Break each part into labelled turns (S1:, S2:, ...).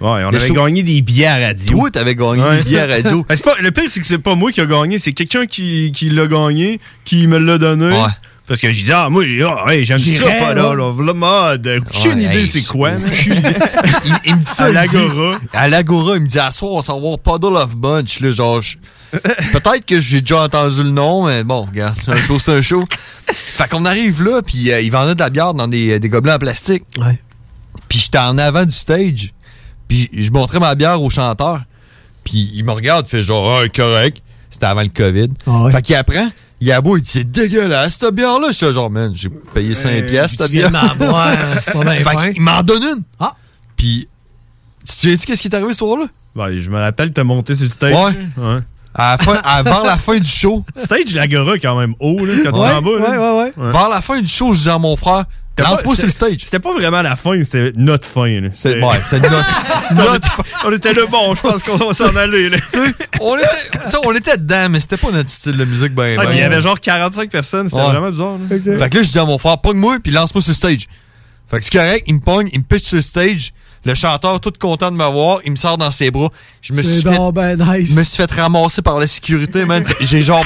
S1: Ouais, on
S2: Le
S1: avait
S2: show-
S1: gagné des billets à radio.
S2: Toi, t'avais gagné
S1: Ouais.
S2: des billets à radio.
S1: Ben, c'est pas- le pire, c'est que c'est pas moi qui a gagné, c'est quelqu'un qui, qui l'a gagné, qui me l'a donné.
S2: Ouais.
S1: Parce que j'ai dit, ah, moi, ah, hey, j'aime ça,
S2: J'irais,
S1: pas là,
S2: ouais.
S1: là, v'là mode. Aucune
S2: Ouais,
S1: idée,
S2: hey,
S1: c'est quoi, mais-
S2: aucune idée. il, il me dit ça.
S1: À
S2: il me dit-
S1: l'Agora.
S2: À l'Agora, il me dit, à soir, on s'en va au Puddle of Bunch. Là, genre, je- peut-être que j'ai déjà entendu le nom, mais bon, regarde, c'est un show, c'est un show. Fait qu'on arrive là, puis euh, il vendait de la bière dans des, des gobelets en plastique.
S1: Ouais.
S2: Puis j'étais en avant du stage, puis je montrais ma bière au chanteur. Puis il me regarde, fait genre, ah, correct. C'était avant le COVID.
S3: Ah ouais.
S2: Fait qu'il apprend, il a beau, il dit, c'est dégueulasse, cette bière-là. Je suis là, genre, man, j'ai payé 5 piastres,
S3: Euh, Tu
S2: cette
S3: viens
S2: bière.
S3: de m'en boire, c'est pas bien fin.
S2: Fait qu'il m'en donne une.
S3: Ah.
S2: Puis, tu te souviens-tu qu'est-ce qui est arrivé ce soir-là?
S1: Ben, je me rappelle, t'as monté sur le stage.
S2: Ouais.
S1: Ouais.
S2: À la fin- avant la fin du show,
S1: Stage l'Agora, quand même haut, là, quand on
S2: Ouais,
S1: est en bas. là.
S3: ouais, ouais.
S2: vers la fin du show, je disais à mon frère,
S1: T'as
S2: lance-moi
S1: pas-
S2: sur le stage.
S1: C'était pas vraiment la fin, c'était notre fin. Là.
S2: C'est ouais, c'est notre, notre fin.
S1: On était le bon, je pense qu'on va s'en aller. Là.
S2: Tu sais, on était, tu sais, on était dedans, mais c'était pas notre style de musique, ben,
S1: Ah,
S2: ben.
S1: puis il y avait genre 45 personnes, c'était
S2: Ouais.
S1: vraiment bizarre. là.
S2: Fait que là, je dis à mon frère, pogne-moi, puis lance-moi sur le stage. Fait que c'est correct, il me pogne, il me pitch sur le stage. Le chanteur, tout content de me voir, il me sort dans ses bras. Je me suis
S3: C'est
S2: fait,
S3: donc ben nice.
S2: je me suis fait ramasser par la sécurité, man. J'ai genre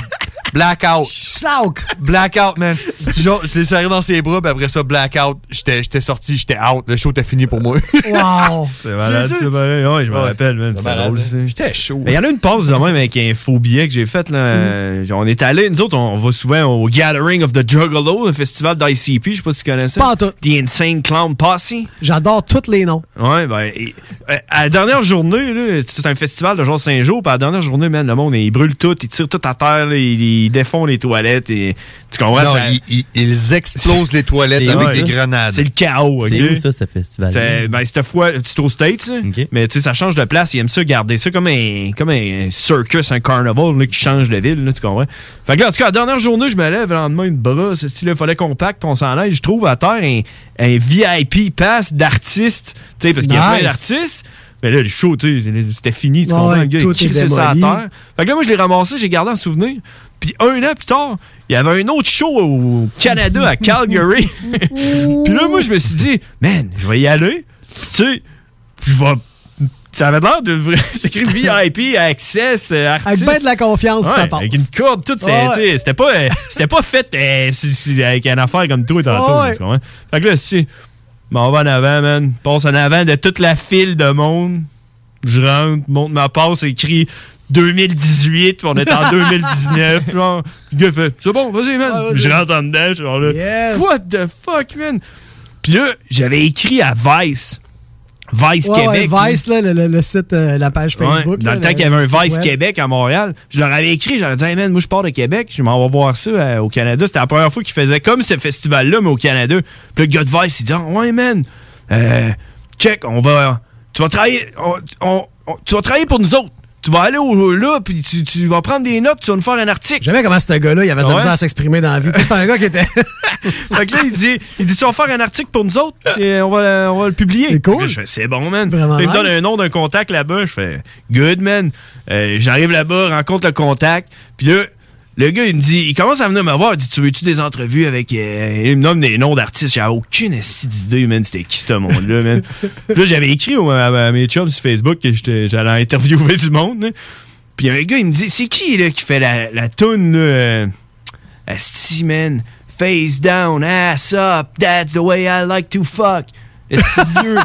S2: blackout.
S3: Sauk!
S2: Blackout, man. Genre, je l'ai serré dans ses bras, puis après ça, blackout. J'étais j'étais sorti, j'étais out. Le show était fini pour moi.
S3: Wow!
S1: C'est malade,
S2: C'est
S1: c'est
S2: sûr.
S1: pareil. Ouais, je me
S2: Ouais.
S1: rappelle, man.
S2: C'est
S1: C'était
S2: malade,
S1: drôle,
S2: hein.
S1: ça.
S2: J'étais chaud.
S1: Mais il y en a une pause de même avec un faux billet que j'ai fait. Là. Euh,
S3: Mm.
S1: On est allé, nous autres, on va souvent au Gathering of the Juggalo, le festival d'ICP. Je sais pas si tu connais ça.
S3: Pas en tout.
S1: The Insane Clown Posse.
S3: J'adore tous les noms.
S1: Ouais, ben, et- euh, à la dernière journée, là, c'est un festival de genre 5 jours, puis à la dernière journée, man, le monde, il brûle tout, il tire tout à terre, là, il, il défond les toilettes, et tu comprends?
S2: non,
S1: ça-
S2: ils, ils- ils explosent les toilettes
S1: C'est-
S2: avec
S1: ouais,
S2: des
S1: ça.
S2: grenades.
S1: c'est le chaos, ok?
S4: C'est où ça, ce festival?
S1: C'est- ben, cette fois, c'est aux States, là.
S4: Ok.
S1: mais tu sais, ça change de place. Ils aiment ça garder ça comme un, comme un circus, un carnival là, qui change de ville, là, tu comprends? Fait que là, en tout cas, la dernière journée, je me lève, le lendemain, une brosse. Il fallait qu'on pacte, puis on s'en aille. Je trouve à terre un, un VIP pass d'artistes, tu sais, parce qu'il y a
S3: Nice.
S1: plein d'artistes. Mais là, le show, tu sais, c'était fini, tu
S3: Ouais,
S1: comprends? le gars, il
S3: tout est
S1: crissait ça à
S3: démoli.
S1: terre. Fait que là, moi, je l'ai ramassé, j'ai gardé en souvenir. Puis un an plus tard, il y avait un autre show au Canada, à Calgary. Puis là, moi, je me suis dit, man, je vais y aller. Tu sais, je vais. Ça avait l'air de. vrai- C'est écrit VIP, Access, euh,
S3: Avec
S1: Artist.
S3: ben de la confiance,
S1: Ouais,
S3: ça passe.
S1: avec une corde, tout, c'est-
S3: Ouais.
S1: tu sais, c'était pas, euh, c'était pas fait euh, si- si- avec une affaire comme toi et tantôt.
S3: Ouais.
S1: tu comprends? Fait que là, si, m'en va en avant, man, passe en avant de toute la file de monde, je rentre, monte ma passe, écrit 2018, puis on est en 2019, genre, le gars fait, c'est bon, vas-y, man,
S3: Ouais, vas-y.
S1: je rentre en dedans, je suis genre là,
S3: Yes.
S1: what the fuck, man? Puis là, j'avais écrit à Vice, Vice
S3: Ouais, ouais,
S1: Québec.
S3: Vice, là, le, le- le site, euh, la page
S1: Ouais,
S3: Facebook.
S1: dans
S3: là,
S1: le temps qu'il y avait un
S3: site
S1: Vice
S3: web.
S1: Québec à Montréal, je leur avais écrit, j'avais dit, hey man, moi je pars de Québec, je m'en vais voir ça euh, au Canada. C'était la première fois qu'ils faisaient comme ce festival-là, mais au Canada. Puis le gars de Vice, il dit, Ah, ouais man, euh, check, on va, tu vas travailler, on- on- on- tu vas travailler pour nous autres. Tu vas aller au, là, puis tu, tu vas prendre des notes, tu vas nous faire un article.
S3: J'aimais comment ce gars-là, il avait de la
S1: Ouais.
S3: misère à s'exprimer dans la vie. Tu sais, C'est un gars qui était.
S1: fait que là, il dit, il dit, tu vas faire un article pour nous autres, et on va, le- on va le publier.
S3: Ah. C'est cool.
S1: Fait que je fais, c'est bon, man.
S3: Vraiment
S1: Là, il me donne
S3: nice.
S1: un nom d'un contact là-bas. Je fais, good, man. Euh, J'arrive là-bas, rencontre le contact. Puis là, le gars, il me dit, il commence à venir me voir. Il dit, tu veux-tu des entrevues avec. euh, il me nomme des noms d'artistes. J'ai aucune esti d'idée, man. C'était qui ce monde-là, man? là, j'avais écrit au- à, à mes chums sur Facebook que j'étais- j'allais interviewer du monde. hein. Puis il y a un gars, il me dit, c'est qui, là, qui fait la, la toune, là, euh, Asti, man. Face down, ass up, that's the way I like to fuck. Est-ce que vieux,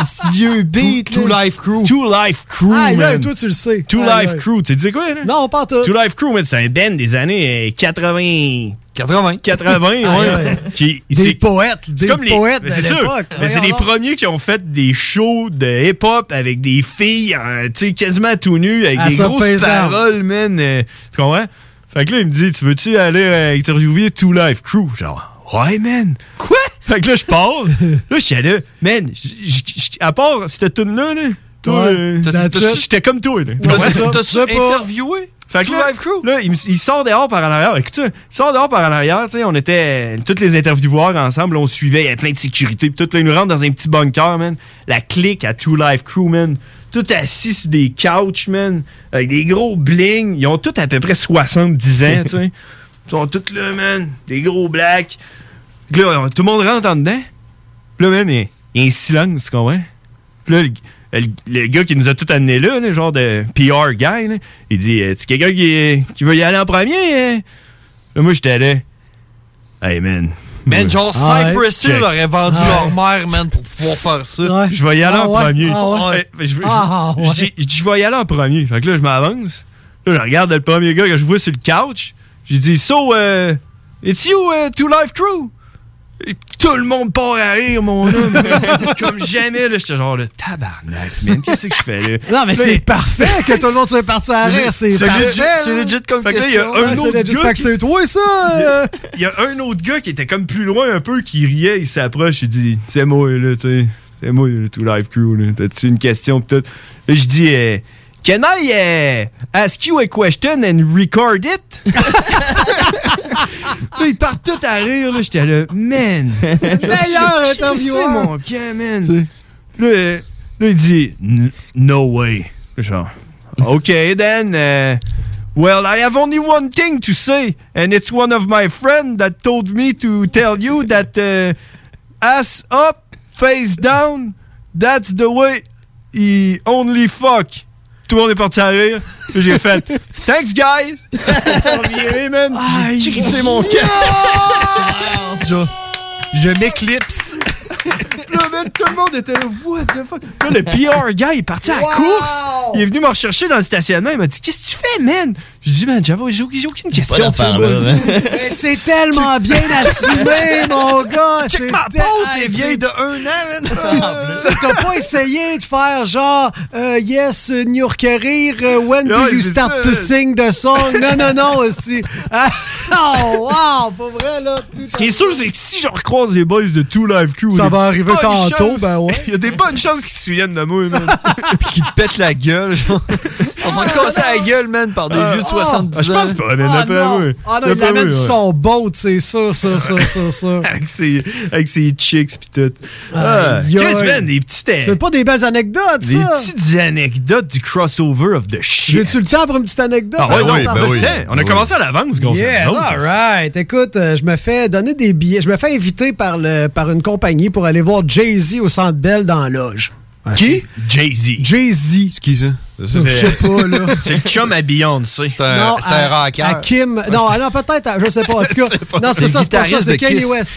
S1: est-ce que vieux beat.
S2: Two
S1: là?
S2: Life Crew.
S1: Two Life Crew,
S3: Aïe, aïe,
S1: man.
S3: Ah, toi, tu le sais.
S1: Two
S3: Aïe,
S1: Life
S3: aïe.
S1: Crew. Tu sais quoi, là?
S3: Non, pas toi.
S1: Two Life Crew, man, c'est un band des années euh, 80.
S2: 80.
S1: 80, ouais.
S3: Ah, ouais.
S1: Qui-
S3: Des
S1: c'est-
S3: poètes,
S1: c'est
S3: des
S1: comme les-
S3: poètes
S1: mais
S3: de
S1: c'est sûr,
S3: l'époque.
S1: Mais c'est les
S3: Voyons donc.
S1: premiers qui ont fait des shows de hip-hop avec des filles, euh, tu sais, quasiment tout nues, avec
S3: À
S1: des
S3: Ah, ça,
S1: grosses
S3: face down.
S1: paroles, man. euh, tu comprends? Fait que là, il me dit, tu veux-tu aller euh, interviewer Two Life Crew? Genre, ouais, man. Quoi? Fait que là, je parle. là, je suis allé, man, j- j- j- à part cette tune-là, là, toi,
S3: Ouais,
S1: euh,
S3: that's
S1: t'as-
S3: it.
S1: j'étais comme toi, là.
S3: Ouais, c'est ça.
S2: T'as
S1: Je sais pas.
S2: interviewé?
S1: Fait que
S2: Two
S1: là,
S2: Life Crew?
S1: là, il, me- il sort dehors par en arrière. Ben, Écoute, ça, il sort dehors par en arrière. Tu sais, on était euh, tous les intervieweurs ensemble. On suivait. Il y avait plein de sécurité. Puis tout, là, ils nous rentrent dans un petit bunker, man. La clique à Two Life Crew, man. Tout assis sur des couches, man. Avec des gros bling. Ils ont tous à peu près 70 ans, tu sais. Ils sont tous là, man. Des gros blacks. Puis Là, on- tout le monde rentre en dedans. Puis là, man, il il y a un silence, tu comprends? Puis là, le, le- le gars qui nous a tout amené là, le genre de PR guy, là, il dit euh, Tu quelqu'un qui, qui veut y aller en premier hein? Là, moi, j'étais là. Hey, man.
S2: Man, genre
S3: Ah ouais.
S2: Cypress Hill
S1: Check.
S2: aurait vendu
S3: Ah
S2: leur mère, man, pour pouvoir faire ça.
S3: Ouais.
S1: Je vais y aller
S3: Ah
S1: en
S3: ouais?
S1: premier.
S3: Ah ouais?
S1: Ouais, fait, je, je-
S3: Ah ouais.
S1: je dis- je dis, je vais y aller en premier. Fait que là, je m'avance. Là, je regarde le premier gars que je vois sur le couch. J'ai dit, So, euh, it's you, euh, Two Life Crew? Et tout le monde part à rire, mon homme. Comme jamais, là, j'étais genre, le tabarnak, man. Qu'est-ce que je fais, là?
S3: Non, mais
S1: Là,
S3: c'est
S1: il-
S3: parfait que tout le monde soit parti à rire. C'est
S1: c'est
S3: parfait.
S2: legit, c'est legit comme
S1: Fait que là, il y a
S2: question.
S1: un
S3: Ouais,
S1: autre
S3: c'est legit.
S1: gars
S3: Fait que c'est toi, ça. euh.
S1: Il y a un autre gars qui était comme plus loin un peu, qui riait, il s'approche, il dit C'est moi, là, tu sais. C'est moi, là, tout live crew, là. T'as-tu une question, pis tout? Là, je dis euh, Can I euh, ask you a question and record it? là, ils partent tout à rire, là. J'étais là, Man! Meilleur
S3: intervieweur.
S1: C'est mon gars, man! Là, euh, là, il dit N- No way. Genre, OK, then. euh, well, I have only one thing to say, and it's one of my friends that told me to tell you that uh, ass up, face down, that's the way he only fuck. Tout le monde est parti à rire. Là, J'ai fait Thanks, guys! Ils sont virés, man. J'ai crissé mon cœur.
S2: Je, je m'éclipse.
S1: Là, man, tout le monde était là, what the fuck? Là, le PR gars, il est parti à la
S3: Wow!
S1: course. Il est venu me rechercher dans le stationnement. Il m'a dit, qu'est-ce que tu fais, man? J'ai dit, man, j'avais j'ai aucune j'ai aucune question.
S5: d'affaire,
S1: tu vois,
S5: là,
S1: moi.
S5: hein.
S3: Mais C'est tellement bien assumé, mon gars.
S2: Check
S3: c'est
S2: ma
S3: tel-
S2: pose,
S3: Hey,
S2: c'est vieille de un an, man.
S3: c'est- T'as pas essayé de faire genre euh, Yes, uh, New Career, uh, when
S1: Ouais,
S3: do you
S1: c'est
S3: start
S1: ça.
S3: to sing the song? Non, non, non, esti. Ah, Oh, wow, pas vrai, là. tout
S1: Ce qui est sûr, c'est que si je recroise les boys de Two Live Crew,
S3: Ça
S1: il y
S3: va
S1: a des
S3: arriver
S1: bonnes
S3: tantôt,
S1: chances-
S3: ben ouais.
S1: Il y a des bonnes chances qu'ils se souviennent de moi, man.
S2: Puis qui te pète la gueule, genre. On va te casser la gueule, man, par des vieux de
S3: Ah,
S2: 70 ans.
S1: Ah, je pense pas, man.
S3: Ah
S1: d'après moi.
S3: non, ah, non il
S1: D'après
S3: amène
S1: moi, ouais.
S3: son boat, c'est sûr, sûr, sûr, sûr, sûr.
S1: Avec ses, avec ses chicks pis tout. Ah,
S3: Aïe,
S1: Qu'est-ce,
S3: aïe.
S1: man, des petites,
S3: C'est pas des belles anecdotes,
S1: des
S3: ça.
S1: petites anecdotes du crossover of the shit.
S3: J'ai-tu le temps pour une petite anecdote?
S1: Ah ouais,
S2: Ben
S1: non,
S2: oui,
S1: on a
S2: ben
S1: le
S2: oui.
S1: temps. On a
S2: Ben
S1: commencé à l'avance, gros.
S3: Yeah, all right. Écoute, euh, je me fais donner des billets. Je me fais inviter par, le, par une compagnie pour aller voir Jay-Z au Centre Bell dans la loge.
S1: Qui? Jay-Z.
S3: Jay-Z.
S2: Excusez.
S3: Je sais pas, là.
S1: C'est le chum à Beyoncé.
S2: C'est un,
S3: Non,
S2: Euh, c'est un
S3: à- à
S2: rocker.
S3: Kim. Non, ah non peut-être, à- je sais pas. En tout cas, non, c'est ça, c'est
S2: C'est
S3: pas ça,
S2: guitariste
S3: c'est
S2: de
S3: Kanye
S2: Kiss.
S3: West.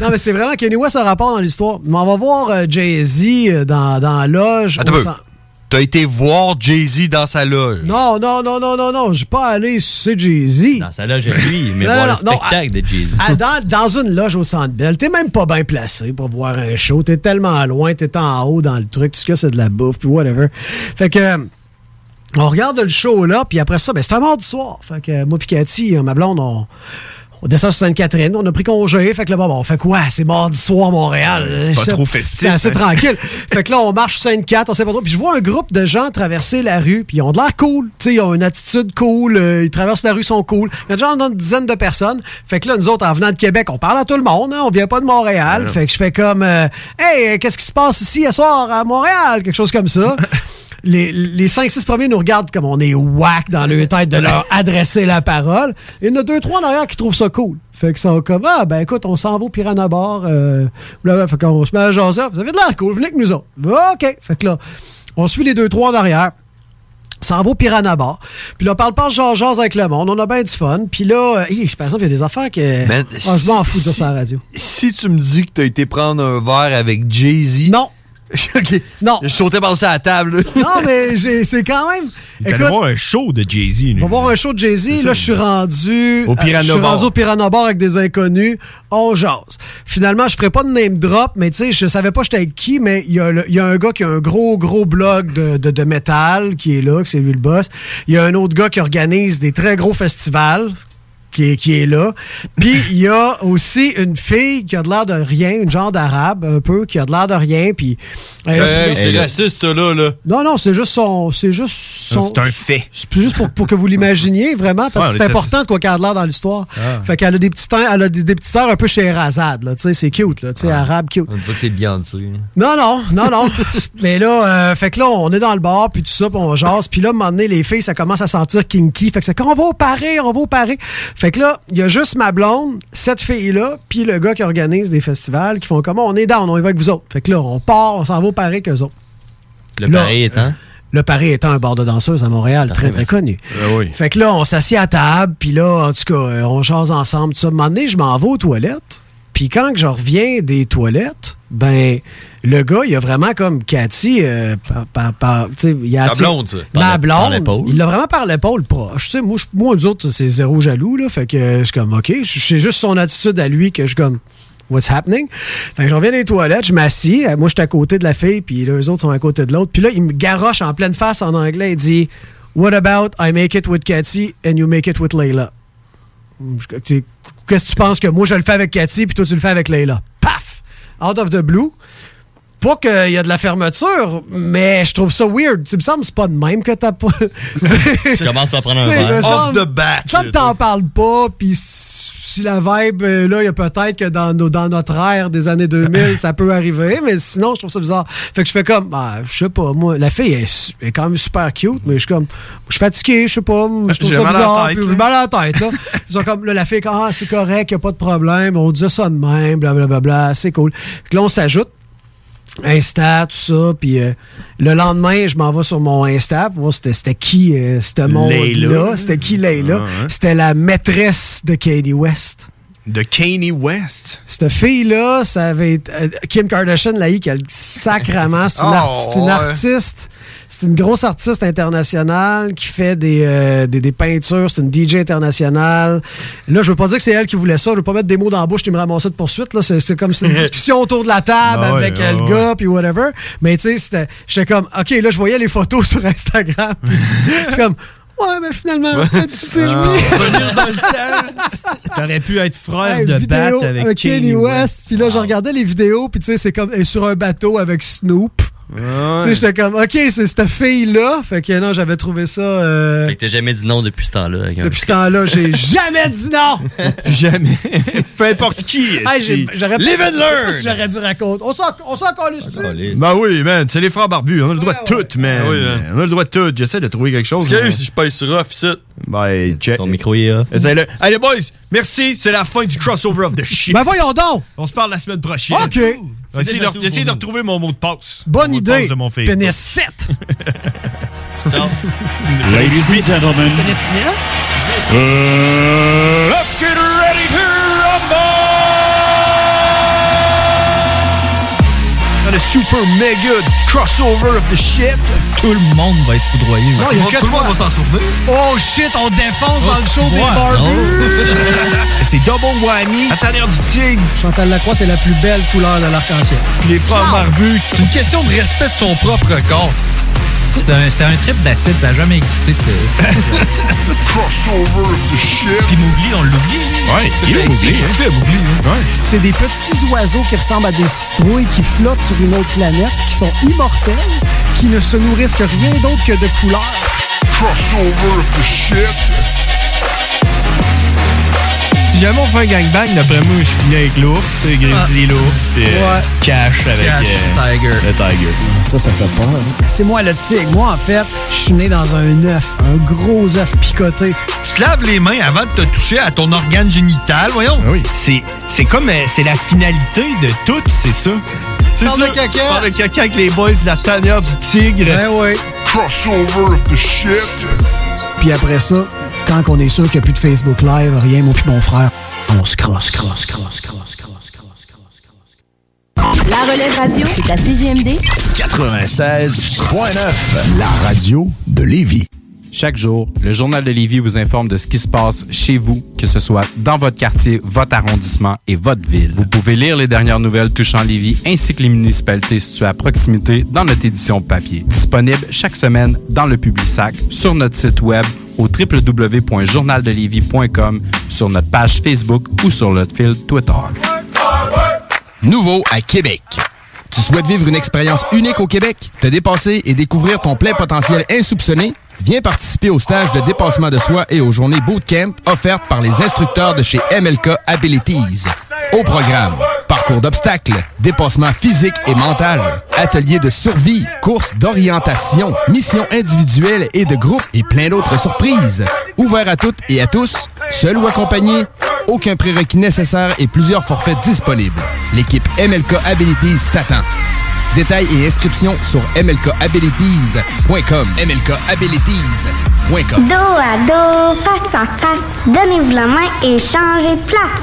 S3: Non, mais c'est vraiment Kanye West a rapport dans l'histoire. Mais on va voir euh, Jay-Z euh, dans, dans la loge.
S2: Attends
S3: au
S2: un peu.
S3: centre-
S2: T'as été voir Jay-Z dans sa loge.
S3: Non, non, non, non, non, non, je suis pas allé sucer Jay-Z.
S5: Dans sa loge à lui, mais
S3: Non,
S5: voir
S3: non,
S5: le
S3: non,
S5: spectacle de Jay-Z.
S3: Ah, dans, dans une loge au Centre Bell, t'es même pas bien placé pour voir un show. T'es tellement loin, t'es en haut dans le truc. Tout ce que c'est de la bouffe, puis whatever. Fait que... euh, On regarde le show là, puis après ça, ben, c'est un mardi soir. Fait que euh, moi puis Cathy, euh, ma blonde, on, on descend sur Sainte-Catherine, on a pris congé. Fait que là, bon, on fait quoi? C'est mardi soir Montréal.
S1: Ouais, c'est pas trop festif,
S3: C'est assez
S1: hein.
S3: tranquille. fait que là, on marche sur Sainte-Catherine, on sait pas trop. Puis je vois un groupe de gens traverser la rue, puis ils ont de l'air cool. Tu sais, ils ont une attitude cool, euh, ils traversent la rue, ils sont cool. Il y a déjà une dizaine de personnes. Fait que là, nous autres, en venant de Québec, on parle à tout le monde, hein, on vient pas de Montréal. fait que je fais comme, euh, hey, euh, qu'est-ce qui se passe ici à soir à Montréal? Quelque chose comme ça. les, les 5-6 premiers nous regardent comme on est whack dans leur tête de leur adresser la parole. Il y en a deux, trois en arrière qui trouvent ça cool. Fait que sont comme Ah ben écoute, on s'en va au Piranha Bar, euh, blablabla. fait qu'on se met à jaser. Vous avez de l'air cool, venez avec nous autres. OK. Fait que là, on suit les deux, trois en arrière. s'en va au Piranha Bar. Puis là, on parle pas genre jase avec le monde. On a bien du fun. Puis là, euh, hey, par exemple, il y a des affaires que.
S2: Ben,
S3: Ah, je m'en fous de dire
S2: si-
S3: ça à la radio.
S2: Si tu me dis que t'as été prendre un verre avec Jay-Z.
S3: Non.
S2: ok.
S3: Non.
S2: Je sautais par ça à la table. là.
S3: Non, mais j'ai- c'est quand même.
S6: Il est allé
S3: Écoute,
S6: voir un show de Jay-Z. lui.
S3: On va voir un show de Jay-Z.
S6: ça.
S3: Là, je suis rendu.
S6: Au Piranha
S3: euh, Je suis
S6: Bar.
S3: rendu au Piranha Bar avec des inconnus. On jase. Finalement, je ferai pas de name drop, mais tu sais, je savais pas j'étais avec qui, mais il y, a le- il y a un gars qui a un gros, gros blog de, de, de métal qui est là, que c'est lui le boss. Il y a un autre gars qui organise des très gros festivals. Qui est, qui est là. Puis il y a aussi une fille qui a de l'air de rien, une genre d'arabe un peu, qui a de l'air de rien. Puis. euh, elle a-
S2: Hey,
S6: Elle-
S2: Euh, c'est raciste, ça, là. là.
S3: non, non, c'est juste son. C'est juste son.
S6: C'est un fait.
S3: C'est plus juste pour, pour que vous l'imaginiez vraiment, parce
S6: Ouais,
S3: que
S6: on était-
S3: c'est important de quoi qu'elle a de l'air dans l'histoire.
S6: Ah.
S3: Fait qu'elle a des petits teints, elle a des, des petits sœurs un peu chez Razad, là, tu sais, c'est cute, là, tu sais, arabe cute.
S2: On dirait que c'est Beyoncé.
S3: Non, non, non, non. Mais là, euh, fait que là, on est dans le bar, puis tout ça, puis on jase. Puis là, à un moment donné, les filles, ça commence à sentir kinky. Fait que c'est qu'on va au pareil, on va au pareil. Fait que là, il y a juste ma blonde, cette fille-là, puis le gars qui organise des festivals, qui font comment on est down, on y va avec vous autres. Fait que là, on part, on s'en va au pareil qu'eux autres.
S2: Le
S3: Là.
S2: pareil hein? étant.
S3: Le Paris étant un bar de danseuses à Montréal, très, très connu.
S1: Ah
S6: oui.
S3: Fait que là, on s'assied à table, puis là, en tout cas, euh, on jase ensemble, tout ça. Un moment donné, je m'en vais aux toilettes. Puis quand que je reviens des toilettes, ben, le gars, il a vraiment comme Cathy, euh, par- par- par- tu sais, il a
S2: Ta
S3: attiré-
S2: blonde, ça, par
S3: Ma
S2: la- par
S3: blaume.
S2: l'épaule.
S3: Il l'a vraiment par l'épaule proche. Tu sais, moi, je- moi, nous autres, c'est zéro jaloux, là. Fait que euh, je suis comme, OK, je- c'est juste son attitude à lui que je suis comme. What's happening? Fait que je reviens des toilettes, je m'assis. euh, Moi, je suis à côté de la fille, puis les autres sont à côté de l'autre. Puis là, il me garoche en pleine face en anglais. Il dit What about I make it with Cathy and you make it with Layla? Je- tu- Qu'est-ce que tu penses que moi, je le fais avec Cathy, puis toi, tu le fais avec Layla? Paf! Out of the blue pas qu'il y a de la fermeture, mais je trouve ça weird. Tu me semble c'est pas de même que t'as pas.
S2: Tu commences par prendre un
S3: T'sais,
S2: verre.
S3: me
S2: Off
S3: semble-
S2: the bat.
S3: Ça me t'en parle pas, puis si la vibe est là, il y a peut-être que dans, nos- dans notre ère des années 2000, ça peut arriver, mais sinon, je trouve ça bizarre. Fait que je fais comme, ah, je sais pas, moi, la fille est, su- est quand même super cute, mais je suis comme, je suis fatigué, je sais pas, je trouve
S6: J'ai
S3: ça
S6: mal à la
S3: bizarre,
S6: tête,
S3: puis
S6: là.
S3: j'ai mal à la tête, là. Ils sont comme, là, la fille, est comme, ah, c'est correct, y a pas de problème, on dit ça de même, blablabla, c'est cool. Fait que là, on s'ajoute. Insta, tout ça. Puis euh, le lendemain, je m'en vais sur mon Insta pour voir c'était c'était qui euh, ce monde-là.
S6: Layla.
S3: C'était qui Layla.
S6: Ah, ouais.
S3: C'était la maîtresse de Katie West.
S6: De Kanye West.
S3: Cette fille-là, ça avait été- euh, Kim Kardashian l'a eu qu'elle sacrement. C'est une,
S2: Oh,
S3: arti- c'est une
S2: ouais.
S3: artiste. C'est une grosse artiste internationale qui fait des, euh, des, des peintures. C'est une DJ internationale. Là, je veux pas dire que c'est elle qui voulait ça. Je veux pas mettre des mots dans la bouche et me ramasser de poursuite. Là, c'est, c'est comme c'est une discussion autour de la table
S6: Ah ouais,
S3: avec euh,
S6: ah
S3: le
S6: ouais.
S3: gars puis whatever. Mais tu sais, c'était- j'étais comme, OK, là, je voyais les photos sur Instagram. puis j'étais comme, ouais, mais finalement, peut-être, tu sais,
S6: Ah.
S2: Ah.
S3: je me-
S7: T'aurais pu être frère
S3: Hey,
S7: de
S3: vidéo
S7: batte avec,
S3: Kanye West. Puis là, je regardais les vidéos, puis tu sais, c'est comme elle est sur un bateau avec Snoop. Tu sais, j'étais comme, OK, c'est cette fille-là. Fait que non, j'avais trouvé ça. euh,
S8: Fait que t'as jamais dit non depuis ce temps-là. avec un-
S3: depuis ce temps-là, j'ai jamais dit non.
S6: Jamais. Peu importe qui.
S3: Hey, j'ai-
S6: esti.
S3: j'aurais
S2: Live and
S3: je sais pas
S2: learn.
S3: si J'aurais dû raconter. On s'en, on s'en calisse, tu sais.
S6: Ben oui, man, c'est les frères barbus. On a le droit de tout, man.
S2: Ah oui, hein.
S6: On a le droit de tout. J'essaie de trouver quelque chose. mais-
S2: je paye sur off, ici?
S6: Ben, check.
S8: Ton micro est off.
S6: Essaye-le. Allez, boys, merci. C'est la fin du crossover of the shit.
S3: Ben voyons donc.
S7: On se parle la semaine prochaine.
S3: OK.
S6: Essayez
S7: déjà
S6: de,
S7: tout
S6: Euh, j'essaie
S7: pour
S6: de
S7: nous.
S6: retrouver mon mot de passe.
S3: Bonne
S6: Mon mot de
S3: idée.
S6: passe de mon Facebook.
S3: Pénis 7.
S9: Ladies and gentlemen, Euh,
S3: Pénis 9.
S9: let's get ready to rumble!
S6: Le super mega crossover of the shit.
S7: Tout le monde va être foudroyé.
S3: Non,
S7: aussi.
S3: il y a que
S2: Tout le monde va
S3: toi.
S2: s'en souvenir.
S3: Oh shit, on défonce dans le show des
S7: ouais,
S3: barbus.
S6: C'est double whammy. La tanière du tigre.
S3: Chantal Lacroix, c'est la plus belle couleur de l'arc-en-ciel.
S6: Les frères barbus.
S2: C'est une question de respect de son propre corps.
S7: C'était un, c'était un trip d'acide, ça n'a jamais existé. C'était, crossover Puis Mougli, on l'oublie.
S6: Ouais, il est oublié. hein.
S3: C'est des petits oiseaux qui ressemblent à des citrouilles qui flottent sur une autre planète, qui sont immortels, qui ne se nourrissent que rien d'autre que de couleurs.
S7: Si jamais on fait un gangbang, d'après moi, je finis avec l'ours, Grizzly l'ours, puis euh,
S3: Ouais.
S7: Cash avec
S2: Cash
S7: euh,
S2: Tiger.
S7: le Tiger.
S3: Ça, ça fait peur. C'est moi le tigre. Moi, en fait, je suis né dans un œuf, un gros œuf picoté.
S2: Tu te laves les mains avant de te toucher à ton organe génital, voyons.
S7: Oui. C'est, c'est comme euh, c'est la finalité de tout, c'est ça. C'est
S3: Parle
S7: ça.
S3: de caca.
S7: Tu parles de caca avec les boys de la tanière du tigre.
S3: oui.
S10: crossover of the shit.
S3: Puis après ça, quand on est sûr qu'il n'y a plus de Facebook Live, rien, mon puis mon frère, on se crosse, crosse, crosse, crosse, crosse, crosse, crosse.
S11: La relève radio, c'est à CGMD.
S12: 96.9, la radio de Lévis. Chaque jour, le Journal de Lévis vous informe de ce qui se passe chez vous, que ce soit dans votre quartier, votre arrondissement et votre ville. Vous pouvez lire les dernières nouvelles touchant Lévis ainsi que les municipalités situées à proximité dans notre édition papier. Disponible chaque semaine dans le Publisac, sur notre site web au www.journaldelévis.com, sur notre page Facebook ou sur notre fil Twitter.
S13: Nouveau à Québec. Tu souhaites vivre une expérience unique au Québec, te dépasser et découvrir ton plein potentiel insoupçonné? Viens participer au stage de dépassement de soi et aux journées bootcamp offertes par les instructeurs de chez MLK Abilities. Au programme, parcours d'obstacles, dépassement physique et mental, ateliers de survie, courses d'orientation, missions individuelles et de groupe et plein d'autres surprises. Ouvert à toutes et à tous, seul ou accompagné, aucun prérequis nécessaire et plusieurs forfaits disponibles. L'équipe MLK Abilities t'attend. Détails et inscriptions sur mlkabilities.com. mlkabilities.com.
S14: Dos à
S15: ah,
S14: dos, face à face, donnez-vous la main et changez de place.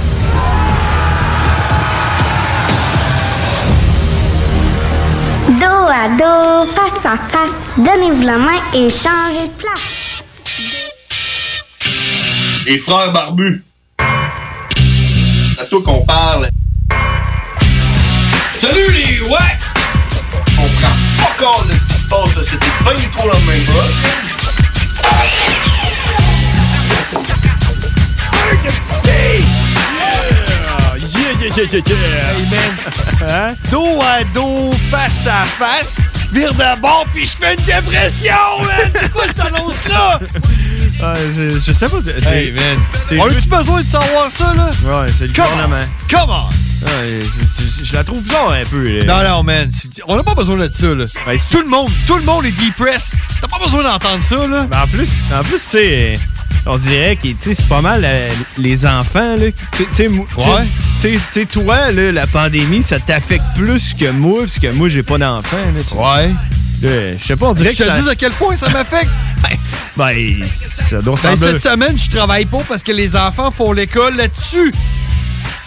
S14: Dos
S15: ah,
S14: à dos, face à face, donnez-vous la main et changez de place.
S16: Les frères barbus. C'est à toi qu'on parle. Salut les ouais! On prend pas compte de ce qui se passe, là. c'était pas du tout la même
S1: Yeah, yeah, yeah, yeah.
S17: Hey man, hein? dos à dos, face à face, vire de bord puis je fais une dépression, man! C'est quoi cette annonce-là?
S1: Ah, je, je sais pas. c'est- c'est-
S17: Hey, man.
S1: c'est
S17: On a
S1: juste-
S17: eu besoin de savoir ça, là?
S1: Ouais, c'est le
S17: Come
S1: gouvernement.
S17: on! Come on!
S1: Ah, je, je- je la trouve bizarre un peu.
S2: Non,
S1: là.
S2: non, man. c'est- On n'a pas besoin de ça, là.
S1: c'est
S2: tout le monde, tout le monde est depressed. T'as pas besoin d'entendre ça, là.
S1: Mais en plus, en plus, tu sais, on dirait que tu sais, c'est pas mal euh, les enfants, là. Tu sais, tu sais, mou- tu sais,
S2: Ouais.
S1: tu sais, tu sais, toi, là, la pandémie, ça t'affecte plus que moi, parce que moi, j'ai pas d'enfant, là. Ouais. je sais pas, on dirait
S2: Je te
S1: que ça-
S2: dis à quel point ça m'affecte. Ben,
S1: ben, ça doit
S2: Ben,
S1: ressembler-
S2: cette semaine, je travaille pas parce que les enfants font l'école là-dessus.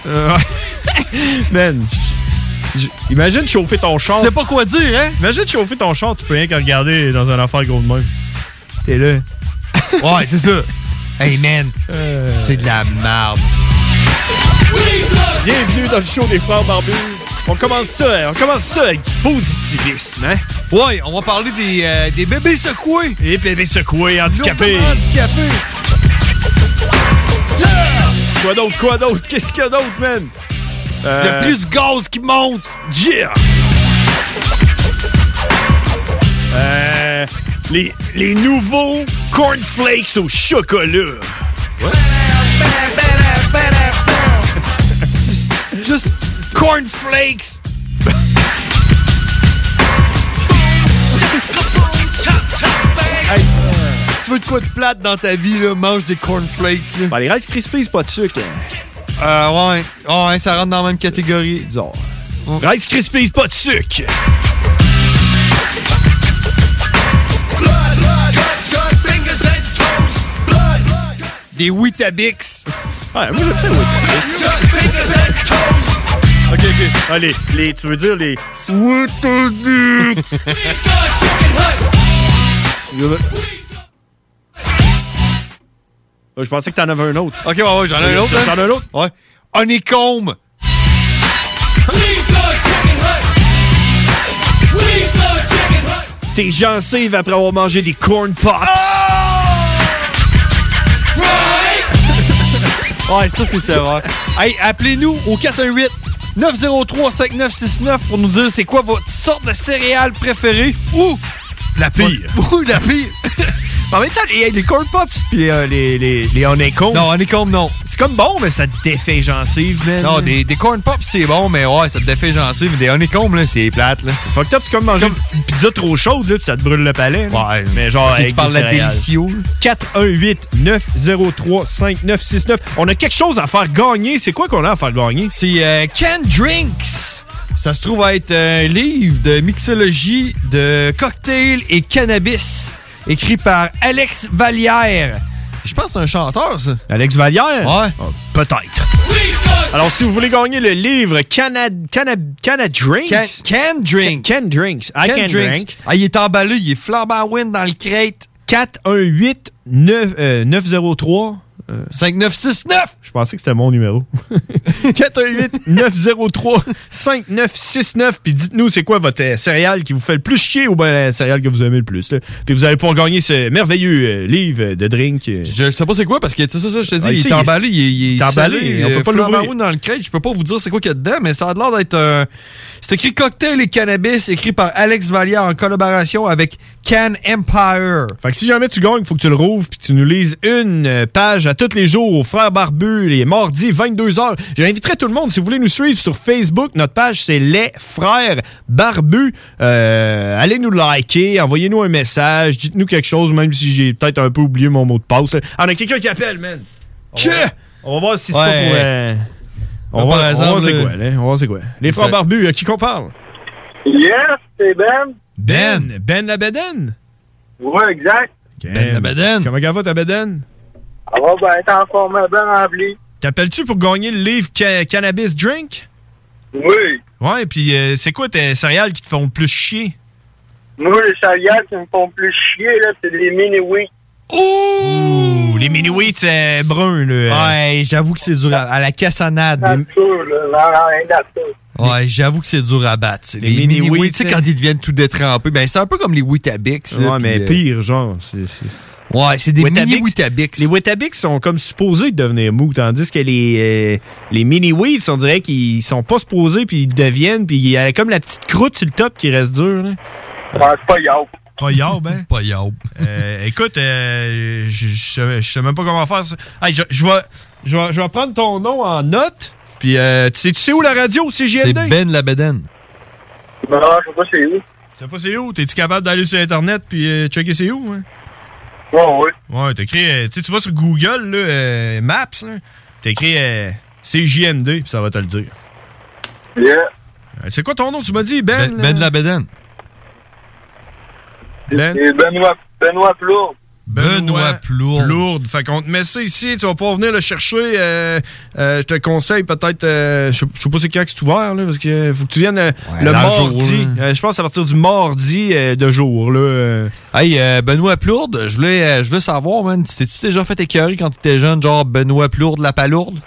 S1: Euh, Man, j- j- imagine chauffer ton char.
S2: C'est pas quoi dire, hein?
S1: Imagine chauffer ton char, tu peux rien que regarder dans un affaire gros de même. T'es là.
S2: Ouais, c'est ça. Hey, man.
S1: Euh.
S2: C'est de la merde.
S1: Bienvenue dans le show des frères barbus. On commence ça, on commence ça avec du positivisme, hein?
S2: Ouais, on va parler des, euh, des bébés secoués.
S1: Des bébés secoués, handicapés.
S2: Handicapés.
S1: Quoi d'autre, quoi d'autre? Qu'est-ce qu'il y a d'autre, man? Euh,
S2: Il y a plus de gaz qui monte.
S1: Yeah! Euh, les, les nouveaux cornflakes au chocolat.
S2: Juste cornflakes. Hey, si tu veux de quoi de plate dans ta vie, là, mange des cornflakes. Là.
S1: Ben, les Rice Krispies, c'est pas de sucre. hein.
S2: Euh, ouais. ouais, ça rentre dans la même catégorie. Bizarre.
S1: Rice Krispies, pas de sucre.
S2: Des Witabix.
S1: Ouais, moi j'aime ça, Witabix.
S2: Ok, ok.
S1: Allez, les, tu veux dire les Witabix? Je pensais que t'en avais un autre.
S2: Ok, ouais, ouais, j'en ai un autre.
S1: T'en as
S2: un autre? Ouais. hein. Honeycomb.
S18: Please go check it hut. Please go check it hut.
S1: Tes gencives après avoir mangé des corn pops.
S19: Ouais, ça, c'est sévère. Hey, appelez-nous au 418 903 5969 pour nous dire c'est quoi votre sorte de céréale préférée ou
S1: la pire.
S19: Ou la pire.
S1: En même temps, les, les corn pops puis euh, les, les, les honeycombs. Non,
S19: honeycombs, non.
S1: C'est comme bon, mais ça te défait les gencives, man.
S2: Non, des, des corn pops, c'est bon, mais ouais, ça te défait gencive. Mais des honeycombs, là, c'est plate, là.
S1: C'est fucked up, c'est comme manger une pizza trop chaude, là, puis ça te brûle le palais. là. mais Euh, genre,
S2: Ok, tu
S1: avec
S2: parles
S1: des
S2: de la
S1: céréales.
S2: délicieux,
S1: 418-903-5969. On a quelque chose à faire gagner. C'est quoi qu'on a à faire gagner?
S2: C'est Can Drinks. Ça se trouve à être euh, un livre de mixologie de cocktails et cannabis, écrit par Alex Vallière. Je pense que c'est un chanteur, ça.
S1: Alex Vallière? Ouais. Peut-être. Alors, si vous voulez gagner le livre Canad, Canad, Canad Drinks.
S2: Can, can Drink.
S1: Can, Drinks. I can, drink.
S2: Ah, il est emballé, il est flambant wind dans le crate.
S1: 418 9,
S2: euh,
S1: 903
S2: 5969.
S1: Je pensais que c'était mon numéro. 418 903 5969 puis dites-nous c'est quoi votre euh, céréale qui vous fait le plus chier ou bien la céréale que vous aimez le plus là. Puis vous allez pouvoir gagner ce merveilleux euh, livre de drink. euh.
S2: Je sais pas c'est quoi, parce que tu sais ça, je te dis,
S1: Ah,
S2: il
S1: ici,
S2: est emballé, il, est- il est
S1: emballé,
S2: scellé,
S1: on peut
S2: euh,
S1: pas
S2: flambant
S1: l'ouvrir.
S2: haut dans le crate. Je peux pas vous dire c'est quoi qu'il y a dedans, mais ça a l'air d'être un... C'est écrit Cocktail et Cannabis, écrit par Alex Vallière en collaboration avec Can Empire.
S1: Fait que si jamais tu gagnes, faut que tu le rouvres puis tu nous lises une euh, page à tous les jours aux Frères Barbus, les mardis 22h. J'inviterai tout le monde, si vous voulez nous suivre sur Facebook, notre page c'est Les Frères Barbus. Euh, allez nous liker, envoyez-nous un message, dites-nous quelque chose, même si j'ai peut-être un peu oublié mon mot de passe. là. Ah, on a quelqu'un qui appelle, man. Que? On va voir si c'est pas
S2: Ouais.
S1: pour... euh, on,
S2: Par
S1: va, on va voir
S2: exemple,
S1: c'est
S2: euh,
S1: quoi, là. On va voir c'est quoi. Les Frères
S2: ça-
S1: Barbus, à qui qu'on parle?
S5: Yes, c'est Ben.
S1: Ben, Ben la Beden.
S5: Ouais, exact.
S1: Ben la Beden. Comment ça va ta Beden?
S5: On va ben, être en format bien rempli.
S1: T'appelles-tu pour gagner le livre Ca- Cannabis Drink?
S5: Oui.
S1: Ouais, puis euh, c'est quoi tes céréales qui te font le plus chier?
S5: Moi, les céréales qui me font plus chier, là, c'est les mini wheats
S1: Ouh! Les mini wheats euh, bruns, là.
S2: Ouais, j'avoue que c'est dur à, à la cassanade.
S5: nature, là. Non, rien d'atout.
S2: Ouais, j'avoue que c'est dur à battre. c'est Les,
S1: mini
S2: mini
S1: wheats,
S2: wheats, tu sais,
S1: hein.
S2: quand ils deviennent tout détrempés, ben c'est un peu comme les Weetabix. là,
S1: Ouais,
S2: puis,
S1: mais
S2: euh,
S1: pire, genre. c'est- c'est-
S2: Ouais, c'est des mini
S1: Weetabix-
S2: Weetabix.
S1: Les Weetabix sont comme supposés de devenir mous, tandis que les, euh, les mini wheats, on dirait qu'ils sont pas supposés, puis ils deviennent, puis il y a comme la petite croûte sur le top qui reste dure, là.
S5: Ouais, c'est pas yop.
S1: Pas yob, hein?
S2: Pas yob.
S1: Euh, écoute, euh, je- je je sais même pas comment faire ça. Hey, je, je vais, je, vais, je vais prendre ton nom en note. Puis, euh, tu, sais, tu sais où la radio? C'est
S2: C'est
S1: JLD?
S2: Ben la Beden.
S5: Non, je sais pas c'est où.
S1: Tu sais pas c'est où? T'es-tu capable d'aller sur Internet puis euh, checker c'est où? hein?
S5: Ouais, ouais.
S1: Ouais, t'écris... euh, tu sais, tu vas sur Google, là, euh, Maps, là, t'écris euh, CJMD, puis ça va te le dire.
S5: Yeah.
S1: Euh, C'est quoi ton nom, tu m'as dit, Ben?
S2: Ben, Ben de la
S1: Beden. Ben?
S5: Et Benoît, Benoît Plourde.
S1: Benoît Plourde. Plourde. Fait qu'on te met ça ici, tu vas pouvoir venir le chercher. euh, euh, je te conseille peut-être, euh, je sais- je sais pas c'est quand que c'est ouvert, là, parce que faut que tu viennes euh, le
S2: dans le jour, hein.
S1: mardi. Euh, je pense à partir du mardi euh, de jour. Là, euh.
S2: Hey, euh, Benoît Plourde, je voulais, euh, je voulais savoir, man, t'es-tu déjà fait écœurer quand t'étais jeune, genre Benoît Plourde, la palourde?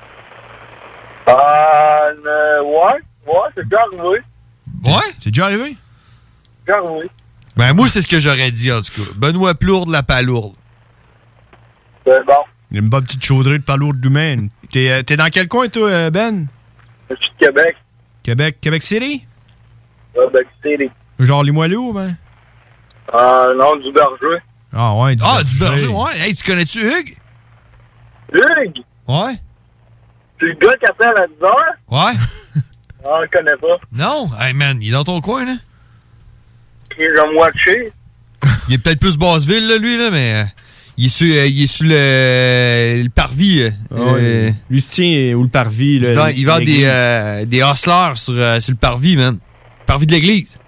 S5: Ah, euh, ouais, ouais, c'est déjà arrivé.
S2: Ouais? C'est déjà arrivé?
S5: C'est déjà arrivé.
S2: Ben, moi, c'est ce que j'aurais dit, en tout cas. Benoît Plourde, la palourde.
S5: C'est bon.
S1: Il y a une bonne petite chaudrée de palourde d'humaine. T'es euh, t'es dans quel coin, toi, euh, Ben?
S5: Je suis de Québec.
S1: Québec, Québec City?
S5: Ouais, ben, tu sais, les...
S1: Genre Limoilou, ben?
S5: Ah, non, du berger.
S1: Ah, ouais. Du
S2: Ah, du berger, ouais. Hey, tu connais-tu Hugues?
S5: Hugues,
S2: Ouais.
S5: c'est le gars qui appelle à 10 heures?
S2: Ouais.
S5: Ah, je connais pas.
S2: Non? Hey, man, il est dans ton coin, là?
S5: Qui est me watcher?
S2: Il est peut-être plus Basseville, là, lui, là, mais. euh, il est sur, euh, il est sur le, le parvis. euh,
S1: Ah
S2: le-
S1: Lucien ou le parvis. Là,
S2: il vend, il vend des,
S1: l'église.
S2: euh, des hustlers sur, euh, sur le parvis, man. Parvis de l'église.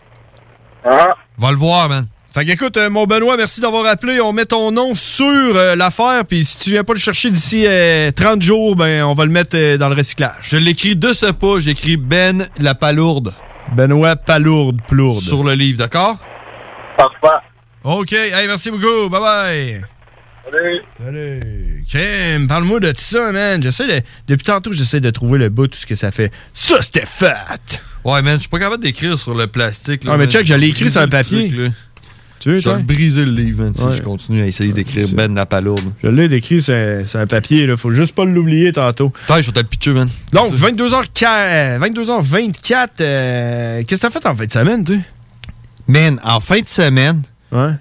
S5: Ah.
S2: Va le voir, man.
S1: Fait que, écoute, euh, mon Benoît, merci d'avoir appelé. On met ton nom sur euh, l'affaire, puis si tu viens pas le chercher d'ici euh, 30 jours, ben on va le mettre euh, dans le recyclage.
S2: Je l'écris de ce pas, j'écris Ben la palourde
S1: Benoît Palourde, plourde.
S2: sur le livre, d'accord?
S5: Parfait.
S1: OK, hey, merci beaucoup. Bye bye.
S20: Salut.
S1: Salut. Crème, parle-moi de tout ça, man. J'essaie de- Depuis tantôt, j'essaie de trouver le bout, tout ce que ça fait. Ça, c'était fat!
S2: Ouais, man, je suis pas capable d'écrire sur le plastique. là,
S1: Ouais, Ah, mais
S2: man.
S1: check, je
S2: J'ai
S1: l'ai écrit sur un
S2: brisé le
S1: papier.
S2: truc, là.
S1: Tu veux,
S2: Je vais
S1: toi?
S2: briser le livre, man, si
S1: Ouais.
S2: je continue à essayer d'écrire Ben la palourde.
S1: Je l'ai décrit sur un, sur un papier, là. Faut juste pas l'oublier tantôt.
S2: Putain, je vais te le pitcher, man.
S1: Donc, 22h24, 22h24 euh, qu'est-ce que t'as fait en fin de semaine, tu?
S2: Man, en fin de semaine.
S1: Ouais.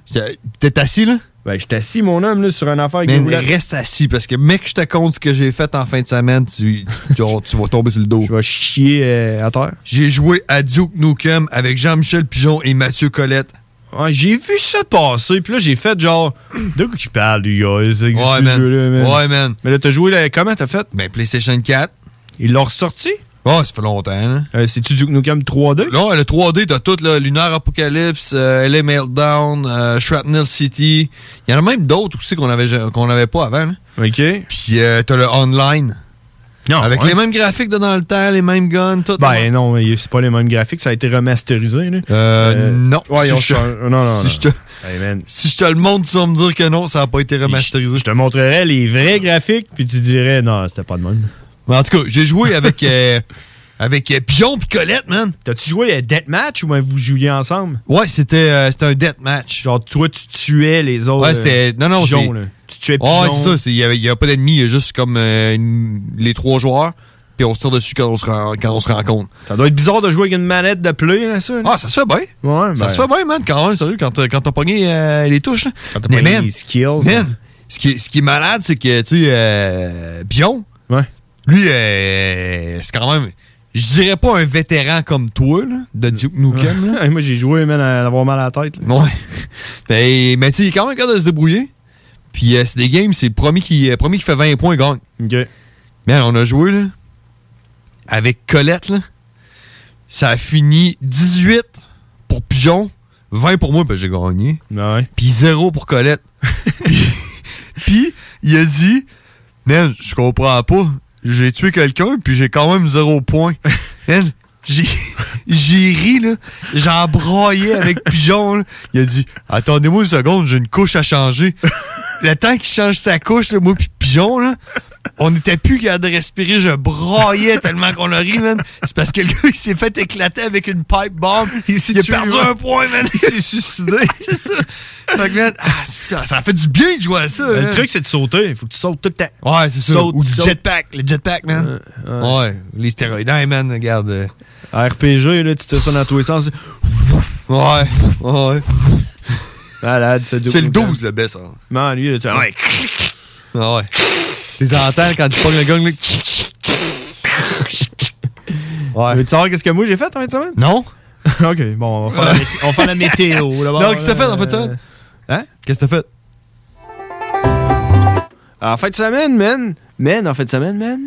S2: T'es assis, là?
S1: Ben, je t'assis, mon homme, là, sur un affaire avec
S2: Man,
S1: des roulettes.
S2: reste assis, parce que mec, je te compte ce que j'ai fait en fin de semaine, tu, tu- genre, tu vas tomber sur le dos. Tu
S1: vas chier
S2: euh,
S1: à terre.
S2: J'ai joué à Duke Nukem avec Jean-Michel Pigeon et Mathieu Collette.
S1: Ouais, j'ai vu ça passer, puis là, j'ai fait genre. De quoi qu'il parle, lui, gars? Ça existe
S2: Ouais,
S1: plus, ce
S2: man.
S1: jeu-là,
S2: Ouais, man.
S1: Mais là, t'as joué, là, comment t'as fait?
S2: Ben, PlayStation 4.
S1: Ils l'ont ressorti?
S2: Ah, ça fait longtemps, hein?
S1: Euh, C'est-tu Duke Nukem 3D?
S2: Non, le 3D, t'as tout, là. Lunar Apocalypse, euh, LA Meltdown, euh, Shrapnel City. Il y en a même d'autres aussi qu'on avait, qu'on avait pas avant, là.
S1: OK.
S2: Puis euh, t'as le online.
S1: Non,
S2: Avec
S1: ouais.
S2: les mêmes graphiques de dans le temps, les mêmes guns, tout.
S1: Ben non, mais c'est pas les mêmes graphiques, ça a été remasterisé. Là.
S2: Euh, non.
S1: Ouais,
S2: Si
S1: ils ont
S2: je te-
S1: changé. Oh, Non, non,
S2: si
S1: non.
S2: je te-
S1: Hey, man.
S2: Si je te le montre, tu vas me dire que non, ça n'a pas été remasterisé.
S1: Je te montrerais les vrais graphiques, puis tu dirais, non, c'était pas de même.
S2: Mais en tout cas, j'ai joué avec, euh, avec euh, Pion et Colette, man.
S1: T'as-tu joué à Deathmatch ou vous jouiez ensemble?
S2: Ouais, c'était euh, c'était un deathmatch.
S1: Genre, toi, tu tuais les autres.
S2: Ouais, c'était. Non, non,
S1: pigeons,
S2: c'est-
S1: euh, là. Tu tuais
S2: Ouais,
S1: pigeons.
S2: c'est ça. c'est- Il n'y avait, il y avait pas d'ennemis, il y a juste comme euh, une- les trois joueurs. Puis on se tire dessus quand on se, ren- quand on se rencontre.
S1: Ça doit être bizarre de jouer avec une manette de play, là, ça.
S2: Ah, ça se fait bien.
S1: Ouais,
S2: Ça
S1: ben-
S2: se fait bien, man, quand même, sérieux, quand t'as quand t'as pogné euh, les touches. là.
S1: Quand t'as
S2: Mais
S1: pogné
S2: man,
S1: les skills. hein.
S2: Man, ce qui, est- ce qui est malade, c'est que, tu sais, euh, Pion,
S1: ouais.
S2: lui, euh, c'est quand même, je dirais pas un vétéran comme toi, là, de Duke Nukem. là.
S1: Hey, Moi, j'ai joué, man, à avoir mal à la tête. là.
S2: Ouais. Ben, mais tu sais, il est quand même capable de se débrouiller. Puis euh, c'est des games, c'est le premier qui, euh, premier qui fait 20 points gagne.
S1: OK.
S2: Man, on a joué, là, avec Colette, là. Ça a fini 18 pour Pigeon, 20 pour moi, ben j'ai gagné. Puis 0 pour Colette. Puis- Puis il a dit Man, je comprends pas. J'ai tué quelqu'un, puis j'ai quand même 0 point. Man, j'ai j'ai ri, là. J'en broyais avec Pigeon, là. Il a dit Attendez-moi une seconde, j'ai une couche à changer. Le temps qu'il change sa couche, là, moi, puis Pigeon, là. On n'était plus capable de respirer, je broyais tellement qu'on a ri, man. C'est parce que le gars, il s'est fait éclater avec une pipe bomb. Il,
S1: s'est
S2: a
S1: tué,
S2: perdu
S1: ouais.
S2: un point, man. Il s'est suicidé. c'est ça. Fait que, man, ah, ça, ça fait du bien de jouer à ça.
S1: Ben, le
S2: man.
S1: truc, c'est de sauter. Il faut que tu sautes tout le temps.
S2: Ouais, c'est ça.
S1: Saute,
S2: Ou du
S1: saute.
S2: jetpack, le jetpack, man.
S1: Euh,
S2: ouais. les stéroïdes, hey, man, regarde. euh,
S1: RPG, là, tu tires ça dans tous les sens.
S2: Ouais, ouais.
S1: Malade, c'est
S2: C'est le 12, le best. hein.
S1: Non, lui, là, tu ouais.
S2: Ah ouais. Tu les entends quand tu pognes le gang, là. Ouais.
S1: Veux-tu savoir qu'est-ce que moi j'ai fait en fin de semaine?
S2: Non.
S1: ok, bon, on va faire la, mét- on va faire la météo. d'abord,
S2: Non, qu'est-ce que t'as fait en fin de
S1: euh,
S2: semaine?
S1: Hein?
S2: Qu'est-ce que t'as fait?
S1: En fin de semaine, man. Man, en fin de semaine, man.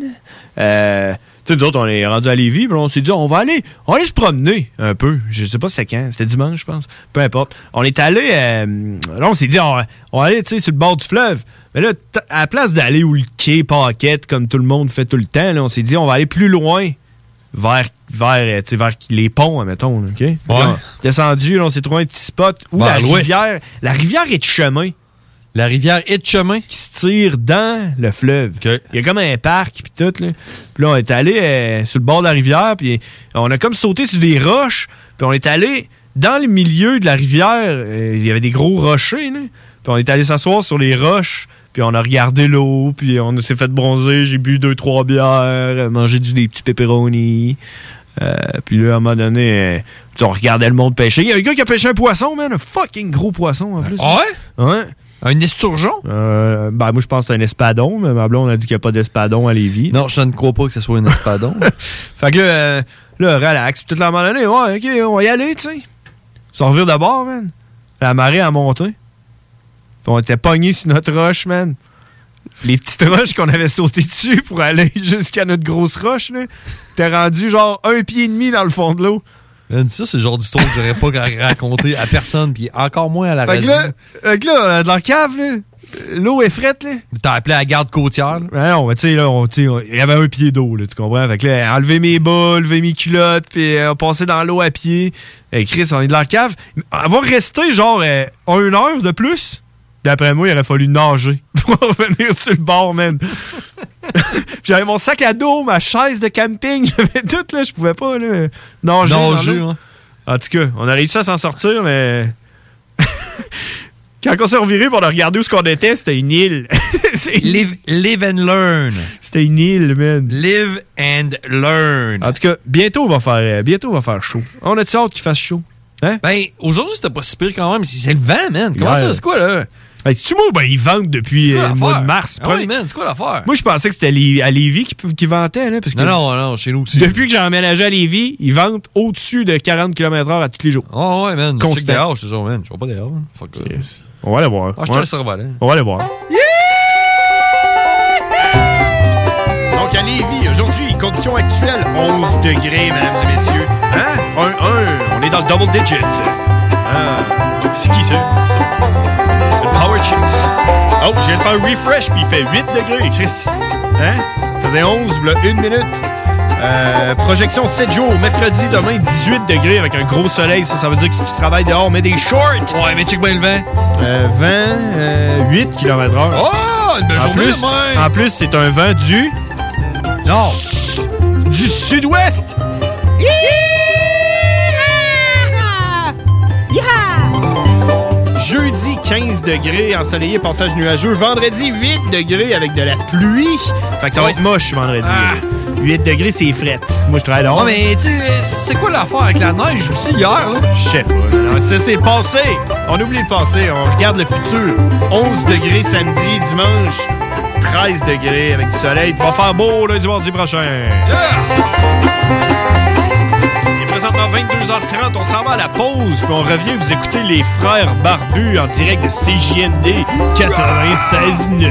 S1: Euh, tu sais, nous autres, on est rendu à Lévis, puis on s'est dit, on va aller, on va aller se promener un peu. Je sais pas c'est quand, c'était dimanche, je pense. Peu importe. On est allé, euh, là, on s'est dit, on, on va aller, tu sais, sur le bord du fleuve. Mais là, t- à la place d'aller où le quai paquette, comme tout le monde fait tout le temps, là, on s'est dit, on va aller plus loin vers, vers, euh, tu sais, vers les ponts, admettons. là, OK? Puis là, on- Descendu, là, on s'est trouvé un petit spot où
S2: Vers
S1: la
S2: l'ouest.
S1: rivière, la rivière est de chemin.
S2: La rivière est de chemin.
S1: Qui se tire dans le fleuve. Il y a comme un parc, puis tout. Là. Puis là, on est allé euh, sur le bord de la rivière, puis on a comme sauté sur des roches, puis on est allé dans le milieu de la rivière. euh, Il y avait des gros rochers, là. Puis on est allé s'asseoir sur les roches, puis on a regardé l'eau, puis on s'est fait bronzer. J'ai bu deux, trois bières, euh, mangé du, des petits pepperoni. Euh, puis là, à un moment donné, euh, tu- on regardait le monde pêcher. Il y a un gars qui a pêché un poisson, man. Un fucking gros poisson, en plus.
S2: Ah ouais?
S1: Ouais.
S2: Un esturgeon?
S1: Euh, ben, moi, je pense que c'est un espadon, mais ma blonde a dit qu'il n'y a pas d'espadon à Lévis.
S2: Non, je ne crois pas que ce soit un espadon.
S1: fait que là, euh, là relax. Puis Tout le moment donné, ouais, OK, on va y aller, tu sais. S'en revire de bord, man. La marée a monté. Puis on était pognés sur notre roche, man. Les petites roches qu'on avait sautées dessus pour aller jusqu'à notre grosse roche, là. T'es rendu genre un pied et demi dans le fond de l'eau.
S2: Man, ça, c'est le genre d'histoire que j'aurais pas à raconter à personne, puis encore moins à la
S1: Fait que
S2: radio.
S1: là, fait que là, dans la cave, là, l'eau est frette, là.
S2: T'as appelé la garde côtière, là.
S1: Ouais, non, mais tu sais, là, on- tu sais, on- il y avait un pied d'eau, là, tu comprends? Fait que là, enlever mes bas, lever mes culottes, puis euh, passer dans l'eau à Eh, pied. Et Chris, on est de la cave. On va rester, genre, euh, une heure de plus D'après moi, il aurait fallu nager pour revenir sur le bord, man. Puis J'avais mon sac à dos, ma chaise de camping, j'avais tout, là. Je pouvais pas, là, nager. dans
S2: Nager,
S1: l'eau. hein. En tout cas, on a réussi à s'en sortir, mais. Quand on s'est reviré pour regarder où ce qu'on était, c'était une île. live, and learn. C'était une île, man. Live and learn. En tout cas, bientôt, va faire, euh, bientôt va faire chaud. On a-tu hâte qu'il fasse chaud? Hein? Ben, aujourd'hui, c'était pas si pire quand même. C'est le vent, man.
S2: Comment ça, c'est quoi,
S1: là? tu moi, ben, ils vendent depuis euh, le mois de mars.
S2: Ah oui, man, c'est quoi l'affaire?
S1: Moi, je pensais que c'était Lé- à Lévis qui, qui vantait. Là, parce que
S2: Non, non, non, chez nous aussi.
S1: Depuis que j'ai emménagé à Lévis, ils vendent au-dessus de 40 km/h à tous les jours.
S2: Ah ouais, man. Je
S1: Constant.
S2: check dehors, je te jure, man. Je vois pas dehors. hein. Fuck là.
S1: On va aller voir.
S2: Ah, je
S1: Ouais.
S2: suis un survolant.
S1: On va aller voir.
S2: Donc, à Lévis, aujourd'hui, conditions actuelles 11 degrés, mesdames et messieurs.
S1: Hein? 1-1, on est dans le double digit. Ah, c'est qui ça? Le Power Chicks. Oh, je viens de faire un refresh, puis il fait 8 degrés, Chris. Hein? Ça faisait 11, là, une minute. Euh, projection 7 jours, mercredi, demain, 18 degrés avec un gros soleil. Ça, ça veut dire que si tu travailles dehors, mets des shorts. Ouais, mais check bien le vent. 20, euh, 8 km/h.
S2: Oh, une belle
S1: en
S2: journée
S1: plus,
S2: demain.
S1: En plus, c'est un vent du... Non. Du sud-ouest. Jeudi, 15 degrés, ensoleillé, passage nuageux. Vendredi, 8 degrés avec de la pluie. Fait
S2: Oh.
S1: que ça va être moche vendredi. 8 degrés, c'est frette. Moi, je travaille dehors.
S2: Ah. Ouais, mais tu sais, c'est quoi l'affaire avec la neige aussi hier, là?
S1: Je sais pas. Non, Ça, c'est passé. On oublie le passé. On regarde le futur. 11 degrés samedi, dimanche. 13 degrés avec du soleil. Il va faire beau lundi, mardi prochain. Il est présentement 22h30. On s'en va à la pause. Puis on revient vous écouter les frères barbus en direct de CJND 96.9.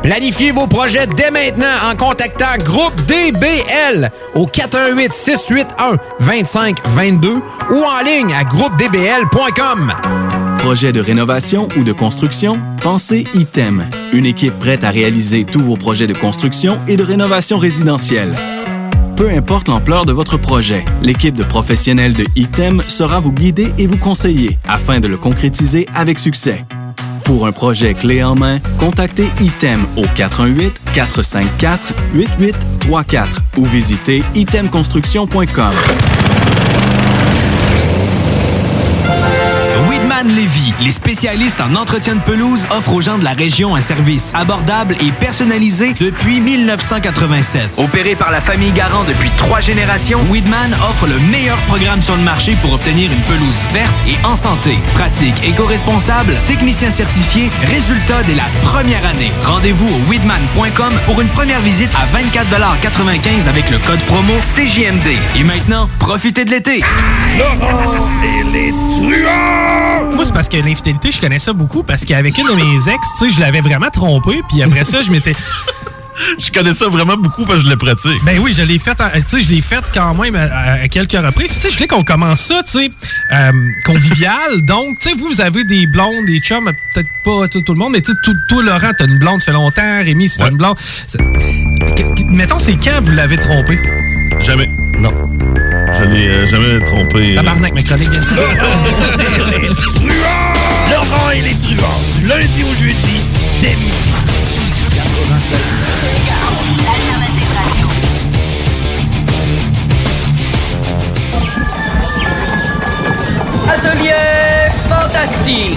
S21: Planifiez vos projets dès maintenant en contactant Groupe DBL au 418 681 2522 ou en ligne à groupedbl.com.
S22: Projet de rénovation ou de construction? Pensez ITEM, une équipe prête à réaliser tous vos projets de construction et de rénovation résidentielle. Peu importe l'ampleur de votre projet, l'équipe de professionnels de ITEM sera vous guider et vous conseiller afin de le concrétiser avec succès. Pour un projet clé en main, contactez ITEM au 418-454-8834 ou visitez itemconstruction.com.
S23: Weedman Lévy, les spécialistes en entretien de pelouse, offrent aux gens de la région un service abordable et personnalisé depuis 1987. Opéré par la famille Garant depuis trois générations, Weedman offre le meilleur programme sur le marché pour obtenir une pelouse verte et en santé. Pratique éco-responsable, technicien certifié, résultat dès la première année. Rendez-vous au weedman.com pour une première visite à 24,95 avec le code promo CJMD. Et maintenant, profitez de l'été.
S13: Moi, c'est parce que l'infidélité, je connais ça beaucoup parce qu'avec une de mes ex, tu sais, je l'avais vraiment trompé, puis après ça, je m'étais. Je connais ça vraiment beaucoup parce que je le pratique. Ben oui, je l'ai fait, en- tu sais, je l'ai fait quand même à, à quelques reprises. Puis, Tu sais, je voulais qu'on commence ça, tu sais, euh, convivial. Donc, tu sais, vous, vous avez des blondes, des chums, peut-être pas tout, tout le monde, mais tu sais, tout- toi, Laurent, t'as une blonde, ça fait longtemps. Rémi, c'est une blonde. C'est- que- que- Mettons, c'est quand vous l'avez trompé?
S24: Jamais. Non. Je n'ai euh, jamais trompé. euh,
S13: Tabarnak, mes chroniques. viennent-
S5: Laurent et les truands, du lundi au jeudi, dès midi.
S25: Atelier fantastique.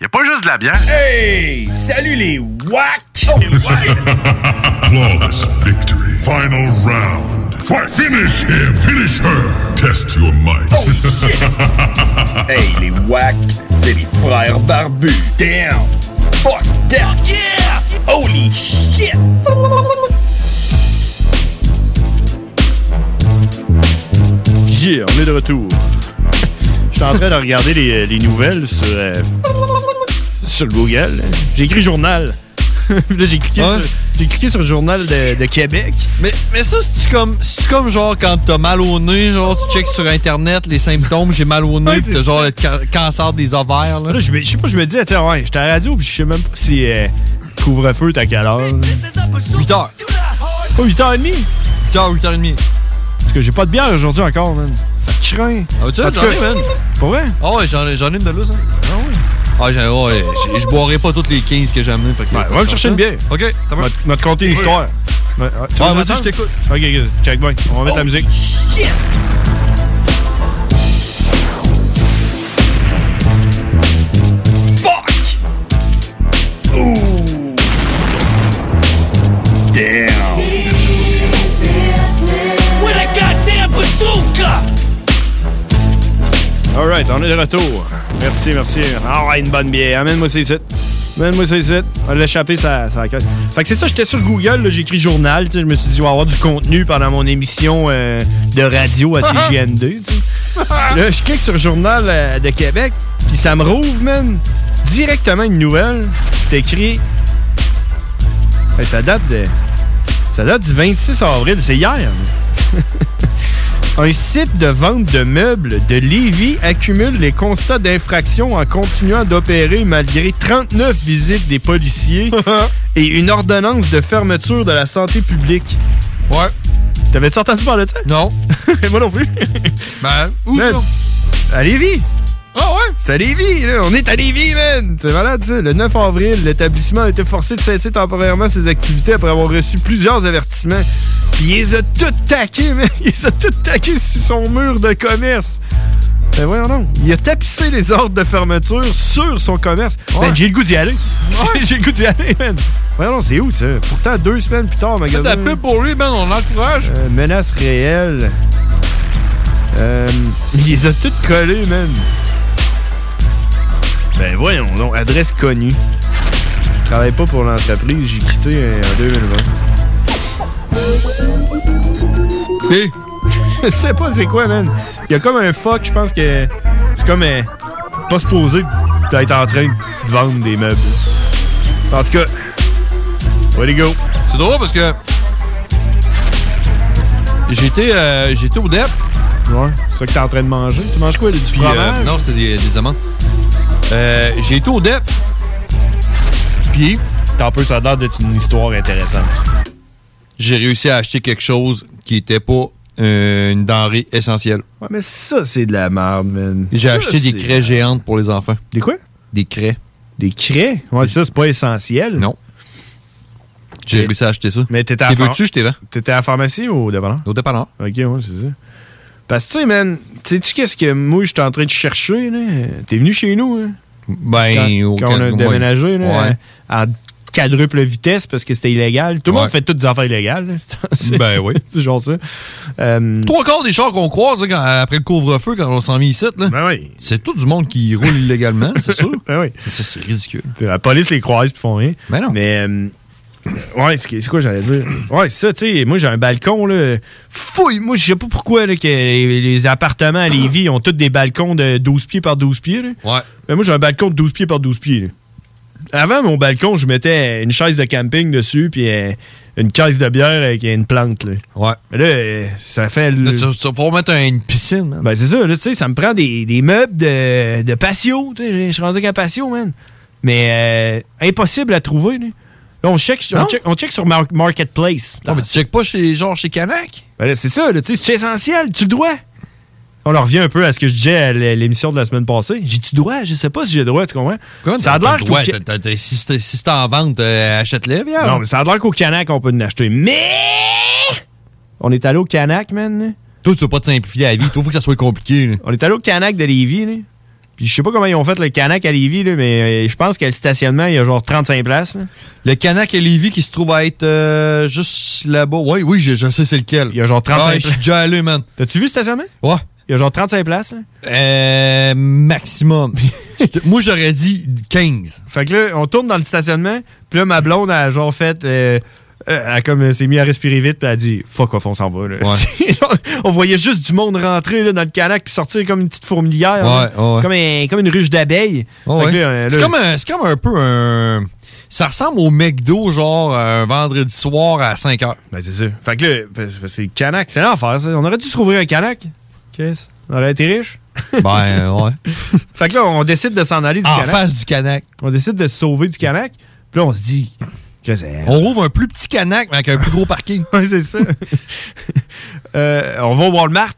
S26: y a pas juste de la bière.
S27: Hey! Salut les WAC! Oh,
S5: Flawless victory. Final round. Fight. Finish him. Finish her. Test your might.
S27: hey, les WAC, c'est les frères barbus. Damn! Fuck that! Yeah! Holy shit!
S1: Yeah, on est de retour. Je suis en train de regarder les, les nouvelles sur, euh, sur Google. J'ai écrit journal. Puis là, j'ai cliqué,
S2: Ouais.
S1: sur, j'ai cliqué sur le journal de, de Québec.
S2: Mais, mais ça, c'est-tu comme, c'est-tu comme genre quand t'as mal au nez, genre tu checks sur internet les symptômes, j'ai mal au nez, pis t'as genre le ca- cancer des ovaires, là.
S1: Là, je me- je sais pas, je me dis, tiens, ouais, j'étais à la radio, puis je sais même pas si euh, couvre-feu, t'as quelle heure? 8
S2: heures.
S1: Pas 8h30?
S2: 8h, 8h30.
S1: Parce que j'ai pas de bière aujourd'hui encore, man. Ça craint.
S2: Ah, tu sais,
S1: En tout
S2: j'en
S1: cas,
S2: ai, man.
S1: Pour vrai?
S2: Ah ouais, j'en ai, j'en ai une de là, ça. Ah ouais? Ah, j'en- ouais, j- je boirai pas toutes les 15 que j'ai amenées. fait que-
S1: Ouais, va me chercher une bière.
S2: Ok, t'as
S1: On va- On va te conter l'histoire. Ouais, ouais. Tu veux
S2: vas-y,
S1: l'entendre?
S2: je t'écoute.
S1: Ok, ok, check bien. On va mettre la musique.
S27: Fuck! Ooh! Damn! With a goddamn bazooka!
S1: Alright, on est de retour. Merci, merci. Ah ouais, une bonne bière. Amène-moi ça ici. Amène-moi ça ici. On l'a échappé, ça, ça casse. Fait que c'est ça, j'étais sur Google, là, j'ai écrit journal. tu sais, Je me suis dit, je vais avoir du contenu pendant mon émission euh, de radio à CGN2. tu sais. là, je clique sur Journal euh, de Québec, puis ça me rouvre, man. Directement une nouvelle. C'est écrit. Hey, ça date de. Ça date du 26 avril. C'est hier. man. Un site de vente de meubles de Lévis accumule les constats d'infraction en continuant d'opérer malgré 39 visites des policiers et une ordonnance de fermeture de la santé publique. Ouais. T'avais-tu entendu parler de ça?
S2: Non.
S1: Moi non plus.
S2: ben, où
S1: Man,
S2: ça?
S1: À Lévis!
S2: Ah ouais?
S1: C'est à Lévis, là! On est à Lévis, man! C'est malade, ça! Le 9 avril, l'établissement a été forcé de cesser temporairement ses activités après avoir reçu plusieurs avertissements. Puis il les a tout taqués, man! Il les a tout taqués sur son mur de commerce! Ben voyons donc! Il a tapissé les ordres de fermeture sur son commerce! Ben j'ai le goût d'y aller! j'ai le goût d'y aller, man! Voyons donc, c'est où, ça? Pourtant, deux semaines plus tard, magasin...
S2: Faites la pub pour lui, man, on l'encourage.
S1: Euh, menace réelle. Euh, il les a toutes collées, man. Ben voyons donc, adresse connue. Je travaille pas pour l'entreprise, j'ai quitté euh, en 2020. Hé! je sais pas c'est quoi, man. Il y a comme un fuck, je pense que c'est comme euh, pas supposé d'être en train de vendre des meubles. En tout cas, way to go.
S2: C'est drôle parce que. J'étais euh, j'étais au DEP.
S1: Ouais, c'est ça que t'es en train de manger. Tu manges quoi, du fromage?
S2: euh, non, c'était des, des amandes. Euh, j'ai été au DEP. Puis.
S1: T'en peux, ça a l'air d'être une histoire intéressante.
S2: J'ai réussi à acheter quelque chose qui était pas euh, une denrée essentielle.
S1: Ouais, mais ça, c'est de la merde, man.
S2: J'ai
S1: Ça,
S2: acheté des
S1: c'est-
S2: craies géantes pour les enfants.
S1: Des quoi?
S2: Des craies.
S1: Des craies? Ouais, ça, c'est pas essentiel.
S2: Non. J'ai réussi à acheter ça.
S1: Mais t'étais à
S2: T'es
S1: la
S2: veux-tu,
S1: pharm-
S2: je t'ai vends?
S1: T'étais à la pharmacie ou au dépanneur?
S2: Au dépanneur.
S1: Ok, ouais, c'est ça. Parce que, tu sais, man, sais-tu qu'est-ce que moi, j'étais en train de chercher, là? T'es venu chez nous, hein?
S2: Ben,
S1: quand,
S2: au-
S1: quand on a
S2: ouais.
S1: déménagé, là,
S2: Ouais.
S1: à, à quadruple vitesse parce que c'était illégal. Tout le monde
S2: Ouais.
S1: fait toutes des affaires illégales. là. C'est-
S2: Ben oui.
S1: c'est genre ça. Euh,
S2: Trois quarts des chars qu'on croise là, quand- après le couvre-feu quand on s'en mis ici, là.
S1: Ben
S2: C'est tout du monde qui roule illégalement, c'est sûr. Ça, c'est ridicule.
S1: La police les croise puis font rien.
S2: Mais non.
S1: Mais euh, ouais, c'est que- c'est quoi j'allais dire? Ouais, c'est ça, tu sais, moi j'ai un balcon là. Fouille, moi je sais pas pourquoi là, que les, les appartements à Lévis ont tous des balcons de 12 pieds par 12 pieds. là.
S2: Ouais.
S1: Mais moi j'ai un balcon de 12 pieds par 12 pieds. là. Avant mon balcon, je mettais une chaise de camping dessus puis euh, une caisse de bière avec une plante là.
S2: Ouais.
S1: Mais là, euh, ça fait le...
S2: tu, tu vas pouvoir mettre un- une piscine, man.
S1: Ben, c'est ça, là, tu sais, ça me prend des, des meubles de, de patio. tu sais, Je suis rendu qu'un patio, man. Mais euh, impossible à trouver. Là, Là, on, check, sur- on,
S2: Non?
S1: check, on check sur Mar- Marketplace. Non, mais tu checkes pas chez, genre chez Canac? c'est ça, là, tu sais, c'est essentiel, tu le dois. On en revient un peu à ce que je disais à l'é- l'émission de la semaine passée. J'ai-tu droit? Je sais pas si j'ai droit, tu comprends? ça a l'air qu'au
S2: Ouais,
S1: Ca-
S2: t'as- t'as- t'as- si t'es si t'es en vente, euh, achète-les, viens.
S1: Non, mais ça a l'air qu'au Canac, on peut en acheter. Mais... On est allé au Canac, man. Toi, tu veux pas te simplifier la vie. Toi, faut que ça soit compliqué. On est allé au Canac de Lévis, là. Puis je sais pas comment ils ont fait le Canac à Lévis, là, mais euh, je pense que le stationnement, il y a genre 35 places.
S2: Le Canac et Lévis qui se trouve à être euh, juste là-bas. Oui, oui, je, je sais c'est lequel. Il y a genre
S1: 35
S2: ouais, Je suis déjà allé, man.
S1: T'as-tu vu le stationnement?
S2: Ouais.
S1: Il y a genre 35 places.
S2: Euh, maximum.
S1: Moi, j'aurais dit 15. Fait que là, on tourne dans le stationnement, puis là, ma blonde a genre fait. euh, euh, elle comme euh, s'est mis à respirer vite, puis elle a dit Fuck off, on s'en va. là. Genre, on voyait juste du monde rentrer là, dans le canac, puis sortir comme une petite fourmilière. là.
S2: Ouais, ouais.
S1: Comme, un- comme une ruche d'abeilles.
S2: Ouais.
S1: Fait que là, euh,
S2: C'est
S1: là-
S2: comme, un- c'est comme un peu un. Ça ressemble au McDo, genre,
S1: euh,
S2: un vendredi soir à 5 h.
S1: Ben, c'est ça. Fait que là, parce- parce que c'est Canac, c'est l'enfer, ça. On aurait dû se rouvrir un Canac. Qu'est-ce? On aurait été riche?
S2: Ben, ouais.
S1: fait que là, on décide de s'en aller du
S2: En
S1: Canac.
S2: face du Canac.
S1: On décide de se sauver du Canac. Puis là, on se dit. que c'est-
S2: On rouvre un plus petit Canac, mais avec un plus gros parking.
S1: ouais, c'est ça. Euh, on va au Walmart.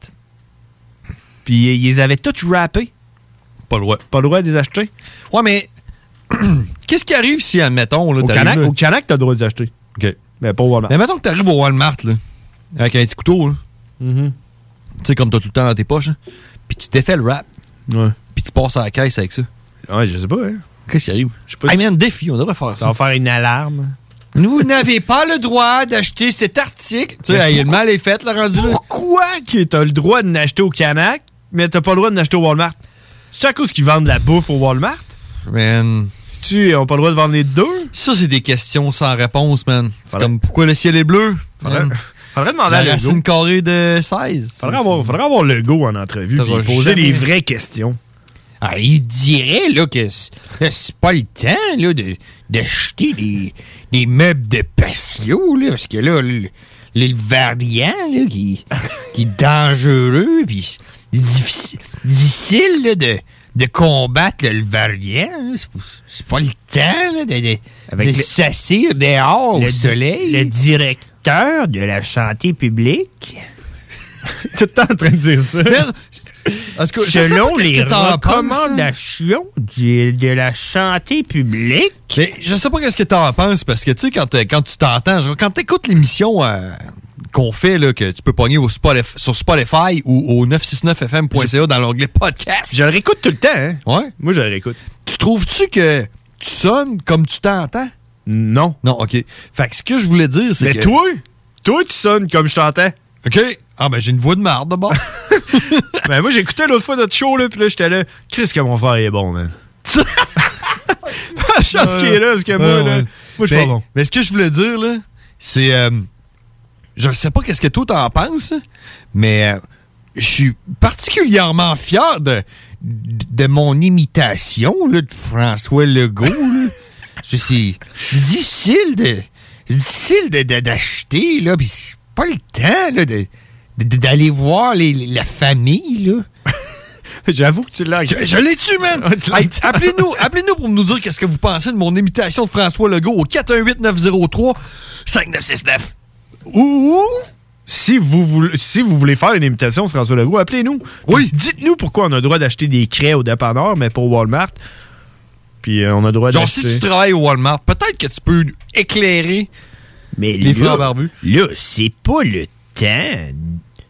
S1: Puis ils les avaient tous rappés.
S2: Pas le droit.
S1: Pas le droit de les acheter.
S2: Ouais, mais. Qu'est-ce qui arrive si, admettons, là,
S1: Au
S2: t'arrives
S1: Canac,
S2: là-
S1: au Canac, t'as le droit de les acheter.
S2: OK.
S1: Mais pas au Walmart.
S2: Mais mettons que t'arrives au Walmart, là, avec un petit couteau, là.
S1: Mm-hmm.
S2: Tu sais, comme t'as tout le temps dans tes poches, hein, Puis tu défais le rap.
S1: Ouais.
S2: Puis tu passes à la caisse avec ça.
S1: Ouais, je sais pas, hein.
S2: Qu'est-ce qui arrive?
S1: Je sais pas
S2: Hey man, défi, on devrait faire ça.
S1: Ça va faire une alarme.
S2: Vous n'avez pas le droit d'acheter cet article. Tu sais,
S1: Mais
S2: hey, le mal est fait, le rendu. là.
S1: Pourquoi que t'as le droit de n'acheter au Canac, mais t'as pas le droit de n'acheter au Walmart? C'est à cause qu'ils vendent de la bouffe au Walmart?
S2: Man.
S1: Si tu ils ont pas le droit de vendre les deux?
S2: Ça, c'est des questions sans réponse, man. C'est comme pourquoi le ciel est bleu?
S1: Faudrait-
S2: Man.
S1: faudrait demander à
S2: La
S1: Legault.
S2: racine carrée de 16.
S1: Faudrait avoir, faudrait avoir le go en entrevue
S2: T'auras
S1: puis poser
S2: jamais-
S1: les vraies questions.
S2: Ah, il dirait là, que c- que c'est pas le temps là, de- d'acheter des, des meubles de patio, là, parce que là, le, le variant là, qui, qui est dangereux, puis c'est difficile, difficile, là, de, de combattre là, le variant.
S1: hein,
S2: là. C'est pas- C'est pas le temps là, de, de,
S5: Avec
S2: de
S5: le-
S2: s'assir dehors au
S5: le di-
S2: soleil.
S5: le
S2: directeur de la santé publique. Tout le temps en train de dire ça.
S5: Selon les
S2: hein.
S5: recommandations du- de la santé publique,
S2: Mais je sais pas qu'est-ce que t'en penses, parce que tu sais, quand, t'es- quand tu t'entends, genre, quand t'écoutes l'émission euh, qu'on fait, là, que tu peux pogner au Spotif- sur Spotify ou au 969fm.ca dans l'onglet podcast.
S1: Je le réécoute tout le temps, hein?
S2: Ouais.
S1: Moi, je le réécoute.
S2: Tu trouves-tu que tu sonnes comme tu t'entends?
S1: Non.
S2: Non, OK. Fait que ce que je voulais dire, c'est
S1: Mais
S2: que...
S1: toi, toi, tu sonnes comme je t'entends.
S2: OK. Ah, ben, j'ai une voix de marde, d'abord.
S1: ben, moi, j'écoutais l'autre fois notre show, là, puis là, j'étais là. Chris, que mon frère il est bon, man.
S26: Ah,
S1: Ah, Je pense qu'il est là, parce que moi,
S28: Ah,
S1: là, moi, je suis
S2: mais,
S1: pas bon.
S2: Ben, Mais ce que je voulais dire, là, c'est. euh, je ne sais pas qu'est-ce que toi t'en penses, mais euh, je suis particulièrement fier de, de mon imitation là, de François Legault. là. C'est- c'est difficile de. Difficile de- de- d'acheter, là, puis c'est pas le temps, là, de- de- d'aller voir les- les- la famille, là.
S1: J'avoue que tu l'as.
S2: Je, je l'ai tu, man! Hey, appelez-nous, appelez-nous pour nous dire qu'est-ce que vous pensez de mon imitation de François Legault au 418-903-5969.
S1: Ou, si vous, voulez, si vous voulez faire une imitation de François Legault, appelez-nous. Oui. Dites-nous pourquoi on a le droit d'acheter des craies au dépanneur, mais pas au Walmart. Puis euh, on a le droit
S2: Genre, si
S1: d'acheter.
S2: tu travailles au Walmart, peut-être que tu peux éclairer
S5: mais
S2: les
S5: là,
S2: frères barbus.
S5: là, c'est pas le temps.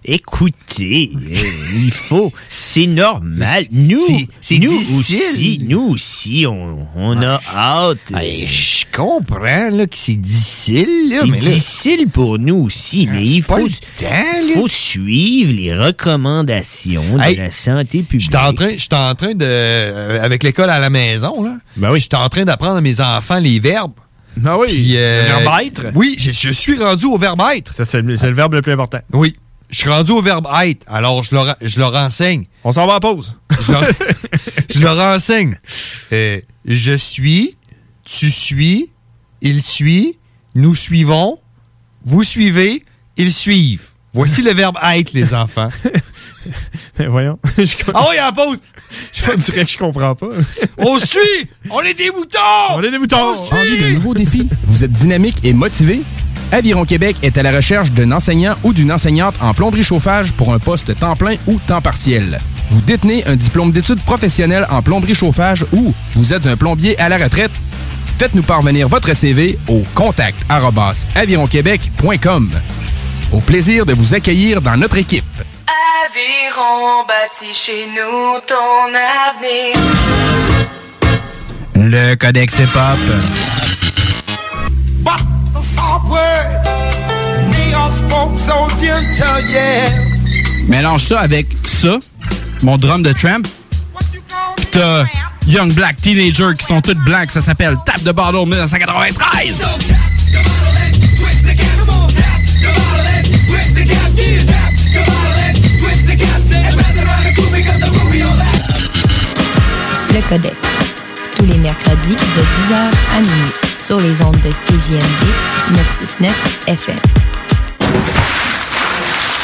S5: Écoutez, euh, il faut, c'est normal. Nous, nous aussi, nous aussi, on, on a
S1: Ah.
S5: hâte.
S2: je comprends là, que c'est difficile.
S5: C'est difficile pour nous aussi, mais il
S2: Ah, pas
S5: faut,
S2: le temps, là.
S5: faut suivre les recommandations de
S2: Hey,
S5: la santé publique.
S2: J'étais en train, j'étais en train de, euh, avec l'école à la maison là.
S1: Ben oui.
S2: J'étais en train d'apprendre à mes enfants les verbes.
S1: Ah oui.
S2: Puis, euh,
S1: Le verbe être.
S2: Oui, je, je suis rendu au verbe être.
S1: Ça, c'est le, c'est le verbe le plus important.
S2: Oui. Je suis rendu au verbe être, alors je leur, je leur enseigne.
S1: On s'en va en pause.
S2: Je leur, je leur enseigne. Euh, je suis, tu suis, il suit, nous suivons, vous suivez, ils suivent. Voici le verbe être, les enfants.
S1: Mais voyons.
S7: Ah oui, à la pause!
S1: Je dirais que je comprends pas.
S7: On suit! On est des moutons! On
S1: est des moutons!
S13: Envie de nouveaux défis? Vous êtes dynamique et motivé? Aviron Québec est à la recherche d'un enseignant ou d'une enseignante en plomberie chauffage pour un poste temps plein ou temps partiel. Vous détenez un diplôme d'études professionnelles en plomberie chauffage ou vous êtes un plombier à la retraite? Faites-nous parvenir votre CV au contact arobase avironquebec.com. Au plaisir de vous accueillir dans notre équipe.
S29: Aviron bâti chez nous ton avenir.
S13: Le Codex Hip-Hop.
S30: But the soft words, we all spoke so gentle, yeah.
S13: Mélange ça avec ça, mon drum de tramp. Pis t'as Young Black Teenager qui sont toutes blancs, ça s'appelle Tap de Bottle 1993.
S11: Le Codex. Tous les mercredis de 10h à minuit sur les ondes de CJMD 969 FM.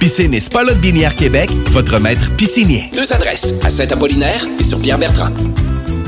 S27: Piscine et Spa Lot Binière Québec, votre maître piscinier.
S31: Deux adresses, à Saint-Apollinaire et sur Pierre-Bertrand.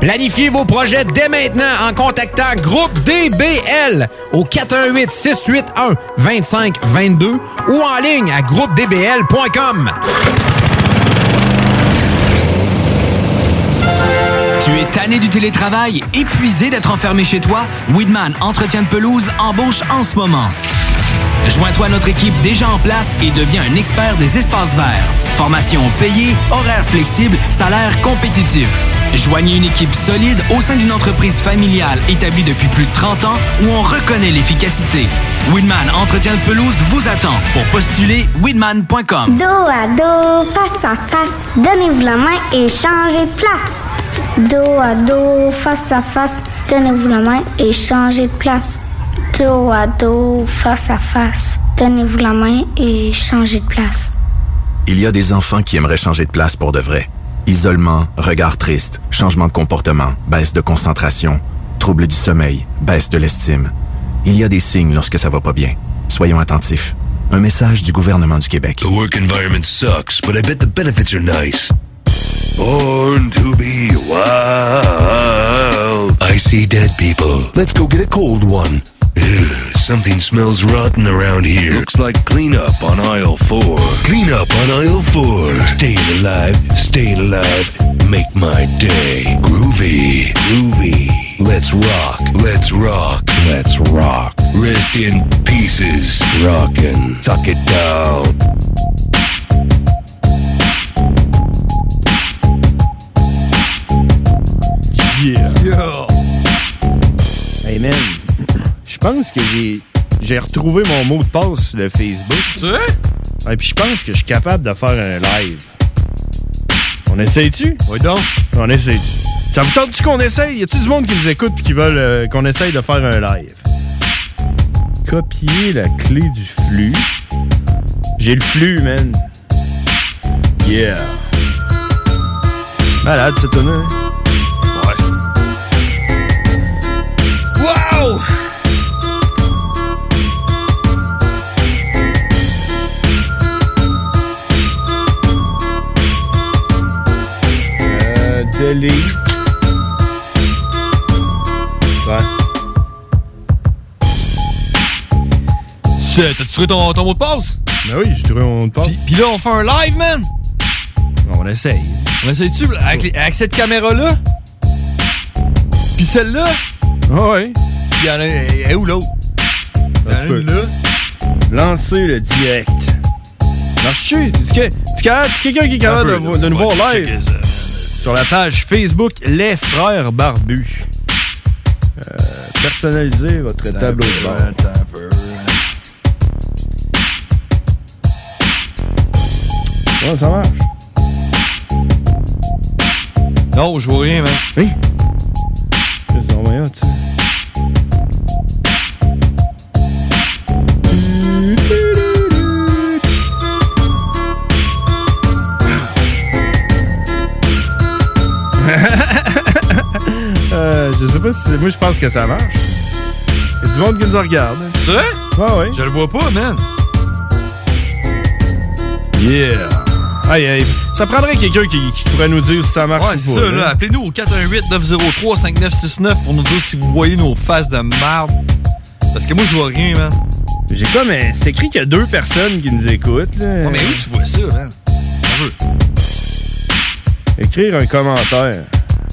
S21: Planifiez vos projets dès maintenant en contactant Groupe DBL au 418-681-2522 ou en ligne à groupedbl.com.
S23: Tu es tanné du télétravail, épuisé d'être enfermé chez toi? Weedman Entretien de pelouse embauche en ce moment. Joins-toi à notre équipe déjà en place et deviens un expert des espaces verts. Formation payée, horaires flexibles, salaire compétitif. Joignez une équipe solide au sein d'une entreprise familiale établie depuis plus de 30 ans où on reconnaît l'efficacité. Weedman Entretien de pelouse vous attend. Pour postuler, weedman.com.
S15: Dos à dos, ah, face à face, donnez-vous la main et changez de place. Dos à dos, face à face, donnez-vous la main et changez de place. Dos à dos, face à face, donnez-vous la main et changez de place.
S32: Il y a des enfants qui aimeraient changer de place pour de vrai. Isolement, regard triste, changement de comportement, baisse de concentration, trouble du sommeil, baisse de l'estime. Il y a des signes lorsque ça va pas bien. Soyons attentifs. Un message du gouvernement du Québec.
S33: The work environment sucks, but I bet the benefits are nice. Born to be wild. I see dead people. Let's go get a cold one. Ugh, something smells rotten around here. Looks like cleanup on aisle four. Cleanup on aisle four. Staying alive, staying alive, make my day. Groovy. Groovy. Let's rock, let's rock, let's rock. Rest in pieces. Rockin'. Tuck it down.
S7: Yeah. Hey man, je pense que j'ai j'ai retrouvé mon mot de passe sur le Facebook. Tu sais? Et puis je pense que je suis capable de faire un live. On essaye-tu? Oui donc. On essaye. Ça vous tente-tu qu'on essaye? Y a-tu du monde qui nous écoute et qui veulent euh, qu'on essaye de faire un live? Copier la clé du flux. J'ai le flux, man. Yeah. Malade, ce tonneau. hein? Ouais.
S30: Wow!
S7: Euh, delete. Ouais.
S2: Shit, Euh, T'as-tu trouvé ton, ton mot de passe?
S7: Ben oui, j'ai trouvé mon mot de passe.
S2: Puis là, on fait un live, man!
S7: On essaye.
S2: On essaye-tu avec, les- avec cette caméra-là? Puis celle-là?
S1: Ah ouais.
S2: Il y en a. Et où l'autre? Il y en a une là.
S1: Lancer le direct. Marche-tu? Tu que- tu que- tu quelqu'un qui est capable de, vo- de nous voir live? Sur la page Facebook Les Frères Barbus. Euh, personnalisez votre tableau de bord. Ouais, ça marche.
S2: Non, je vois rien, man.
S1: Oui? C'est normal, tu sais. Euh, je sais pas si c'est. Moi, je pense que ça marche. Il y a du monde qui nous regarde. Ah
S2: Ça?
S1: Ouais, ouais.
S2: Je le vois pas, man.
S1: Yeah! Aïe, aïe. Ça prendrait quelqu'un qui, qui pourrait nous dire si ça marche
S2: Ouais,
S1: ou
S2: c'est
S1: pas,
S2: ça, là. Appelez-nous au 418-903-5969 pour nous dire si vous voyez nos faces de merde. Parce que moi, je vois rien, man.
S1: J'ai comme. Mais c'est écrit qu'il y a deux personnes qui nous écoutent, là.
S2: Ouais, mais où tu vois ça, man?
S1: Écrire un commentaire.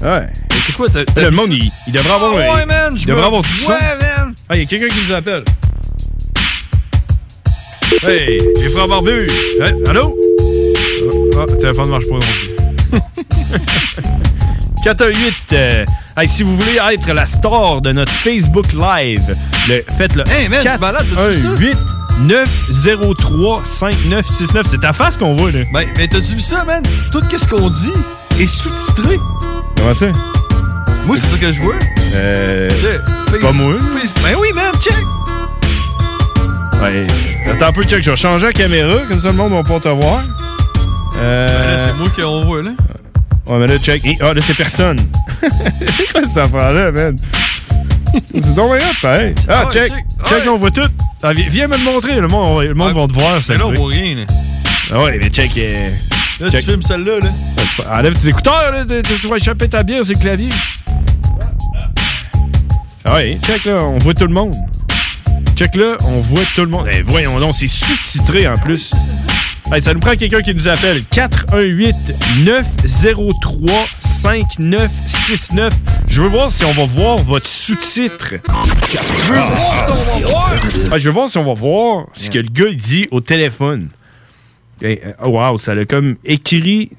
S1: Ouais.
S2: C'est quoi, t'as.
S1: Le monde, il, il devrait avoir.
S2: Ah
S1: un-
S2: ouais, man,
S1: Il
S2: je
S1: devrait
S2: me-
S1: avoir tout
S2: Ouais,
S1: ça.
S2: man.
S1: Ah, il y a quelqu'un qui nous appelle. Hey, les frères barbus. Hey, allô? Ah, le téléphone marche pas non plus. 418. euh, hey, si vous voulez être la star de notre Facebook Live, le, faites-le.
S2: Hey, man, tu
S1: 4
S2: balades, t'as-tu vu ça?
S1: 8 903 5969. C'est ta face qu'on voit, là.
S2: Ben, ben t'as-tu vu ça, man? Tout ce qu'on dit est sous-titré.
S1: Comment ça?
S2: Moi, c'est ça que je vois.
S1: Euh.
S2: Check. Face-
S1: Pas moi.
S2: Face- Ben oui, man, check.
S1: Ouais. Attends un peu, check. Je vais changer la caméra, comme ça le monde va pas te voir. Euh.
S2: Là, Ben, c'est moi qu'on voit, là.
S1: Ouais, mais là, check. Eh, Ah, là, c'est personne. c'est quoi cette affaire-là, man? C'est donc bien hot, pareil. Ah,
S2: Ouais,
S1: check.
S2: check.
S1: Check, on voit tout. Ah, vi- viens me le montrer. Le monde, le monde va te voir. ça
S2: Mais là, on
S1: fait.
S2: voit rien, là.
S1: Ah ouais, mais check. euh,
S2: Là,
S1: check. Ah,
S2: tu filmes celle-là, là.
S1: Enlève tes écouteurs, là. Tu tu vas échapper ta bière sur le clavier. Ah ouais, check, là. On voit tout le monde. Check, là. On voit tout le monde. Eh, voyons donc, c'est sous-titré, en plus. Hey, ça nous prend quelqu'un qui nous appelle. 418-903-5969. Je veux voir si on va voir votre sous-titre. Je veux voir si on va voir. Ah, je veux voir si on va voir ce que le gars il dit au téléphone. Hey, euh, oh, wow, ça l'a comme écrit.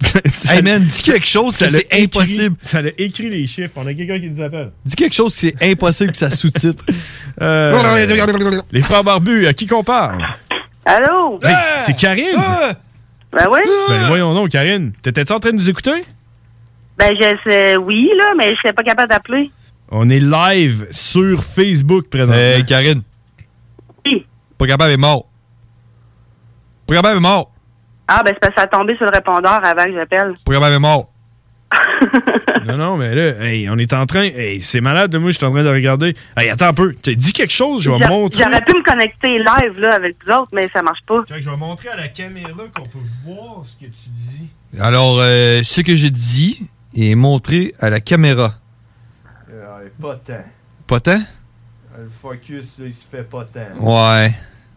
S2: Hey, man, dis quelque chose,
S1: ça
S2: que
S1: l'a
S2: c'est
S1: écrit-
S2: impossible.
S1: Ça l'a écrit les chiffres. On a quelqu'un qui nous appelle.
S2: Dis quelque chose, c'est impossible que ça sous-titre.
S1: Euh, les frères barbus, à qui qu'on parle?
S6: Allô?
S1: Hey, c'est Karine?
S6: Ben oui?
S1: Ben voyons donc, Karine. T'étais-tu en train de nous écouter?
S6: Ben je sais, oui, là, mais je serais pas capable d'appeler.
S1: On est live sur Facebook présentement.
S2: Hey, Karine. Pas capable est mort. Pas capable est mort.
S6: Ah, ben c'est parce que ça a tombé sur le répondeur avant que j'appelle.
S2: Pas capable est mort.
S1: Non, non, mais là, hey, on est en train. Hey, c'est malade, moi, je suis en train de regarder. Hey, attends un peu. T'as dit quelque chose, je vais
S6: J'a-
S1: montrer.
S6: J'aurais pu me connecter live, là, avec vous autres, mais ça marche pas.
S1: je vais montrer à la caméra qu'on peut voir ce que tu dis.
S2: Alors, euh, ce que j'ai dit est montré à la caméra.
S1: Ah, pas tant.
S2: Pas tant?
S1: Le focus, là, il se fait pas tant.
S2: Ouais.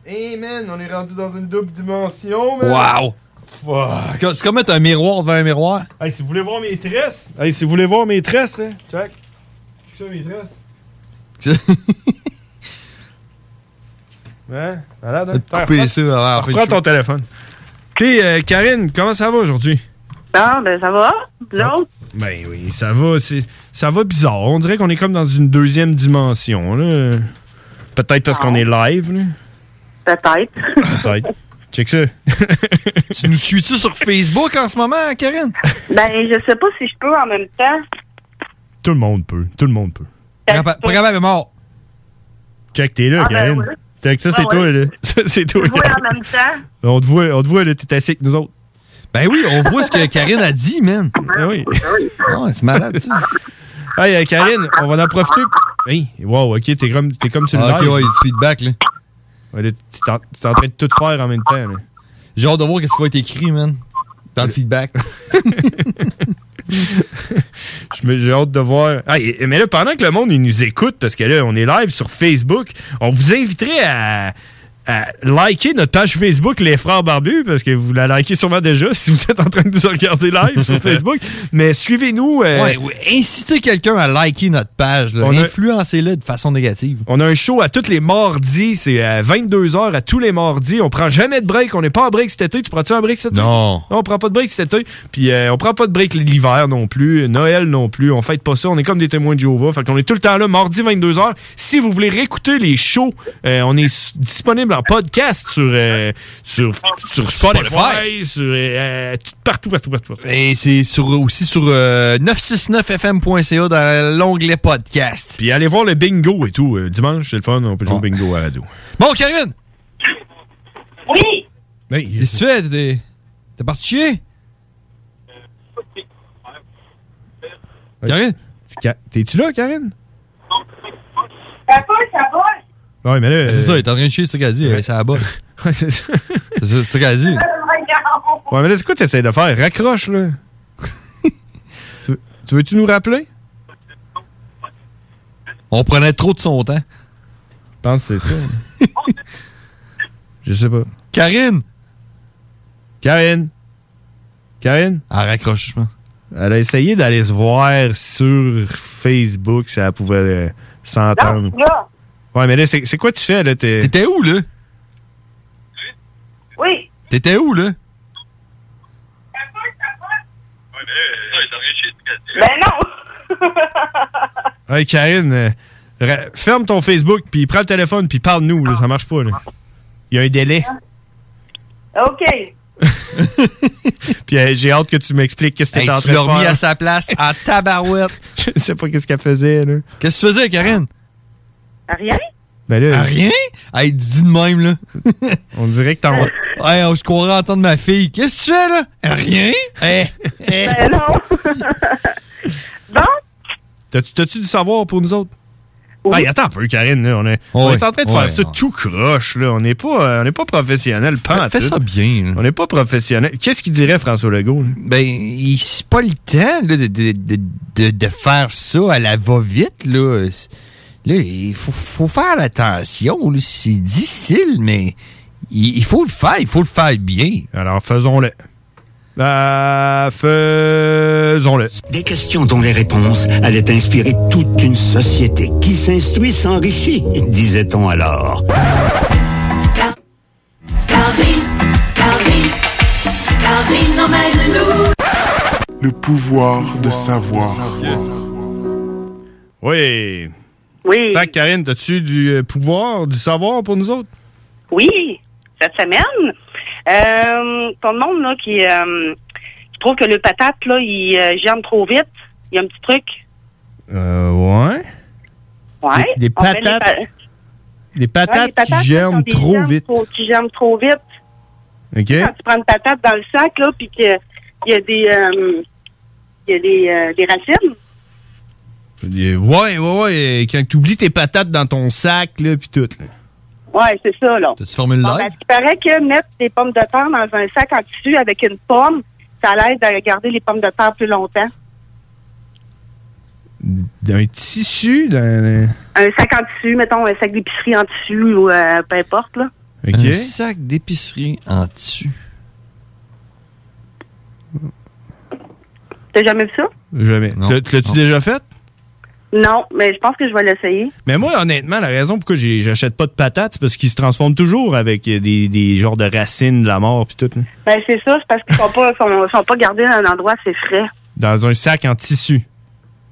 S1: Hey, man, on est rendu dans une double dimension,
S2: Wow! C'est co- C'est comme mettre un miroir devant un miroir.
S1: Hey, si vous voulez voir mes tresses. Hey, si vous voulez voir mes tresses, là. Check. Check ça, mes tresses.
S2: hein.
S1: Ouais, malade, hein?
S2: T'as coupé ça, alors, en fait,
S1: Prends
S2: je-
S1: ton téléphone. Puis, euh, Karine, comment ça va aujourd'hui?
S6: Ah, ben ça va? L'autre?
S1: Ben oui, ça va. c'est- Ça va bizarre. On dirait qu'on est comme dans une deuxième dimension. là. Peut-être parce qu'on est live. là.
S6: Peut-être.
S1: Peut-être. Check ça.
S2: tu nous suis-tu sur Facebook en ce moment, Karine?
S6: Ben, je sais pas si je peux en même temps.
S1: Tout le monde peut. Tout le monde peut.
S2: Pas capable est mort.
S1: Check, t'es là,
S6: Ah, ben
S1: Karine.
S6: oui.
S1: Check, ça,
S6: Ah,
S1: c'est
S6: ouais.
S1: toi, là. Ça, c'est toi,
S6: Je vois
S1: Karine.
S6: en même temps.
S1: On te voit, on te voit, là. T'es assis avec nous autres.
S2: Ben oui, on voit ce que Karine a dit, man.
S6: Ah,
S1: Ben oui.
S2: Non, c'est malade, ça.
S1: Hey, euh, Karine, on va en profiter. Hey, wow, ok, t'es comme, t'es comme sur le
S2: Ah, ok,
S1: live.
S2: ouais, il y a du feedback, là.
S1: Ouais, là, t'es en, t'es en train de tout faire en même temps, là.
S2: J'ai hâte de voir qu'est-ce qui va être écrit, man. Dans le feedback.
S1: Je me- J'ai hâte de voir. Ah, et- mais là, pendant que le monde il nous écoute, parce que là, on est live sur Facebook, on vous inviterait à, euh, likez notre page Facebook Les Frères Barbus, parce que vous la likez sûrement déjà si vous êtes en train de nous regarder live sur Facebook. Mais suivez-nous. euh,
S2: Ouais, ouais, incitez quelqu'un à liker notre page. Là.
S1: On a-
S2: Influencez-le de façon négative.
S1: On a un show à tous les mardis. C'est à 22h à tous les mardis. On prend jamais de break. On n'est pas en break cet été. Tu prends-tu un break cet été?
S2: Non.
S1: On prend pas de break cet été. Puis euh, on prend pas de break l'hiver non plus. Noël non plus. On fête pas ça. On est comme des témoins de Jéhovah. Fait qu'on est tout le temps là, mardi 22h. Si vous voulez réécouter les shows, euh, on est s- disponible en podcast sur, euh, sur, sur Spotify,
S2: Spotify.
S1: sur, euh, tout- partout, partout, partout.
S2: Et c'est sur, aussi sur euh, 969fm.ca dans l'onglet podcast.
S1: Puis allez voir le bingo et tout. euh, dimanche, c'est le fun. On peut jouer au bingo à la radio.
S2: Bon, Karine!
S6: Oui!
S2: Qu'est-ce que tu fais? T'es- T'es parti chier?
S1: Karine? T'es-tu là, Karine?
S6: Ça va, ça va?
S1: Ouais, mais là. euh,
S2: C'est ça, il est en train de chier, c'est ça qu'elle dit. C'est à bas.
S1: c'est ça.
S2: C'est ça qu'elle dit.
S1: Ouais, mais là, c'est quoi t'essayes de faire? Raccroche, là. tu tu veux-tu nous rappeler?
S2: On prenait trop de son temps.
S1: Je pense que c'est ça. Je sais pas.
S2: Karine!
S1: Karine? Karine?
S2: Elle Ah, raccroche, je pense.
S1: Elle a essayé d'aller se voir sur Facebook si elle pouvait euh, s'entendre.
S6: Là,
S1: Ouais, mais là, c'est c'est quoi tu fais, là? T'étais
S2: où, là?
S6: oui.
S2: T'étais où, là?
S6: Ben non!
S1: Hey, Karine, euh, ra- ferme ton Facebook, puis prends le téléphone, puis parle-nous, là. Ça marche pas, là. Il y a un délai.
S6: OK.
S1: Puis euh, j'ai hâte que tu m'expliques qu'est-ce que
S2: Hey,
S1: t'étais en
S2: tu
S1: train de
S2: l'as
S1: faire.
S2: remis à sa place, à tabarouette.
S1: Je sais pas qu'est-ce qu'elle faisait, là.
S2: Qu'est-ce que tu faisais, Karine?
S6: Rien?
S1: Ben là.
S2: À rien? Hey, dis de même, là.
S1: on dirait que t'en vas.
S2: Hey, oh, je croirais entendre ma fille. Qu'est-ce que tu fais, là? À Rien? Eh, Hey! hey.
S6: Ben non!
S1: T'as-tu t'as-tu du savoir pour nous autres? Hey, attends un peu, Karine. là, on, est, on
S2: ouais.
S1: est en train de
S2: Ouais,
S1: faire ça
S2: ouais.
S1: tout croche. là. On n'est pas, euh, on n'est pas professionnel. Pas en
S2: fais
S1: tout.
S2: ça bien,
S1: On n'est pas professionnel. Qu'est-ce qu'il dirait, François Legault? là?
S2: Ben, il- c'est pas le temps là, de, de, de, de- de faire ça à la va-vite. Là, Là, il faut, faut faire attention. là. C'est difficile, mais il, il faut le faire. Il faut le faire bien.
S1: Alors, faisons-le. Euh, faisons-le.
S3: Des questions dont les réponses allaient inspirer toute une société qui s'instruit s'enrichit, disait-on alors.
S34: Le pouvoir de savoir.
S1: Oui.
S6: Oui.
S1: Fait que, Karine, as-tu du euh, pouvoir, du savoir pour nous autres?
S6: Oui, cette semaine. Euh, ton monde là, qui, euh, qui trouve que le patate, là, il euh, germe trop vite, il y a un petit truc.
S1: Euh, ouais.
S6: Ouais.
S1: Des- des
S6: On met les
S1: patates.
S6: pa-
S1: Des patates,
S6: Ouais, les patates, là,
S1: qui
S6: sont
S1: germent
S6: des
S1: trop
S6: germes
S1: vite.
S6: trop- qui germent trop vite.
S1: OK?
S6: Quand tu prends une patate dans le sac, là, puis qu'il y a des, euh, il y a des, euh, des racines.
S1: Ouais, ouais, ouais. Quand tu oublies tes patates dans ton sac, là, puis tout. Là.
S6: Ouais, c'est ça, là.
S2: T'as-tu formule
S6: Bon, ben, il paraît que mettre des pommes de terre dans un sac en tissu avec une pomme, ça l'aide à garder les pommes de terre plus longtemps.
S1: D'un tissu, d'un.
S6: Un sac en tissu, mettons, un sac d'épicerie en tissu ou euh, peu importe, là.
S1: OK.
S2: Un sac d'épicerie en tissu.
S6: T'as jamais vu ça?
S1: Jamais. Tu- tu L'as-tu déjà fait?
S6: Non, mais je pense que je vais l'essayer.
S1: Mais moi, honnêtement, la raison pourquoi j'ai- j'achète pas de patates, c'est parce qu'ils se transforment toujours avec euh, des, des genres de racines de la mort puis tout. hein. là.
S6: Ben, c'est ça, c'est parce qu'ils sont pas, sont, sont pas gardés dans un endroit assez frais.
S1: Dans un sac en tissu.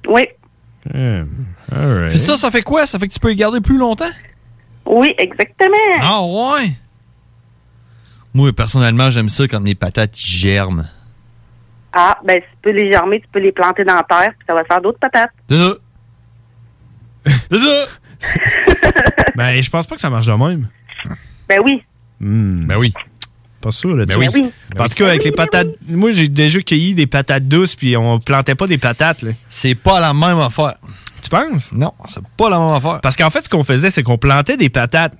S6: Oui,
S1: Hum, all right.
S2: Puis ça, ça fait quoi? Ça fait que tu peux les garder plus longtemps?
S6: oui, exactement.
S2: Ah ouais? Moi, personnellement, j'aime ça comme les patates ils germent.
S6: Ah, ben, tu peux les germer, tu peux les planter dans la terre, puis ça va faire d'autres patates.
S2: C'est ça. C'est ça.
S1: ben, je pense pas que ça marche de même.
S6: Ben oui.
S2: Ben oui.
S1: Hmm. Pas sûr, là.
S6: Ben
S1: tu
S6: oui.
S1: sais.
S6: Ben oui.
S1: En tout cas, avec les patates. Moi, j'ai déjà cueilli des patates douces, puis on plantait pas des patates, là.
S2: C'est pas la même affaire.
S1: Tu penses?
S2: Non, c'est pas la même affaire.
S1: Parce qu'en fait, ce qu'on faisait, c'est qu'on plantait des patates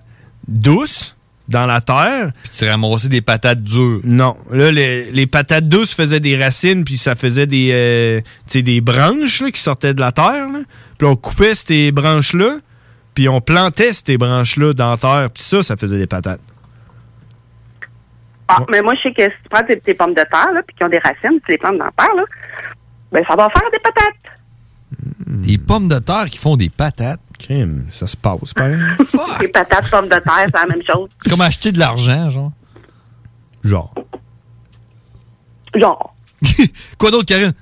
S1: douces dans la terre.
S2: Puis tu ramassais des patates dures.
S1: Non. Là, les, les patates douces faisaient des racines, puis ça faisait des, euh, tu sais, des branches là, qui sortaient de la terre. là. Puis on coupait ces branches-là, puis on plantait ces branches-là dans la terre, puis ça, ça faisait des patates.
S6: Ah, mais moi, je sais que si tu prends tes, tes pommes de terre, là, puis qui ont des racines, tu les plantes dans la terre, là, ben, ça va faire des patates.
S2: Des pommes de terre qui font des patates.
S1: Hmm. Crime, ça se passe, pas.
S6: Des patates, pommes de terre, c'est la même chose.
S2: C'est comme acheter de l'argent, genre.
S1: Genre.
S6: Genre.
S2: Quoi d'autre, Karine?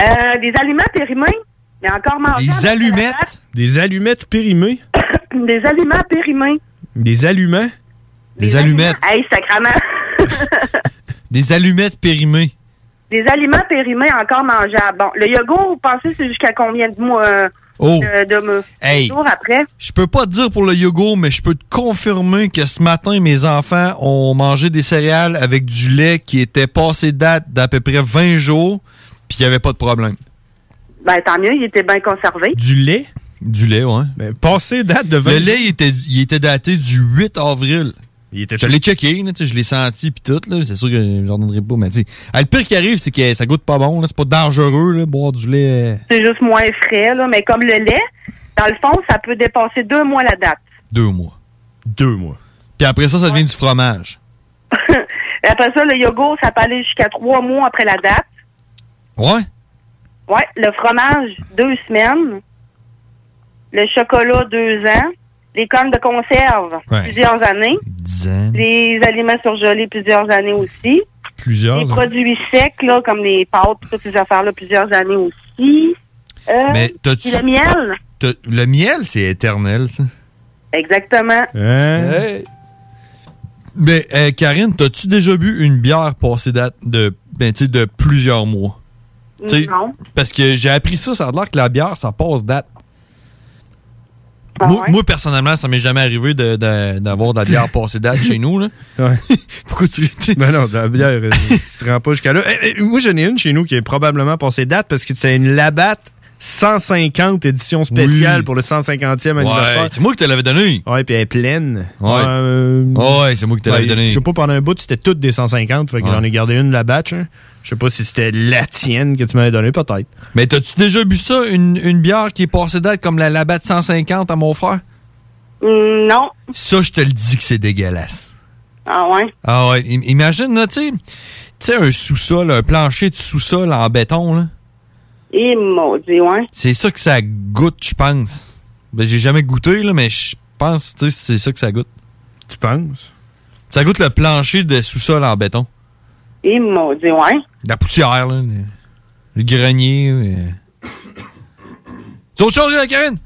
S6: Euh, des aliments périmés, mais encore mangeables.
S1: Des allumettes. Des allumettes périmées.
S6: Des aliments périmés.
S1: Des allumants.
S2: Des, allumettes.
S6: Hey, sacrament.
S2: Des allumettes périmées.
S6: Des aliments périmés encore mangeables. Bon, le yogourt, vous pensez, c'est jusqu'à combien de mois? euh,
S2: Oh.
S6: De, de, me-
S2: Hey.
S6: jours après?
S2: Je peux pas te dire pour le yogourt, mais je peux te confirmer que ce matin, mes enfants ont mangé des céréales avec du lait qui était passé date d'à peu près 20 jours, puis il n'y avait pas de problème.
S6: Ben, tant mieux, il était bien conservé.
S1: Du lait?
S2: Du lait, ouais.
S1: Mais passé date de 20
S2: Le lait, il était, il était daté du 8 avril.
S1: Il était
S2: je l'ai checké, là, tu sais, je l'ai senti, puis tout. là. C'est sûr que je n'en donnerai pas, mais tu sais. Ah, Le pire qui arrive, c'est que ça goûte pas bon. là. C'est pas dangereux, là, boire du lait. euh,
S6: C'est juste moins frais, là, mais comme le lait, dans le fond, ça peut dépasser deux mois la date.
S2: Deux mois.
S1: Deux mois.
S2: Puis après ça, ça devient du fromage.
S6: Et après ça, le yogourt, ça peut aller jusqu'à trois mois après la date.
S2: Ouais?
S6: Ouais, le fromage, deux semaines. Le chocolat, deux ans. Les cornes de conserve,
S2: Ouais.
S6: plusieurs années. Les aliments surgelés, plusieurs années aussi. Les
S2: Plusieurs.
S6: produits secs, là, comme les pâtes, toutes ces affaires-là, plusieurs années aussi. Euh,
S2: Mais t'as-tu-
S6: puis le miel,
S2: T'as- Le miel, c'est éternel, ça.
S6: exactement.
S2: Euh.
S1: Hein?
S2: Hey. Mais euh, Karine, t'as-tu déjà bu une bière passée date de, ben, tu sais, de plusieurs mois? Tu sais,
S6: Non.
S2: Parce que j'ai appris ça, ça a l'air que la bière, ça passe date.
S6: Ah
S2: moi, moi, personnellement, ça m'est jamais arrivé de- de- d'avoir de, la bière passée date chez nous. Là. Hein? Pourquoi tu
S1: Ben non, la bière, euh, tu te rends pas jusqu'à là. Eh, eh, moi, j'en ai une chez nous qui est probablement passée date parce que c'est une Labatt 150 édition spéciale
S2: Oui.
S1: pour le 150e
S2: Ouais,
S1: anniversaire.
S2: c'est moi qui te l'avais donné.
S1: Ouais, puis elle est pleine.
S2: Ouais. ouais, c'est moi qui te l'avais
S1: euh, Ben,
S2: donné.
S1: Je sais pas, pendant un bout, c'était toutes des 150, fait que
S2: Ouais.
S1: j'en ai gardé une, la batch. hein. Je sais pas si c'était la tienne que tu m'avais donnée, peut-être.
S2: Mais t'as-tu déjà bu ça, une, une bière qui est passée date comme la Labatt 150 à mon frère?
S6: Mm, non.
S2: Ça, je te le dis que c'est dégueulasse.
S6: Ah ouais?
S2: Ah ouais, im- imagine, là, tu sais, tu sais, un sous-sol, un plancher de sous-sol en béton, là.
S6: Et Eh, maudit, ouais.
S2: C'est ça que ça goûte, je pense. Ben, j'ai jamais goûté, là, mais je pense, tu sais, c'est ça que ça goûte.
S1: Tu penses?
S2: Ça goûte le plancher de sous-sol en béton.
S6: Et Eh, maudit, ouais.
S2: La poussière, là. Le, le grenier. euh. C'est autre chose, là, Karine?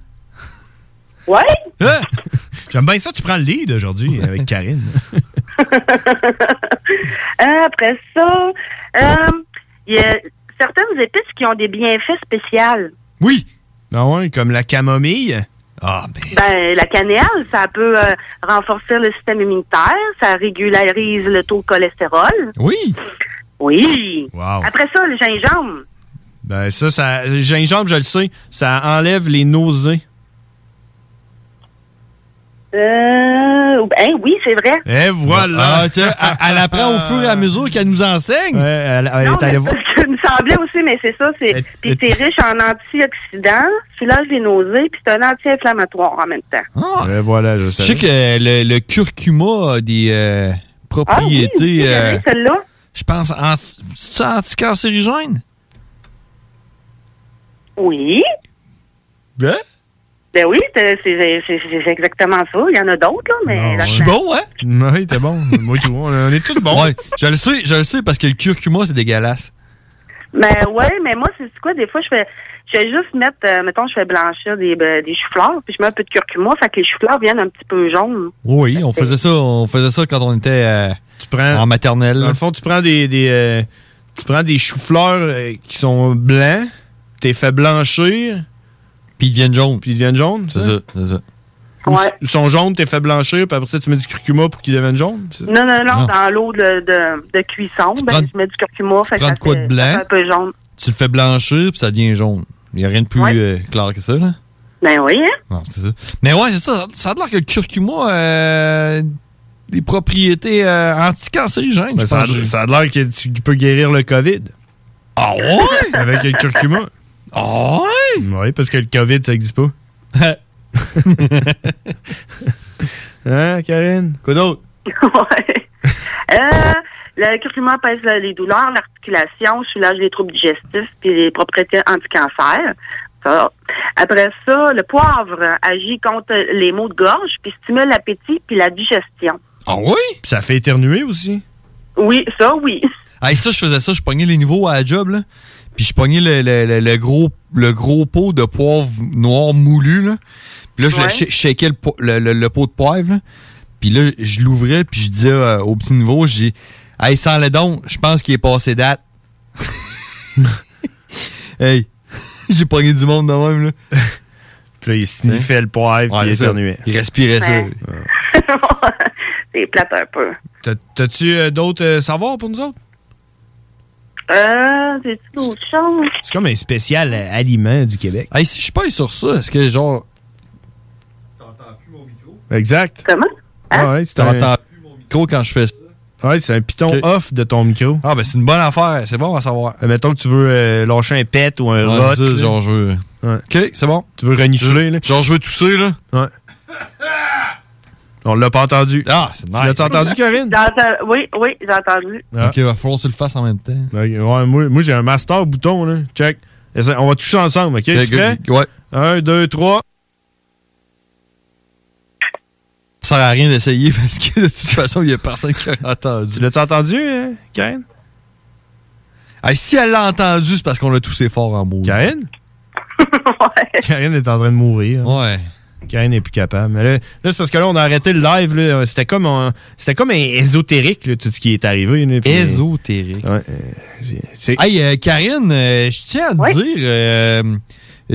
S6: Ouais?
S2: Hein?
S1: J'aime bien ça, tu prends le lead aujourd'hui avec Karine.
S6: Euh, Après ça, euh, il y a certaines épices qui ont des bienfaits spéciaux.
S2: Oui!
S1: Ah ouais, comme la camomille.
S2: Ah,
S6: Ben, la cannelle, ça peut euh, renforcer le système immunitaire, ça régularise le taux de cholestérol.
S2: Oui.
S6: Oui.
S1: Wow.
S6: Après ça, le gingembre.
S1: Ben ça, ça, le gingembre, je le sais, ça enlève les nausées.
S6: Euh, ben oui, c'est vrai.
S1: Et voilà.
S2: Ah, tiens, elle- elle apprend au fur et à mesure qu'elle nous enseigne.
S1: elle,
S6: Non, mais ça, ce qui me semblait aussi, mais c'est ça. C'est, puis c'est riche en antioxydants, soulage les nausées, puis c'est un anti-inflammatoire en même temps.
S2: Ah.
S1: Et voilà, je
S2: Je sais que le, le curcuma a des euh,
S6: Ah oui,
S2: propriétés.
S6: oui, j'ai
S2: euh,
S6: vu celle-là.
S2: je pense, en, c'est anticancérigène.
S6: Oui.
S2: Ben?
S6: Ben oui, c'est, c'est- c'est- c'est exactement ça. Il y en a d'autres, là, mais... là,
S2: hein?
S1: Oui, t'es bon. Moi, tout, on est tous bons.
S2: Ouais, je le sais, je le sais, parce que le curcuma, c'est dégueulasse.
S6: Ben ouais, mais moi, c'est quoi? Des fois, je fais... Je vais juste mettre, euh, mettons, je fais blanchir des, ben, des choux-fleurs, puis je mets un peu de curcuma, fait que les choux-fleurs viennent un petit peu jaunes.
S2: Oui, on faisait ça, on faisait ça quand on était euh, en maternelle.
S1: Dans le fond, tu prends des, des, euh, tu prends des choux-fleurs euh, qui sont blancs, t'es fait blanchir.
S2: Puis ils deviennent jaunes.
S1: Puis ils deviennent jaunes,
S2: C'est ça, c'est ça.
S1: Ou s- Ils sont jaunes, t'es fait blanchir, puis après ça, tu mets du curcuma pour qu'ils deviennent jaunes. c'est ça?
S6: Non, non, non,
S2: Ah.
S1: Non.
S6: dans l'eau de, de, de cuisson, ben,
S2: prends-
S6: je mets du curcuma, fait que
S2: prends
S6: ça
S2: de quoi de
S6: fait-
S2: blanc?
S6: ça fait un peu jaune.
S2: Tu le fais blanchir, puis ça devient jaune. Il n'y a rien de plus
S6: Ouais.
S2: euh, clair que ça, là.
S6: Ben oui, hein?
S2: Non, c'est ça. Mais ouais, c'est ça. Ça a l'air que le curcuma euh, des propriétés euh, anticancérigènes,
S1: Ben,
S2: je
S1: ça,
S2: pense.
S1: a, ça a l'air que tu peux guérir le COVID.
S2: Ah ouais?
S1: Avec le curcuma.
S2: Ah ouais?
S1: Oui, parce que le COVID, ça n'existe pas. hein, Karine? Quoi d'autre?
S6: Euh, le curcuma pèse les douleurs, l'articulation, soulage les troubles digestifs puis les propriétés anti-cancer. Ça. Après ça, le poivre agit contre les maux de gorge puis stimule l'appétit puis la digestion.
S2: Ah oui?
S1: ça fait éternuer aussi.
S6: Oui, ça, oui.
S2: Hey, ça, je faisais ça, je pognais les niveaux à la job, là. Puis je pognais le, le- le- le gros, le gros pot de poivre noir moulu, là. Puis là, je le
S35: Ouais.
S2: sh- shakeais le, po- le- le- le pot de poivre, là. Puis là, je l'ouvrais, puis je disais euh, au petit niveau, je dis « Hey, sans le don, je pense qu'il est passé date. » Hey, j'ai pogné du monde de même, là.
S1: puis là, il
S2: Hein?
S1: sniffait le poivre,
S2: puis
S1: il éternuait.
S2: Il respirait ça.
S6: Ouais. C'est plate un peu.
S1: T'as- T'as-tu euh, d'autres euh, savoirs pour nous autres?
S6: Euh, c'est-tu d'autres choses?
S1: C'est comme un spécial euh, aliment du Québec.
S2: Hey, si je paye sur ça, est-ce que genre.
S1: Exact.
S6: Comment? Hein?
S1: ouais, c'est un-
S2: T'entends plus mon micro quand je fais ça.
S1: Ouais, c'est un piton
S2: Ok.
S1: off de ton micro.
S2: Ah, ben c'est une bonne affaire. C'est bon à savoir.
S1: mettons que tu veux euh, lâcher un pet ou un
S2: Ouais,
S1: rot.
S2: ça,
S1: là.
S2: genre, je veux- Ok, c'est bon.
S1: Tu veux renifler,
S2: Je-
S1: là?
S2: Genre, je veux tousser, là.
S1: Ouais. On ll'as pas entendu.
S2: Ah, c'est nice.
S1: Tu l'as entendu, Karine?
S6: J'entends- Oui, oui, j'ai entendu.
S1: Ah.
S2: Ok, va falloir que tu le fasses en même temps.
S1: Ouais, ouais, moi, moi, j'ai un master bouton, là. Check. Essaie- On va toucher ensemble, OK? Tu
S2: Ok,
S1: prêt?
S2: Ouais.
S1: Un, deux, trois.
S2: Ça sert à rien d'essayer parce que de toute façon, il y a personne qui l'a entendu. Tu
S1: l'as entendu, hein, Karine?
S2: si elle l'a entendu, c'est parce qu'on a toussé fort en mots.
S1: Karine? Karine est en train de mourir. hein.
S2: Ouais.
S1: Karine n'est plus capable. Mais là, là, c'est parce que là, on a arrêté le live. là. C'était comme un, c'était comme un ésotérique, là, tout ce qui est arrivé. là, puis-
S2: Ésotérique.
S1: Ouais, euh, c'est-
S2: Hey, euh, Karine, euh, je tiens à te dire, euh,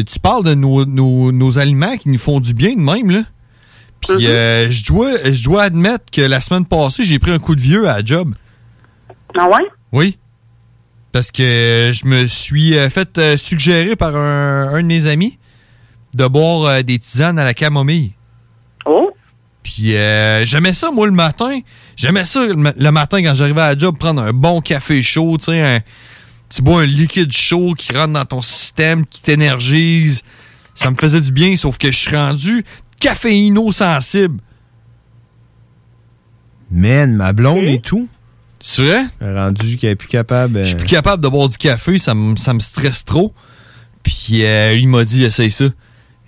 S2: tu parles de nos, nos- nos aliments qui nous font du bien de même, là. Puis
S6: Mm-hmm.
S2: euh, je dois, je dois admettre que la semaine passée, j'ai pris un coup de vieux à la job.
S6: Ah ouais?
S2: Oui. Parce que euh, je me suis euh, fait euh, suggérer par un, un de mes amis de boire euh, des tisanes à la camomille.
S6: Oh!
S2: Puis euh, j'aimais ça, moi, le matin. J'aimais ça le, ma- le matin quand j'arrivais à la job, prendre un bon café chaud, tu sais, un- tu bois un liquide chaud qui rentre dans ton système, qui t'énergise. Ça me faisait du bien, sauf que je suis rendu caféino-sensible.
S1: Man, ma blonde et tout.
S2: C'est vrai?
S1: Rendu qu'elle est plus capable. euh,
S2: Hein? Je suis plus capable de boire du café, ça me ça me stresse trop. Puis euh, il m'a dit, essaye ça.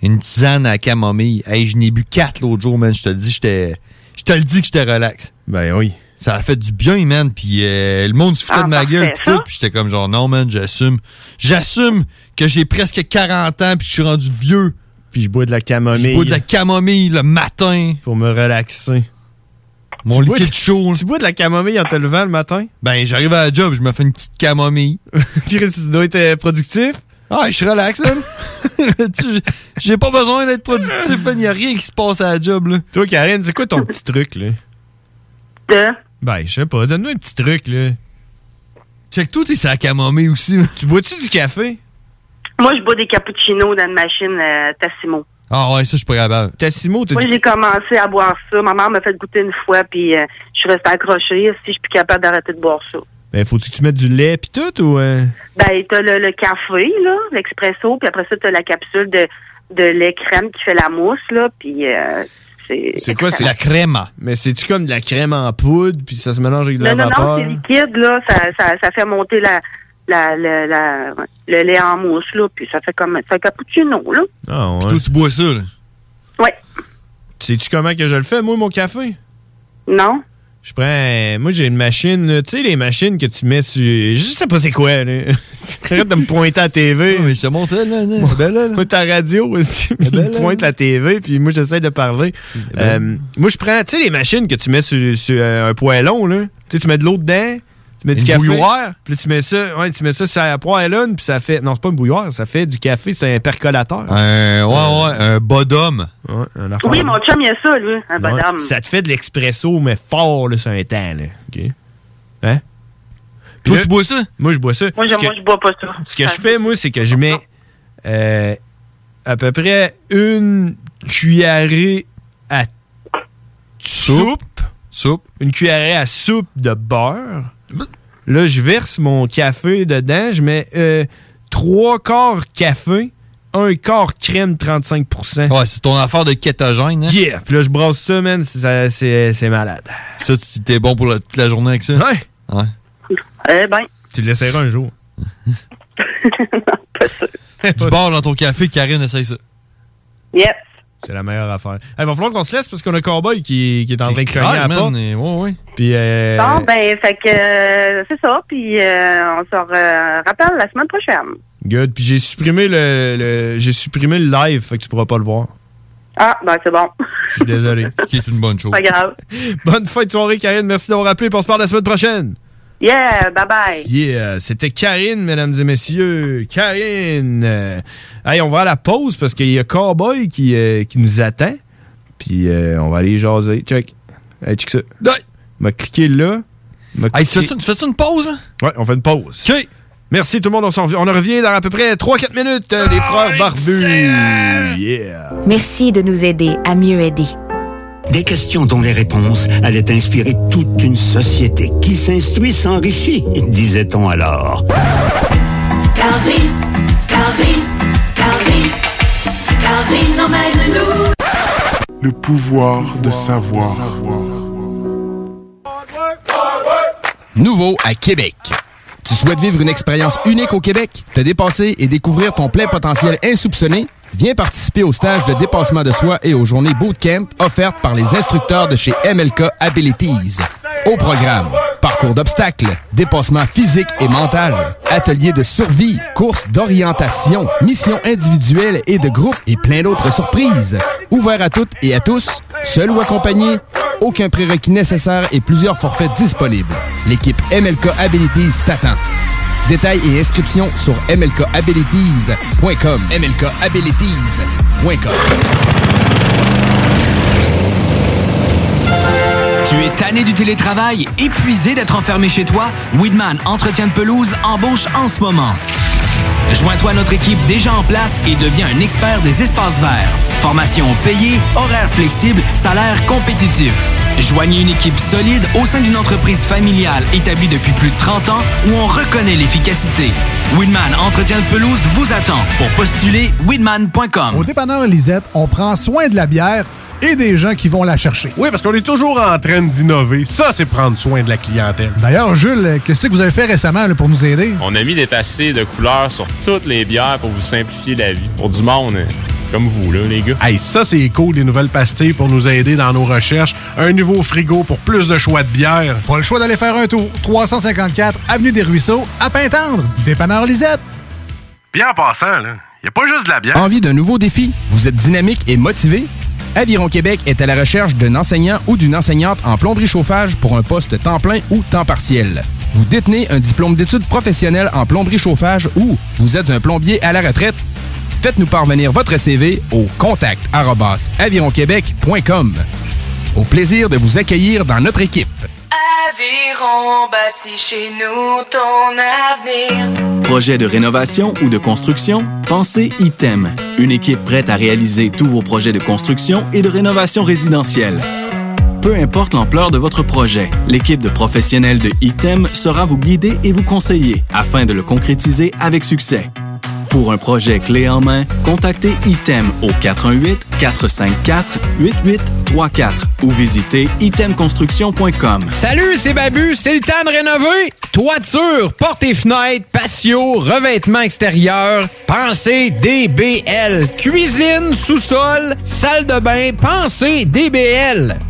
S2: Une tisane à la camomille. Hey, je n'ai bu quatre l'autre jour, man. Je te le dis, j'étais. Je te le dis que j'étais relax.
S1: Ben oui.
S2: Ça a fait du bien, man. Puis euh, le monde se foutait
S6: Ah,
S2: de ma
S6: parfait,
S2: gueule. pis
S6: ça.
S2: tout. Puis j'étais comme genre, non, man, j'assume. J'assume que j'ai presque 40 ans, puis je suis rendu vieux.
S1: Puis je bois de la camomille.
S2: Je bois de la camomille le matin.
S1: Pour me relaxer.
S2: Mon
S1: Tu bois
S2: liquide
S1: de-
S2: chaud.
S1: Tu bois de la camomille en te levant le matin?
S2: Ben, j'arrive à la job, je me fais une petite camomille.
S1: Chris, tu dois être euh, productif.
S2: Ah, je suis relax, man. Tu- J'ai pas besoin d'être productif, man. Y a rien qui se passe à la job, là.
S1: Toi, Karine, c'est quoi ton petit truc, là?
S6: De?
S1: Ben, je sais pas. Donne-nous un petit truc, là.
S2: Check tout, t'es à camomille aussi.
S1: Tu bois-tu du café?
S6: Moi, je bois des cappuccinos dans une machine euh, Tassimo.
S2: Ah ouais, ça, je suis pas capable.
S1: Tassimo,
S6: Moi, j'ai commencé à boire ça. Ma mère m'a fait goûter une fois, puis euh, je suis restée accrochée. Si je suis plus capable d'arrêter de boire ça.
S1: Ben, faut-tu que tu mettes du lait pis tout, ou... euh?
S6: Ben, t'as le, le café, là, l'expresso, puis après ça, t'as la capsule de, de lait crème qui fait la mousse, là, puis euh, c'est...
S2: crème?
S1: Mais c'est-tu comme de la crème en poudre, puis ça se mélange avec de
S6: Non,
S1: la
S6: non, non,
S1: vapeur?
S6: c'est liquide, là. Ça, ça, ça fait monter la, la, la, la- le lait en mousse, là, puis ça fait comme... C'est un cappuccino, là.
S1: Ah, ouais.
S2: tu bois ça, là?
S6: Ouais.
S1: Sais-tu comment que je le fais, moi, mon café?
S6: Non?
S1: Je prends... un- Moi, j'ai une machine, là, tu sais, les machines que tu mets sur... Je sais pas c'est quoi, là. Arrête de me pointer à la TV.
S2: mais je te montre, là, là. Ben,
S1: Moi, ta radio aussi. puis il me pointe la TV, puis moi, j'essaie de parler. Euh, moi, je prends... Tu sais, les machines que tu mets sur, sur, euh, un poêlon, là. Tu sais, tu mets de l'eau dedans... Tu mets du
S2: Une
S1: café.
S2: bouilloire?
S1: Puis là, tu mets ça, ouais, tu mets ça sur la poêlonne, puis ça fait. Non, c'est pas une bouilloire, ça fait du café, c'est un percolateur.
S2: Un, ouais, ouais, un bodum.
S1: Ouais, un affaire.
S6: Oui, mon chum, il y a ça, lui, un
S1: Ouais,
S6: bonhomme.
S1: Ça te fait de l'expresso, mais fort, là, sur un temps, là. OK? Hein? Puis
S2: Toi,
S1: là,
S2: tu bois ça?
S1: Moi, je bois ça.
S6: Moi, je,
S1: Ce que-
S6: moi, je bois pas ça.
S1: ce que je fais, moi, c'est que je mets euh, à peu près une cuillerée à soupe.
S2: Soupe.
S1: Une cuillerée à soupe de beurre. Là, je verse mon café dedans. Je mets euh, trois quarts café, un quart crème 35
S2: Ouais, c'est ton affaire de kétogène. Hein?
S1: Yeah! Puis là, je brasse ça, man. c'est- ça- C'est c'est malade.
S2: Ça, tu t'es bon pour la- toute la journée avec ça?
S1: Ouais.
S2: Ouais.
S6: Eh ben,
S1: Tu l'essaieras un jour.
S2: Tu barres dans ton café, Karine, essaye ça.
S6: yep.
S1: C'est la meilleure affaire. Il va falloir qu'on se laisse parce qu'on a Cowboy qui, qui est en train de cogner
S2: clair,
S1: à la
S2: man,
S1: porte.
S2: et
S1: Puis, euh,
S6: Bon, ben, fait que euh, c'est ça. Puis euh, on se re- rappelle la semaine prochaine.
S1: good. Puis j'ai supprimé le, le- j'ai supprimé le live, fait que tu pourras pas le voir.
S6: Ah, ben, c'est bon.
S1: Je suis désolé. Ce qui est une bonne chose.
S6: Pas grave.
S1: Bonne fin de soirée, Karine. Merci d'avoir appelé. Puis on se parle la semaine prochaine.
S6: Yeah, bye-bye.
S1: Yeah, euh, c'était Karine, mesdames et messieurs. Karine! Euh, Hey, on va à la pause parce qu'il y a Cowboy qui, euh, qui nous attend. Puis euh, on va aller jaser. Check. Hey, check ça. M'a cliqué là.
S2: Hey, tu fais ça- hein? tu
S1: une pause? Ouais, on fait une pause. OK. Merci tout le monde. On, s'en rev- on en revient dans à peu près 3-4 minutes. euh,
S2: Ah,
S1: les frères barbus. Yeah.
S35: Merci de nous aider à mieux aider.
S3: Des questions dont les réponses allaient inspirer toute une société qui s'instruit s'enrichit, disait-on alors.
S29: Calvin, Calvin, Calvin, Calvin emmène-nous.
S34: Le pouvoir de savoir.
S13: Nouveau à Québec. Tu souhaites vivre une expérience unique au Québec, te dépasser et découvrir ton plein potentiel insoupçonné? Viens participer au stage de dépassement de soi et aux journées bootcamp offertes par les instructeurs de chez MLK Abilities. Au programme, parcours d'obstacles, dépassement physique et mental, ateliers de survie, courses d'orientation, missions individuelles et de groupe et plein d'autres surprises. Ouvert à toutes et à tous, seul ou accompagné, aucun prérequis nécessaire et plusieurs forfaits disponibles. L'équipe MLK Abilities t'attend. Détails et inscriptions sur mlkabilities.com. mlkabilities.com.
S23: Tu es tanné du télétravail, épuisé d'être enfermé chez toi? Weedman Entretien de pelouse embauche en ce moment. Joins-toi à notre équipe déjà en place et deviens un expert des espaces verts. Formation payée, horaires flexibles, salaire compétitif. Joignez une équipe solide au sein d'une entreprise familiale établie depuis plus de 30 ans où on reconnaît l'efficacité. Weedman Entretien de pelouse vous attend. Pour postuler, weedman.com.
S2: Ah.
S28: Au dépanneur Lisette, on prend soin de la bière et des gens qui vont la chercher.
S26: Oui, parce qu'on est toujours en train d'innover. Ça, c'est prendre soin de la clientèle.
S28: D'ailleurs, Jules, qu'est-ce que vous avez fait récemment là, pour nous aider?
S22: On a mis des passés de couleurs sur toutes les bières pour vous simplifier la vie. Pour du
S36: euh,
S22: monde, hein, comme vous, là, les gars.
S26: Hey, ça, c'est cool, les nouvelles pastilles pour nous aider dans nos recherches. Un nouveau frigo pour plus de choix de bière.
S28: Pas le choix d'aller faire un tour. 354 Avenue des Ruisseaux, à Pintendre, dépanneur Lisette.
S26: Bien en passant, là, y a pas juste de la bière.
S13: Envie d'un nouveau défi? Vous êtes dynamique et motivé? Aviron Québec est à la recherche d'un enseignant ou d'une enseignante en plomberie chauffage pour un poste temps plein ou temps partiel. Vous détenez un diplôme d'études professionnelles en plomberie chauffage ou vous êtes un plombier à la retraite? Faites-nous parvenir votre CV au contact avironquebec.com. Au plaisir de vous accueillir dans notre équipe.
S29: Aviron bâti chez nous ton avenir.
S37: Projet de rénovation ou de construction? Pensez ITEM, une équipe prête à réaliser tous vos projets de construction et de rénovation résidentielle. Peu importe l'ampleur de votre projet, l'équipe de professionnels de ITEM sera vous guider et vous conseiller afin de le concrétiser avec succès. Pour un projet clé en main, contactez ITEM au 418-454-8834 ou visitez itemconstruction.com.
S21: Salut, c'est Babu, c'est le temps de rénover. Toiture, portes et fenêtres, patio, revêtement extérieur, pensez DBL. Cuisine, sous-sol, salle de bain, pensez DBL.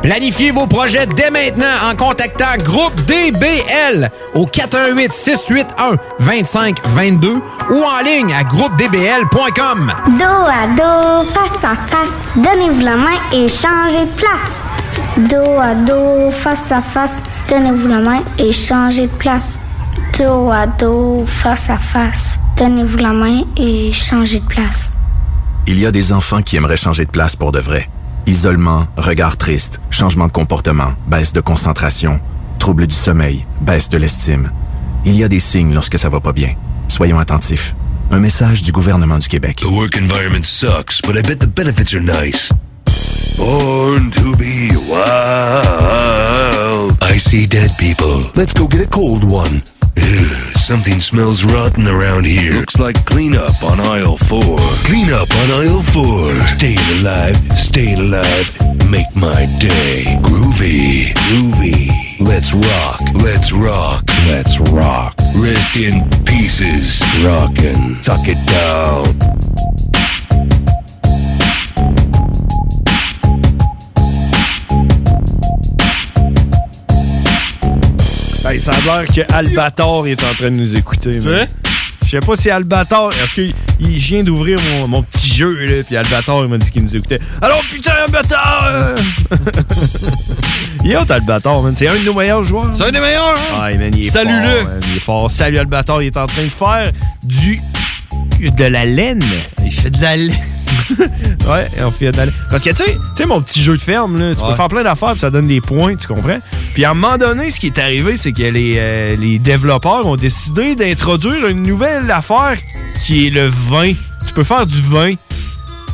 S21: Planifiez vos projets dès maintenant en contactant Groupe DBL au 418 681 2522 ou en ligne à groupedbl.com.
S15: Dos à dos, ah, face à face, donnez-vous la main et changez de place. Dos à dos, face à face, donnez-vous la main et changez de place. Dos à dos, face à face, donnez-vous la main et changez de place.
S32: Il y a des enfants qui aimeraient changer de place pour de vrai. Isolement, regard triste, changement de comportement, baisse de concentration, trouble du sommeil, baisse de l'estime. Il y a des signes lorsque ça va pas bien. Soyons attentifs. Un message du gouvernement du Québec.
S33: The work environment sucks, but I bet the benefits are nice. Born to be wild. I see dead people. Let's go get a cold one. Ugh, something smells rotten around here. Looks like cleanup on aisle four. Cleanup on aisle four. Stay alive, stay alive, make my day. Groovy. Groovy. Let's rock, let's rock, let's rock. Rest in pieces. Rockin'. Tuck it down.
S1: Ben, ça a l'air que Albator est en train de nous écouter. mais- Je sais pas si Albator. Est-ce que il- je viens d'ouvrir mon, mon petit jeu, là, puis Albator, il m'a dit qu'il nous écoutait. Alors, putain, Albator! euh! Il est hot, Albator, man. C'est un de nos meilleurs joueurs. C'est un des meilleurs, hein? man, il est
S7: Salut-le.
S1: fort, man. Il est fort. Salut, Albator. Il est en train de faire du. de la laine. Il fait de la laine. ouais, on fait de la laine. Parce que, tu sais, tu sais, mon petit jeu de ferme, là, tu
S7: Ouais.
S1: peux faire plein d'affaires, puis ça donne des points, tu comprends? Puis à un moment donné, ce qui est arrivé, c'est que les, euh, les développeurs ont décidé d'introduire une nouvelle affaire qui est le vin. Tu peux faire du vin.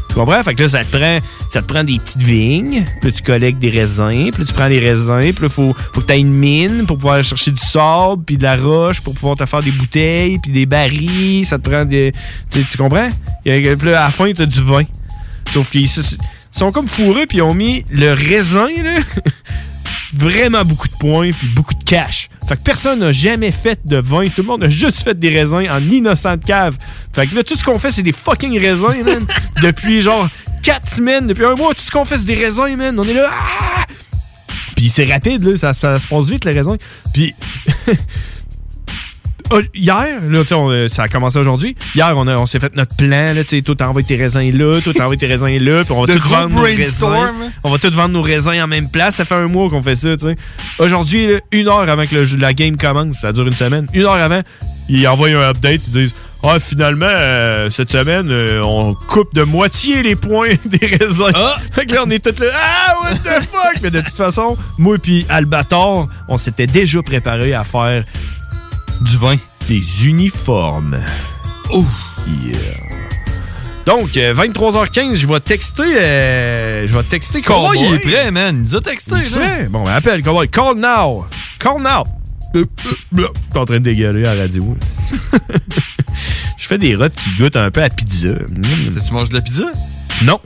S1: Tu comprends? Fait que là, ça te prend, ça te prend des petites vignes, puis là, tu collectes des raisins, puis là, tu prends les raisins, puis là, faut, faut que tu une mine pour pouvoir aller chercher du sable, puis de la roche pour pouvoir te faire des bouteilles, puis des barils, ça te prend des... Tu, sais, tu comprends? Il y a- Puis là, à la fin, t'as du vin. Sauf qu'ils se- ils sont comme fourrés, puis ils ont mis le raisin, là, vraiment beaucoup de points, puis beaucoup de cash. Fait que personne n'a jamais fait de vin. Tout le monde a juste fait des raisins en innocente cave. Fait que là, tout ce qu'on fait, c'est des fucking raisins, man. depuis genre 4 semaines, depuis un mois, tout ce qu'on fait, c'est des raisins, man. On est là. Ah! Puis c'est rapide, là. Ça, ça se passe vite, les raisins. Puis. Ah, Hier, là, tu sais, on, euh, ça a commencé aujourd'hui. Hier, on, a- on s'est fait notre plan. Là, tu sais, toi, t'envoies tes raisins là, toi, t'envoies tes raisins là, puis on va
S7: Le
S1: tout
S7: gros
S1: vendre nos raisins.
S7: brainstorm. hein.
S1: On va tout vendre nos raisins en même place. Ça fait un mois qu'on fait ça, tu sais. Aujourd'hui, là, une heure avant que le jeu- la game commence, ça dure une semaine. Une heure avant, ils envoient un update, ils disent Ah, finalement, euh, cette semaine, euh, on coupe de moitié les points des raisins.
S7: Ah!
S1: Fait que là, on est tous là Ah, what the fuck Mais de toute façon, moi puis Albator, on s'était déjà préparé à faire du vin. Des uniformes. Oh! Yeah. Donc, euh, 23h15, je vais texter. euh, je vais texter
S2: Cowboy,
S1: Cowboy.
S2: il est prêt, man. Il nous a texté,
S1: Il est
S2: là.
S1: prêt? Bon, ben, appelle, Cowboy. Call now. Call now. Euh, euh, blah. T'es en train de dégueuler à la radio. je fais des rottes qui goûtent un peu à pizza. Tu manges de la pizza? Non.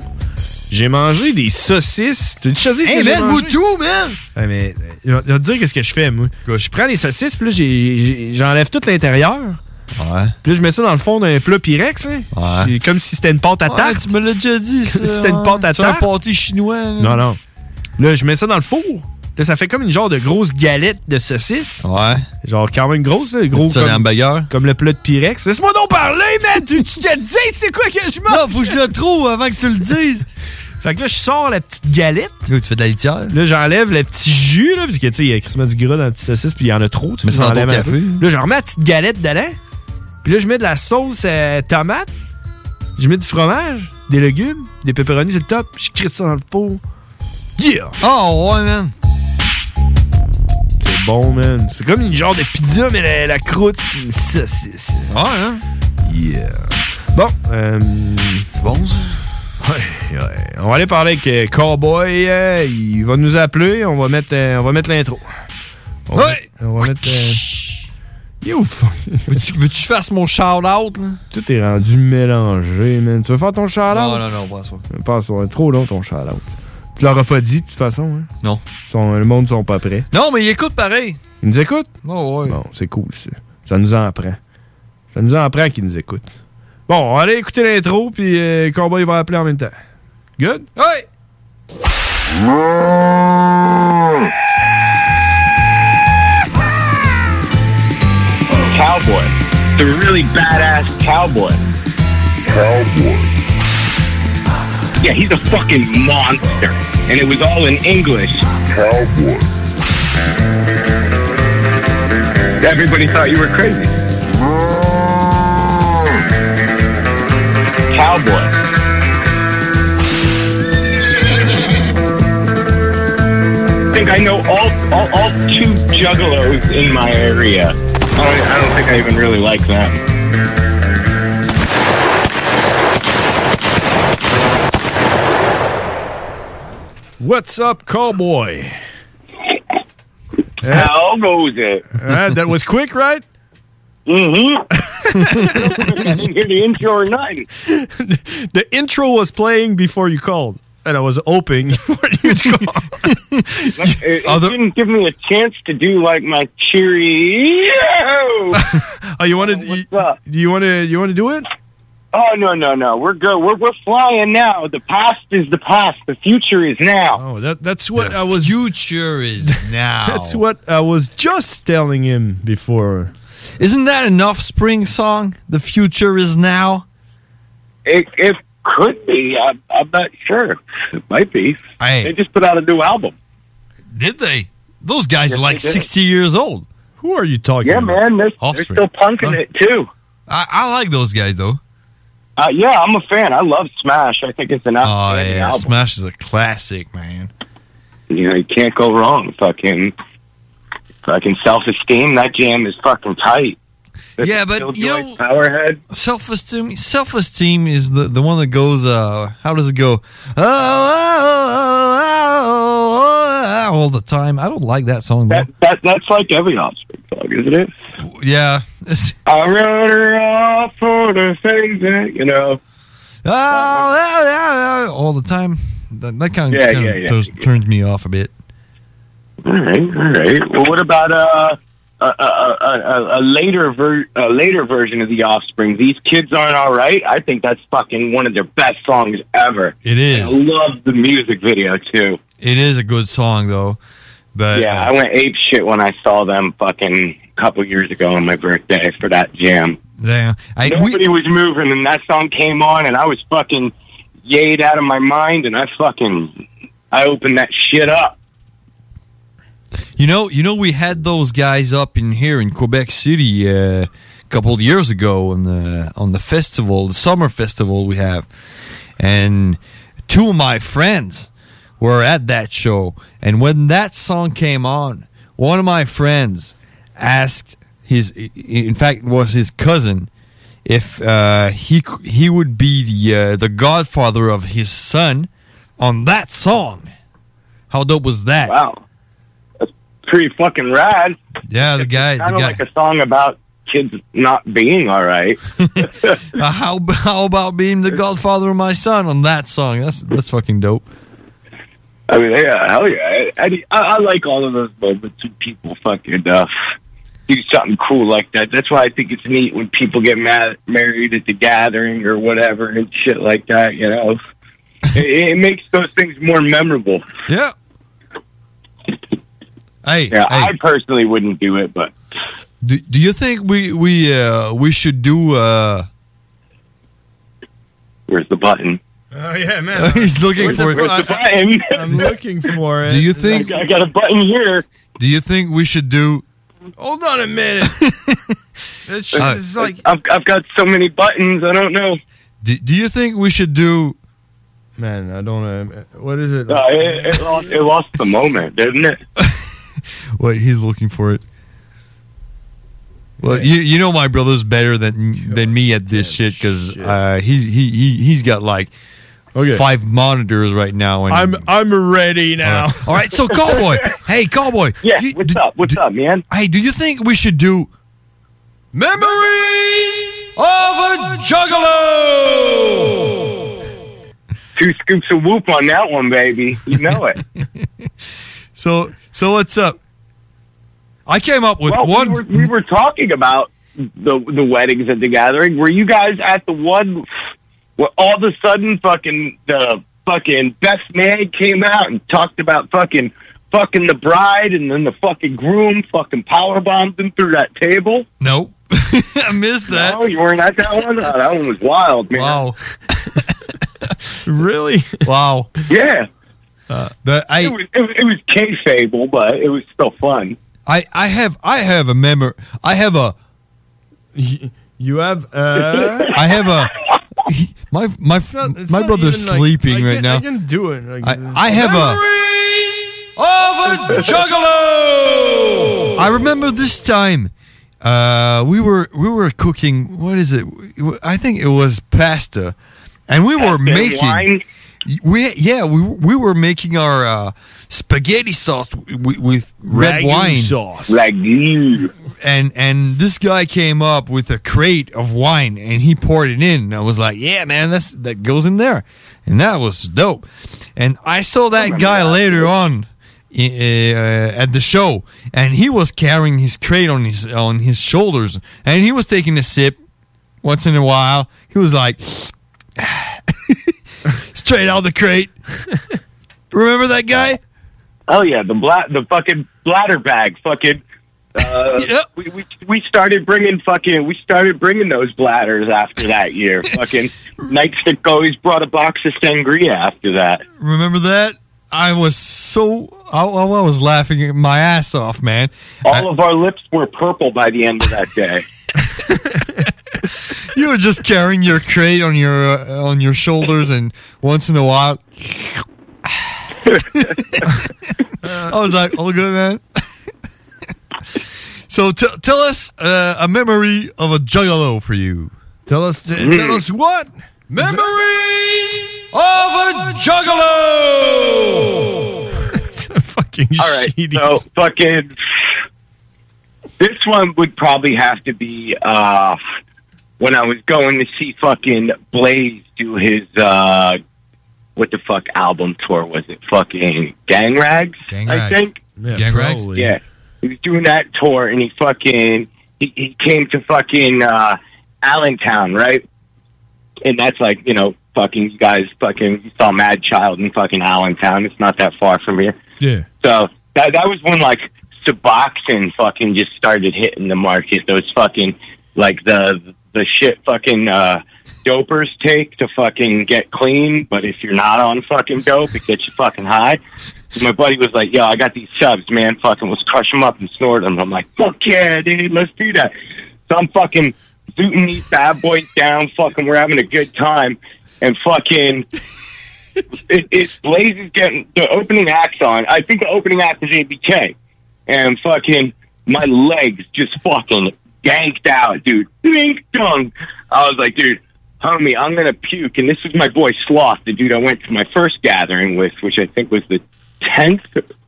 S1: J'ai mangé des saucisses. Tu as choisi
S2: Hey, man, Moutou,
S1: man! Ouais, mais euh, je vais- je vais te dire qu'est-ce que je fais, moi. Je prends les saucisses, puis là, j'ai- j'ai- j'enlève tout l'intérieur. Ouais. Puis là, je mets ça dans le fond d'un plat Pyrex, hein. Puis Comme si c'était une pâte à
S2: Ouais,
S1: tarte.
S2: tu me l'as déjà dit, ça.
S1: Si c'était une
S2: ouais.
S1: pâte à
S2: C'est un
S1: tarte.
S2: pâté chinois. là.
S1: Non, non. Là, je mets ça dans le four. Là, ça fait comme une genre de grosse galette de saucisse. Ouais. Genre quand même grosse, là. Gros
S2: Ça,
S1: comme,
S2: dans le
S1: comme le plat de Pyrex. Laisse-moi donc parler, man! Tu, tu te dis c'est quoi que je mange? Non, faut que je le trouve avant que tu le dises. Fait que là, je sors la petite galette. Là, tu fais de la litière. Là, j'enlève le petit jus, là, parce que, tu sais, il y a Christmas du gras dans la petite saucisse, puis il y en a trop. Tu
S2: Mets
S1: sais,
S2: ça dans
S1: j'enlève
S2: ton
S1: un peu.
S2: café.
S1: Là, je remets la petite galette dedans. Puis là, je mets de la sauce euh, tomate. Je mets du fromage, des légumes, des pepperonis sur le top. Je crisse ça dans le four. Yeah! Oh, ouais, man! C'est bon, man. C'est comme une genre de pizza, mais la, la croûte, c'est une saucisse. Ouais, hein? Yeah. Bon, euh... C'est bon, ça? Ouais, ouais. On va aller parler avec euh, Cowboy. euh, il va nous appeler. On va mettre, euh, on va mettre l'intro. On va- on va mettre... euh, Il est ouf. Veux-tu que je fasse mon shout-out? Tout est rendu mélangé, man. Tu veux faire ton shout-out?
S2: Non, non, non, pas ça.
S1: Passe, ouais, trop long ton shout-out. Tu l'auras pas dit, de toute façon. Hein?
S2: Non.
S1: Ils sont- le monde ne sont pas prêts.
S2: Non, mais il écoute pareil.
S1: Ils nous écoutent?
S2: Oh, ouais.
S1: Bon, c'est cool, ça. Ça nous en prend. Ça nous en prend qu'ils nous écoutent. Bon, on va aller écouter l'intro, puis euh, Cowboy va appeler en même temps. Good?
S2: Hey!
S30: Cowboy. The really badass cowboy. Cowboy. Yeah, he's a fucking monster. And it was all in English. Cowboy. Everybody thought you were crazy. Cowboy. I think I know all, all, all two
S1: Oh,
S30: juggalos in my area. I don't, I don't think I even really like them.
S1: What's up, cowboy?
S30: How goes it?
S1: Uh, that was quick, right?
S30: Mm-hmm. I didn't hear the intro or nothing.
S1: The intro was playing before you called, and I was hoping
S30: Like, it, it didn't give me a chance to do like my cheery.
S1: oh, you wanted? What's up? Do you want to? You want to do it?
S30: Oh no no no! We're good. We're we're flying now. The past is the past. The future is now.
S1: Oh, that that's what I was. Future is
S2: now.
S1: that's what I was just telling him before.
S2: Isn't that an offspring song? The future is now.
S30: It it could be. I'm, I'm not sure. It might be. They just put out a new album.
S2: Did they? Those guys
S30: Yes,
S2: are like
S30: they did.
S2: 60 years old.
S1: Who are you talking
S30: Yeah, about? man, they're- they're still punking it, too.
S2: I, I like those guys, though.
S30: Uh, yeah, I'm a fan. I love Smash. I think it's an
S2: Oh,
S30: outstanding
S2: yeah.
S30: album.
S2: Smash is a classic, man.
S30: You know, you can't go wrong. Fucking fucking self esteem. That jam is fucking tight.
S2: yeah, but you know, self esteem, self esteem is the, the one that goes. Uh, how does it go? Oh, oh, oh, oh, oh, all the time. I don't like that song. That,
S30: that that's like every offspring song, isn't it? Uh,
S2: Yeah,
S30: I wrote her off for the things that you know.
S2: Oh, oh, oh,
S1: Ah,
S2: oh, all the time. That, that kind of,
S30: Yeah, yeah, yeah.
S2: turns me off a bit.
S30: All right, all right. Well, what about uh, a a, a, a, a later ver- a later version of the Offspring? These kids aren't all right. I think that's fucking one of their best songs ever.
S2: It is.
S30: I love the music video too.
S2: It is a good song though, but uh,
S30: yeah, I went ape shit when I saw them fucking a couple years ago on my birthday for that jam.
S2: yeah, I,
S30: Nobody was moving, and that song came on, and I was fucking yayed out of my mind, and I fucking I opened that shit up.
S2: You know, you know, we had those guys up in here in Quebec City uh, a couple of years ago on the on the festival, the summer festival we have, and two of my friends were at that show. And when that song came on, one of my friends asked his, in fact, was his cousin, if uh, he c- he would be the uh, the godfather of his son on that song. How dope was that?
S30: Wow. Pretty fucking rad.
S2: Yeah, the guy.
S30: Kind of like a song about kids not being all right.
S2: Uh, how how about being the godfather of my son on that song? That's that's fucking dope.
S30: I mean, yeah, hell yeah. I, I, I like all of those moments when people fucking uh, do something cool like that. That's why I think it's neat when people get mad, married at the gathering or whatever and shit like that, you know? it, it makes those things more memorable.
S2: Yeah. Hey,
S30: yeah, I personally wouldn't do it, but
S2: Do, do you think we we uh, we should do? Uh...
S30: Where's the button?
S1: Oh yeah, man.
S2: He's looking
S1: Where's
S2: for
S1: the-
S2: it.
S1: where's the button? I'm looking for it.
S2: Do you think
S1: I
S30: got a button here?
S2: Do you think we should do?
S1: Hold on a minute. This shit
S2: Uh,
S1: is like
S30: I've, I've got so many buttons. I don't know.
S2: Do, do you think we should do?
S1: Man, I don't know. What is it?
S30: No, Uh, it, it, lost, it lost the moment, didn't it?
S2: Wait, he's looking for it. Well, you you know my brother's better than than me at this shit because uh, he's he he he's got like five monitors right now and
S1: I'm I'm ready now.
S2: All right, so Cowboy, hey Cowboy, yeah, what's up?
S30: What's up, man?
S2: Hey, do you think we should do memories of a juggalo?
S30: Two scoops of whoop on that one, baby. You know it.
S2: So so what's up? I came up with
S30: well,
S2: one.
S30: We were, we were talking about the the weddings at the gathering. Were you guys at the one where all of a sudden fucking the fucking best man came out and talked about fucking fucking the bride and then the fucking groom fucking power bombed him through that table?
S2: No. I missed that.
S30: No, you weren't at that one. Oh, that one was wild, man.
S2: Wow. really? Wow.
S30: Yeah.
S1: Uh,
S2: but I,
S30: it was, it, was- it was kayfabe, but it was still fun.
S2: I I have I have a memory. I have a.
S1: You have. Uh...
S2: I have a. My my my brother's sleeping right now.
S1: I can do it. Like,
S2: I, I have a of a juggalo. I remember this time. Uh, we were we were cooking. What is it? I think it was pasta, and we were
S30: Pasta and
S2: making.
S30: wine?
S2: we yeah we we were making our uh, spaghetti sauce w- w- with red
S30: Ragu
S2: wine
S30: sauce.
S2: Ragu. And and this guy came up with a crate of wine and he poured it in. And I was like, yeah, man, that's that goes in there, and that was dope. And I saw that guy later on. i- Uh, at the show, and he was carrying his crate on his on his shoulders, and he was taking a sip once in a while. He was like, straight out the crate. Remember that guy?
S30: Oh yeah, the bla- the fucking bladder bag, fucking. Uh, we, we we started bringing fucking we started bringing those bladders after that year. fucking nightstick always brought a box of sangria after that.
S2: Remember that? I was so I, I was laughing my ass off, man.
S30: All of our lips were purple by the end of that day.
S2: You were just carrying your crate on your uh, on your shoulders, and once in a while, I was like, "All good, man." so t- tell us uh, a memory of a juggalo for you.
S1: Tell us,
S2: tell
S5: Mm.
S2: us
S1: what
S2: memories of a juggalo.
S1: fucking
S30: All right, so fucking. This one would probably have to be uh, when I was going to see fucking Blaze do his uh, what the fuck album tour was it? Fucking Gang Rags, I
S2: Rags.
S30: think.
S2: Yeah, Gang Rags? probably.
S30: Yeah, he was doing that tour, and he fucking he, he came to fucking uh, Allentown, right? And that's like you know, fucking you guys, fucking you saw Mad Child in fucking Allentown. It's not that far from here.
S8: Yeah.
S30: So that that was when like Suboxone fucking just started hitting the market. Those fucking like the the shit fucking uh dopers take to fucking get clean, but if you're not on fucking dope, it gets you fucking high. So my buddy was like, "Yo, I got these subs, man. Fucking, let's crush them up and snort them." I'm like, "Fuck yeah, dude, let's do that." So I'm fucking zooting these bad boys down. Fucking, we're having a good time, and fucking it, it Blaze is getting the opening acts on. I think the opening act is ABK, and fucking my legs just fucking ganked out, dude. Dink dong. I was like, dude, homie, I'm gonna puke. And this is my boy Sloth, the dude I went to my first gathering with, which I think was the tenth,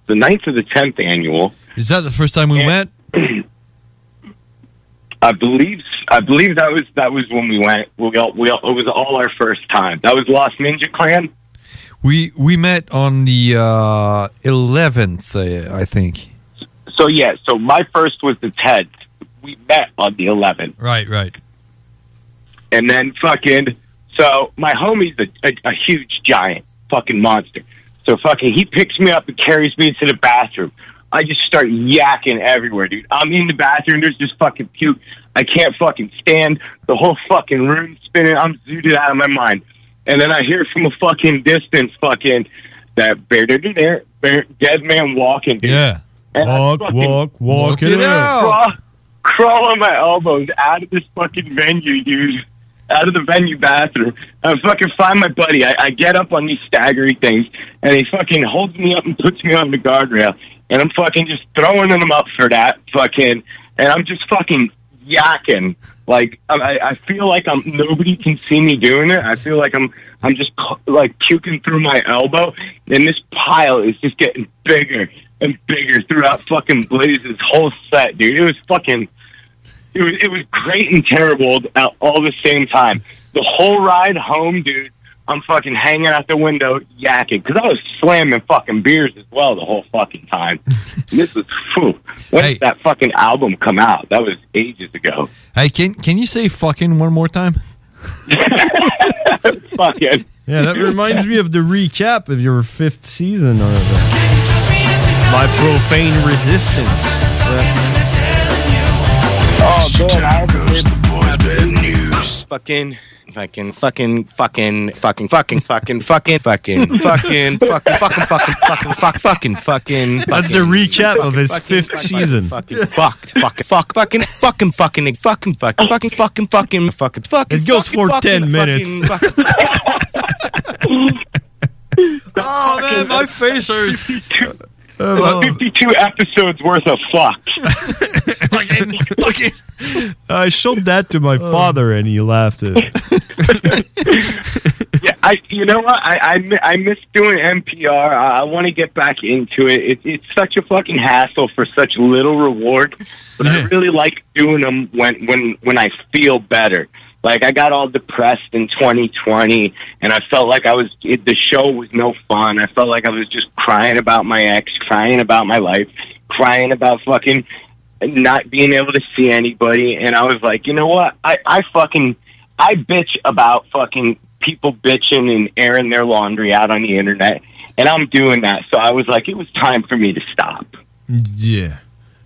S30: the ninth or the tenth annual.
S2: Is that the first time we went?
S30: I believe I believe that was that was when we went. We all, we all, it was all our first time. That was Lost Ninja Clan.
S2: We we met on the uh, eleventh, uh, I think.
S30: So yeah, so my first was the tenth. We met on the eleventh,
S2: Right, right.
S30: and then fucking. So my homie's a, a, a huge giant, fucking monster. So fucking, he picks me up and carries me into the bathroom. I just start yakking everywhere, dude. I'm in the bathroom. There's just fucking puke. I can't fucking stand. The whole fucking room spinning. I'm zooted out of my mind. And then I hear from a fucking distance, fucking that bear, bear, bear, bear dead man walking, dude.
S1: Yeah.
S30: And I
S1: Walk,
S30: fucking-
S1: walk, walk it out.
S30: Crawl, crawl on my elbows out of this fucking venue, dude. Out of the venue bathroom. I fucking find my buddy. I, I get up on these staggery things, and he fucking holds me up and puts me on the guardrail. And I'm fucking just throwing him up for that fucking. And I'm just fucking yakking. Like I- I, I feel like I'm nobody can see me doing it. I feel like I'm I'm just cu- like puking through my elbow, and this pile is just getting bigger and bigger throughout fucking Blaze's whole set, dude. It was fucking it was it was great and terrible at all the same time. The whole ride home, dude. I'm fucking hanging out the window yakking because I was slamming fucking beers as well the whole fucking time. this was phew. When did that fucking album come out? That was ages ago.
S2: Hey, can can you say fucking one more time?
S30: fucking.
S1: Yeah, that reminds me of the recap of your fifth season. Or My profane resistance.
S30: Oh man, I goes the boys' bad news. Fucking,
S9: fucking, fucking, fucking, fucking, fucking, fucking, fucking, fucking, fucking, fucking, fucking, fucking, fucking, fuck, fucking, fucking.
S1: That's the recap of his fifth season.
S9: Fucking, fucked, fucking, fuck, fucking, fucking, fucking, fucking, fucking, fucking, fucking, fucking, fucking, fucking.
S1: It goes for 10 minutes.
S2: Oh man, my face hurts.
S1: Oh.
S30: About 52 episodes worth of fuck.
S2: Oh.
S1: I showed that to my father and he laughed at it.
S30: yeah, I you know what I I, mi- I miss doing NPR. I, I want to get back into it. it. It's such a fucking hassle for such little reward, but I really like doing them when when when I feel better. Like I got all depressed in 2020, and I felt like I was it, the show was no fun. I felt like I was just crying about my ex, crying about my life, crying about fucking not being able to see anybody and I was like, you know what? I, I fucking I bitch about fucking people bitching and airing their laundry out on the internet and I'm doing that. So I was like, it was time for me to stop.
S8: Yeah.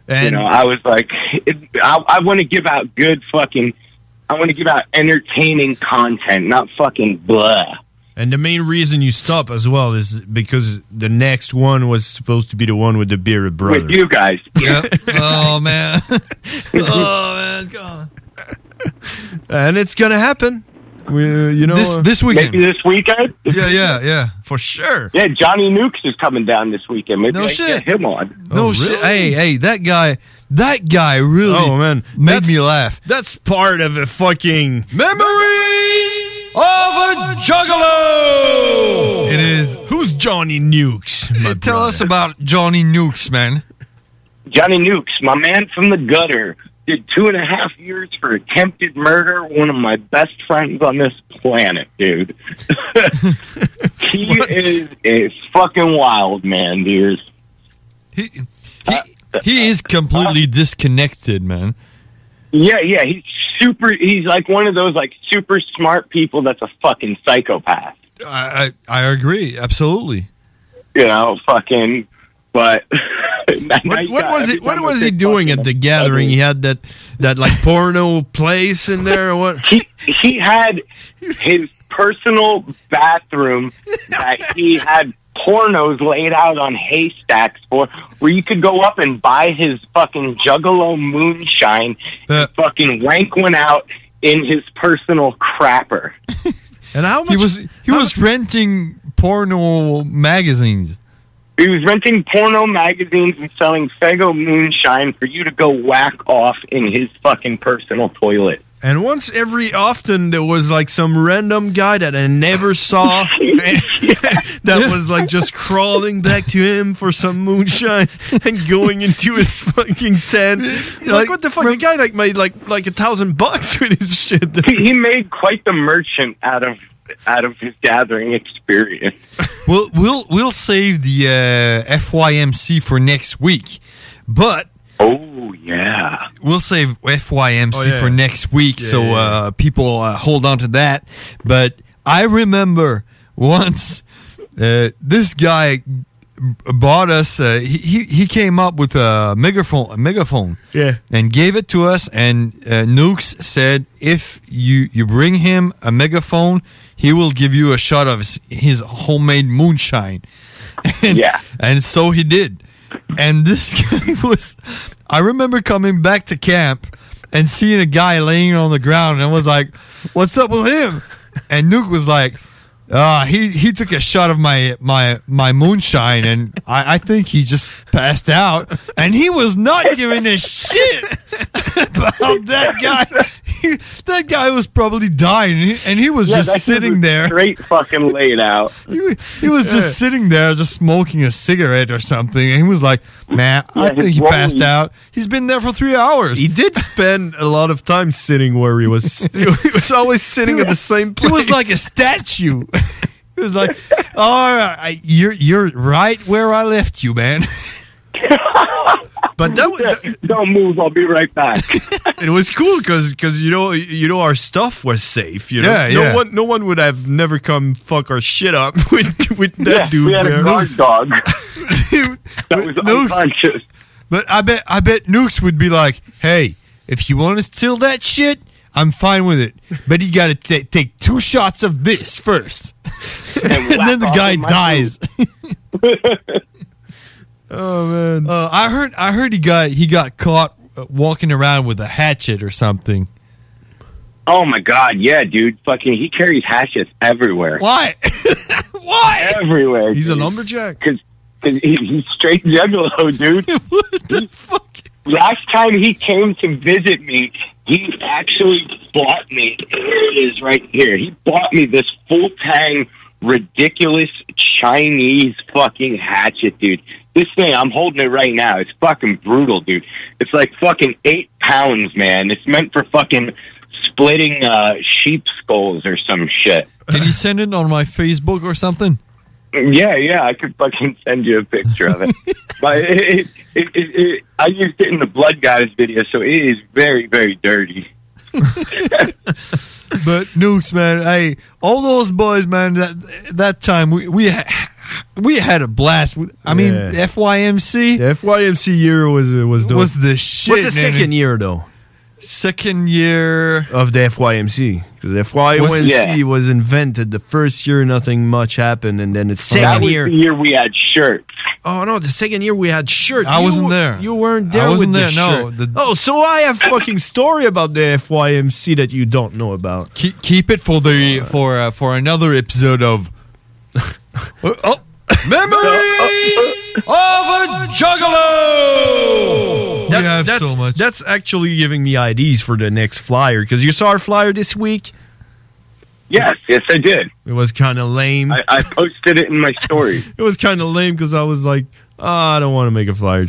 S30: you know, I was like it, I, I want to give out good fucking I want to give out entertaining content, not fucking blah.
S1: And the main reason you stop as well is because the next one was supposed to be the one with the bearded brother.
S30: With you guys.
S2: oh man.
S1: oh man, And it's gonna happen. We, uh, you know,
S30: This-
S1: uh,
S30: this weekend. Maybe this weekend? Yeah,
S2: yeah, yeah.
S1: For sure.
S30: Yeah, Johnny Nukes is coming down this weekend. Maybe
S2: No
S30: I
S2: shit.
S30: can get him on.
S2: No shit. Oh, Hey, hey, that guy, that guy really
S1: Oh, man.
S2: made me laugh.
S1: That's part of a fucking
S2: memories of a juggalo. It is.
S1: Who's Johnny Nukes?
S2: Tell us about Johnny Nukes, man.
S30: Johnny Nukes, my man from the gutter, did two and a half years for attempted murder. One of my best friends on this planet, dude. he is a fucking wild man, dude.
S2: He is completely disconnected, man.
S30: Yeah, yeah, he's super. He's like one of those like super smart people that's a fucking psychopath.
S2: I, I, I agree, absolutely.
S30: You know, fucking. But
S1: What, what was it? What was he doing at the gathering? He had that that like porno place in there. Or what?
S30: He he had his personal bathroom that he had pornos laid out on haystacks for, where you could go up and buy his fucking Juggalo moonshine and fucking wank one out in his personal crapper.
S1: And how much
S2: he was he was renting porno magazines.
S30: He was renting porno magazines and selling Fego moonshine for you to go whack off in his fucking personal toilet.
S1: And once every often there was like some random guy that I never saw that was like just crawling back to him for some moonshine and going into his fucking tent. Like, what the fuck? The guy like made like like a thousand bucks with his shit.
S30: He, he made quite the merchant out of out of his gathering experience.
S2: We'll we'll we'll save the uh, FYMC for next week, but
S30: oh yeah,
S2: we'll save FYMC
S30: Oh, yeah.
S2: for next week. so Uh, people uh, hold on to that. But I remember once uh, this guy bought us. Uh, he he- he came up with a megaphone, a megaphone,
S1: Yeah.
S2: and gave it to us. And uh, Nukes said, if you you bring him a megaphone, he will give you a shot of his, his homemade moonshine. And, yeah, and so he did. And this guy was. I remember coming back to camp and seeing a guy laying on the ground, and I was like, "What's up with him?" And Nuke was like. Uh, he he took a shot of my my my moonshine, and I, I think he just passed out. And he was not giving a shit about that guy. He- that guy was probably dying, and he, and he was
S30: Yeah, that
S2: just
S30: kid
S2: sitting
S30: was
S2: there.
S30: straight fucking laid out.
S2: He, wa- he was
S30: Yeah.
S2: just sitting there, just smoking a cigarette or something, and he was like, "Man, I
S1: Yeah, his
S2: think he
S1: brain-
S2: passed out. He's been there for three hours."
S1: He did spend a lot of time sitting where he was. he was always sitting at the same place.
S2: He was like a statue. He was like, "All right, I- you're you're right where I left you, man."
S1: But that was
S30: don't move. I'll be right back.
S1: it was cool because you know you know our stuff was safe. You know,
S2: Yeah,
S1: no
S2: yeah.
S1: one no one would have never come fuck our shit up with with that
S2: Yeah,
S1: dude.
S2: we had a
S1: there.
S2: guard
S30: dog.
S2: that was unconscious. But I bet I bet Nukes would be like, "Hey, if you want to steal that shit, I'm fine with it, but you got to ta take two shots of this first, and, then the
S30: whack off
S2: guy
S30: in my
S2: dies." oh man! Uh, I heard I heard he got he got caught uh, walking around with a hatchet or something.
S30: Oh my god, yeah, dude. Fucking, he carries hatchets everywhere.
S2: Why? Why?
S30: Everywhere.
S1: He's a
S30: dude.
S1: lumberjack.
S30: Cause, 'cause he, he's straight juggalo, dude.
S2: what the
S30: fuck? Last time he came to visit me, He actually bought me. It is right here. He bought me this full tang, ridiculous Chinese fucking hatchet, dude. This thing, I'm holding it right now. It's fucking brutal, dude. It's like fucking eight pounds, man. It's meant for fucking splitting uh, sheep skulls or some shit.
S2: Can you send it on my Facebook or something?
S30: Yeah, yeah, I could fucking send you a picture of it. but it, it, it, it, it, I used it in the Blood Guys video, so it is very, very dirty.
S2: But Nukes, man, hey, all those boys, man, that that time we we had, we had a blast. with- I mean,
S1: Yeah.
S2: FYMC.
S1: The FYMC year was was dope.
S2: Was the shit,
S1: What's the
S2: man.
S1: second year though?
S2: Second year
S1: of the FYMC because FYMC was,
S30: Was- Yeah.
S1: invented. The first year, nothing much happened, and then it's
S30: that was the year we had shirts.
S1: Oh no, the second year we had shirts.
S2: I
S1: You-
S2: wasn't there.
S1: You weren't
S2: I
S1: there.
S2: wasn't
S1: with
S2: there, no.
S1: The... shirt. Oh, so I have fucking story about the FYMC that you don't know about.
S2: Keep, keep it for the for uh, for another episode of. oh, oh. memories of a juggalo.
S1: That- that's, That's actually giving me IDs for the next flyer because you saw our flyer this week.
S30: Yes, yes, I did.
S1: It was kind of lame.
S30: I, I posted it in my story.
S1: It was kind of lame because I was like, "Ah, I don't want to make a flyer.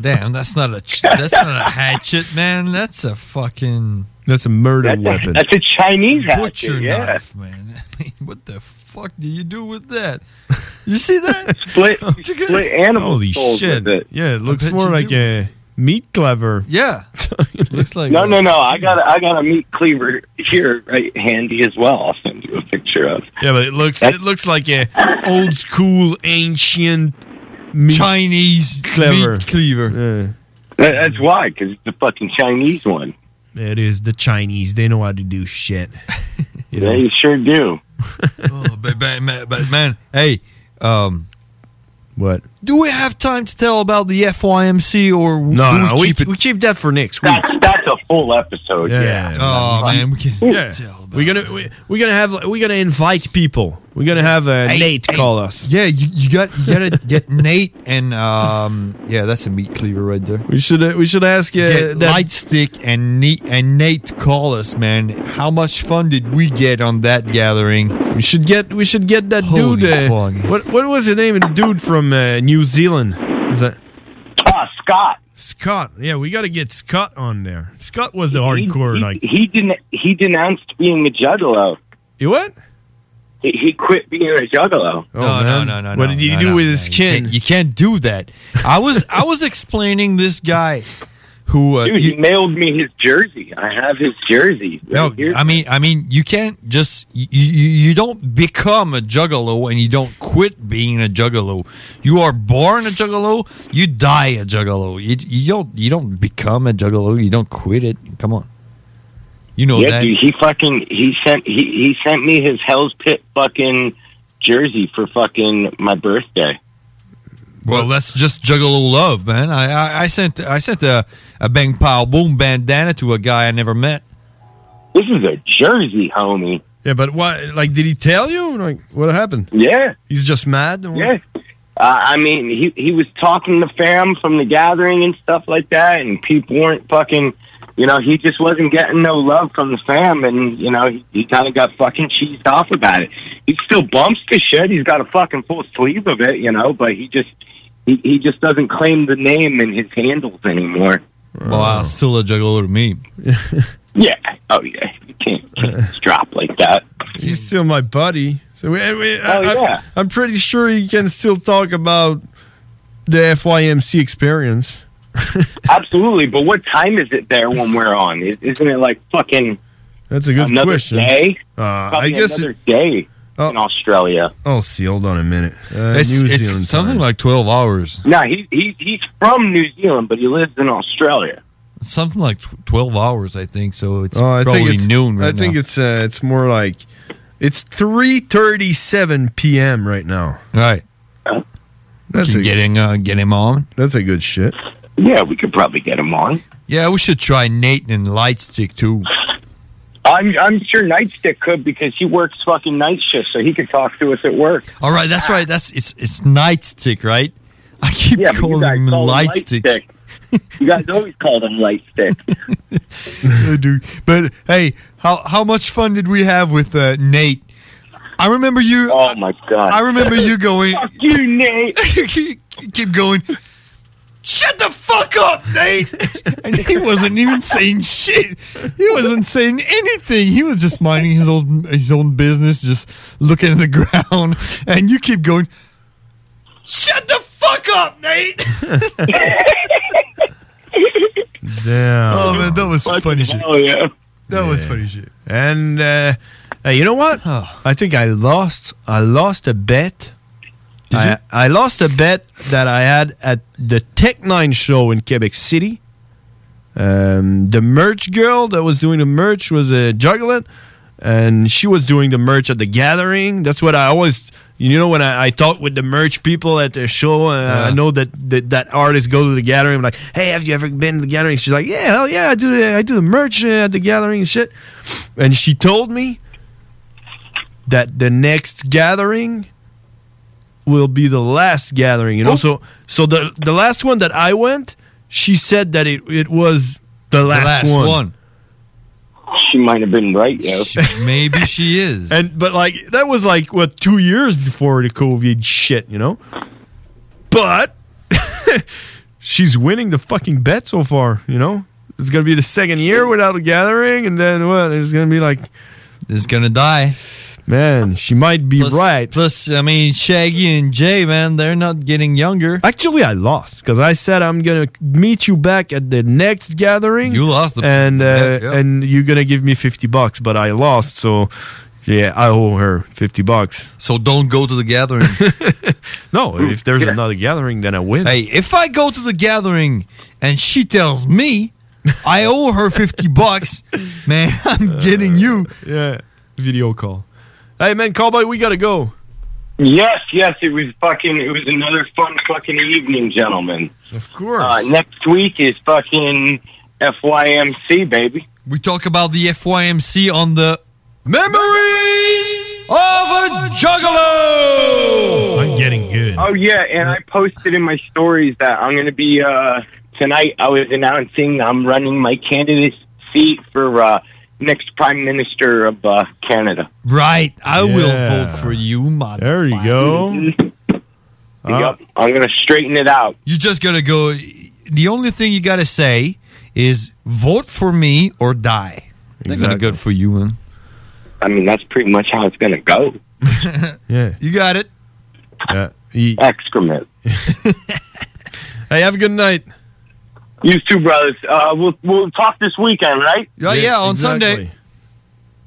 S2: Damn, that's not a ch- that's not a hatchet, man. That's a fucking
S1: That's a murder weapon.
S2: that's
S30: a Chinese
S2: hatchet, Butcher yeah. knife,
S30: man.
S2: what the fuck do you do with that? You see that
S30: split
S2: split
S30: animal
S1: Holy shit! Yeah, it looks more like a meat cleaver.
S2: Yeah, looks like
S30: No, no, no. I got a, I got a meat cleaver here, right handy as well. I'll send you a picture of.
S1: Yeah, but it looks it looks like a old school ancient
S2: Chinese
S1: cleaver.
S2: cleaver.
S30: That- That's why, because it's a fucking Chinese one.
S1: It is the Chinese. They know how to do shit. You know?
S30: They sure do.
S2: oh, but, but, man, but man, hey, um,
S1: what?
S2: Do we have time to tell about the FYMC or
S1: No,
S2: do
S1: no,
S2: we
S1: we,
S2: keep it?
S1: we keep that for next week.
S30: That's that's a full episode.
S1: Yeah.
S30: Yeah.
S2: Oh man, we can.
S1: Yeah. We're gonna we, we're gonna have we're gonna invite people. We're gonna have uh,
S2: Hey,
S1: Nate
S2: hey.
S1: call us.
S2: Yeah, you, you got you gotta get Nate and um yeah, that's a meat cleaver right there.
S1: We should uh, we should ask uh,
S2: Get
S1: that-
S2: Lightstick and Nate and Nate call us, man. How much fun did we get on that gathering?
S1: We should get we should get that dude. Uh, what what was the name of the dude from uh, New Zealand? Is that
S30: Ah, Scott.
S1: Scott? Yeah, we got to get Scott on there. Scott was the hardcore like.
S30: He didn't. He denounced being a juggalo.
S1: You what?
S30: He, he quit being a juggalo.
S1: Oh, man. What did he do with his
S2: You
S1: skin?
S2: can't, you can't do that. I was I was explaining this guy who uh,
S30: Dude,
S2: you-
S30: he mailed me his jersey. I have his jersey.
S2: No, I mean, I mean, you can't just you, you, you don't become a juggalo and you don't quit being a juggalo. You are born a juggalo. You die a juggalo. You, you don't you don't become a juggalo. You don't quit it. Come on, you know
S30: yeah,
S2: that.
S30: dude. He fucking. He sent. He, he sent me his Hell's Pit fucking jersey for fucking my birthday.
S2: Well, that's just juggalo love, man. I I, I sent I sent a, a bang pow boom bandana to a guy I never met.
S30: This is a jersey, homie.
S1: Yeah, but what? Like, did he tell you? Like, what happened?
S30: Yeah,
S1: he's just mad. or-
S30: Yeah. Uh, I mean, he he was talking to fam from the gathering and stuff like that, and people weren't fucking. You know, he just wasn't getting no love from the fam, and you know, he, he kind of got fucking cheesed off about it. He still bumps the shit. He's got a fucking full sleeve of it, you know, but he just he, he just doesn't claim the name and his handles anymore.
S2: Well, it's still a juggalo to me.
S30: Yeah. Oh yeah. You can't, can't drop like that.
S1: He's still my buddy. So we, we,
S30: Oh,
S1: I,
S30: yeah.
S1: I, am pretty sure he can still talk about the FYMC experience.
S30: Absolutely. But what time is it there when we're on? Is- Isn't it like fucking
S1: That's a good
S30: another
S1: question.
S30: day?
S1: Uh, I
S30: Fucking
S1: guess
S30: another
S1: it,
S30: day in Australia.
S1: Oh, see, hold on a minute. Uh,
S2: It's,
S1: New
S2: it's
S1: Zealand
S2: something
S1: time.
S2: like twelve hours.
S30: No, he, he he's from New Zealand, but he lives in Australia.
S2: Something like tw- twelve hours, I think. So it's
S1: Oh, I
S2: probably
S1: think it's
S2: noon. Right
S1: I think
S2: now.
S1: it's uh, it's more like it's 3:37 p.m. right now.
S2: Right.
S1: That's a,
S2: getting uh, get him on.
S1: That's a good shit.
S30: Yeah, we could probably get him on.
S2: Yeah, we should try Nate and Lightstick too.
S30: I'm I'm sure Nightstick could because he works fucking night shift, so he could talk to us at work.
S2: All right, that's right. That's it's it's Nightstick, right? I keep
S30: Yeah, but you
S2: calling
S30: guys
S2: him
S30: call him
S2: Lightstick.
S30: you guys always call them light sticks.
S2: Uh, dude. But hey, how how much fun did we have with uh, Nate? I remember you. Oh my god! I remember you going. Fuck you, Nate. keep going. Shut the fuck up, Nate. and he wasn't even saying shit. He wasn't saying anything. He was just minding his own his own business, just looking at the ground. And you keep going. Shut the fuck up, Nate.
S1: Damn.
S2: Oh man, that was funny shit.
S30: Oh yeah,
S2: that was funny shit.
S1: And uh, hey, you know what? I think I lost. I lost a bet. I, I lost a bet that I had at the Tech Nine show in Quebec City. Um, the merch girl that was doing the merch was a juggler, and she was doing the merch at the gathering. That's what I always, you know, when I, I talk with the merch people at the show, uh, I know that, that that artists go to the gathering. I'm like, hey, have you ever been to the gathering? She's like, yeah, hell yeah, I do the, I do the merch uh, at the gathering and shit. And she told me that the next gathering will be the last gathering. You know, so so the the last one that I went, she said that it it was the last,
S2: last
S1: one.
S2: one.
S30: She might have been right, yo.
S2: Maybe she is.
S1: And but like that was like what two years before the COVID shit, you know. But she's winning the fucking bet so far, you know. It's gonna be the second year without a gathering, and then what? It's gonna be like
S2: it's gonna die.
S1: Man, she might be
S2: Plus-
S1: right.
S2: Plus, I mean, Shaggy and Jay, man, they're not getting younger.
S1: Actually, I lost because I said I'm gonna meet you back at the next gathering.
S2: You lost the-
S1: and uh,
S2: yeah, yeah.
S1: and you're gonna give me fifty bucks, but I lost, so yeah, I owe her fifty bucks.
S2: So don't go to the gathering.
S1: no, if there's another gathering, then I win.
S2: Hey, if I go to the gathering and she tells me I owe her 50 bucks, man, I'm getting you.
S1: Uh, Yeah, video call. Hey man, cowboy, we gotta go.
S30: Yes, yes, it was fucking. It was another fun fucking evening, gentlemen.
S1: Of course.
S30: Uh, next week is fucking FYMC, baby.
S2: We talk about the FYMC on the Memories of a Juggalo!
S1: I'm getting good.
S30: Oh yeah, and I posted in my stories that I'm going to be uh, tonight. I was announcing I'm running my candidacy for uh, next Prime Minister of uh, Canada.
S2: Right. I will
S30: Yeah.
S2: vote for you, mother.
S1: There you
S30: Yep. I'm going to straighten it out.
S2: You just gotta go. The only thing you gotta say is vote for me or die. They're gonna
S30: Exactly.
S2: good for you, man.
S30: I mean, that's pretty much how it's going to go.
S1: Yeah.
S2: You got it.
S1: Yeah.
S30: Excrement.
S1: Hey, have a good night.
S30: You too, brothers. Uh, we'll we'll talk this weekend, right?
S2: Yeah, Oh, yeah, on Sunday.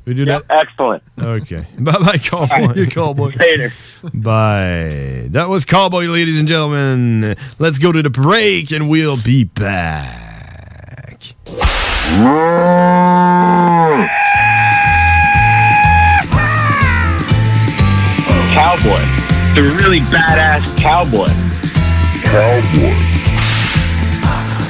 S1: We do
S30: that. Excellent.
S1: Okay. Bye bye, cowboy.
S2: you, cowboy.
S30: Later.
S1: Bye. That was Cowboy, ladies and gentlemen. Let's go to the break and we'll be back.
S30: Cowboy. The really badass cowboy. Cowboy.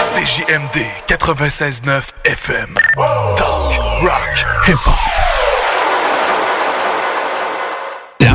S33: CJMD 96.9 FM. Talk, rock, hip-hop.
S23: La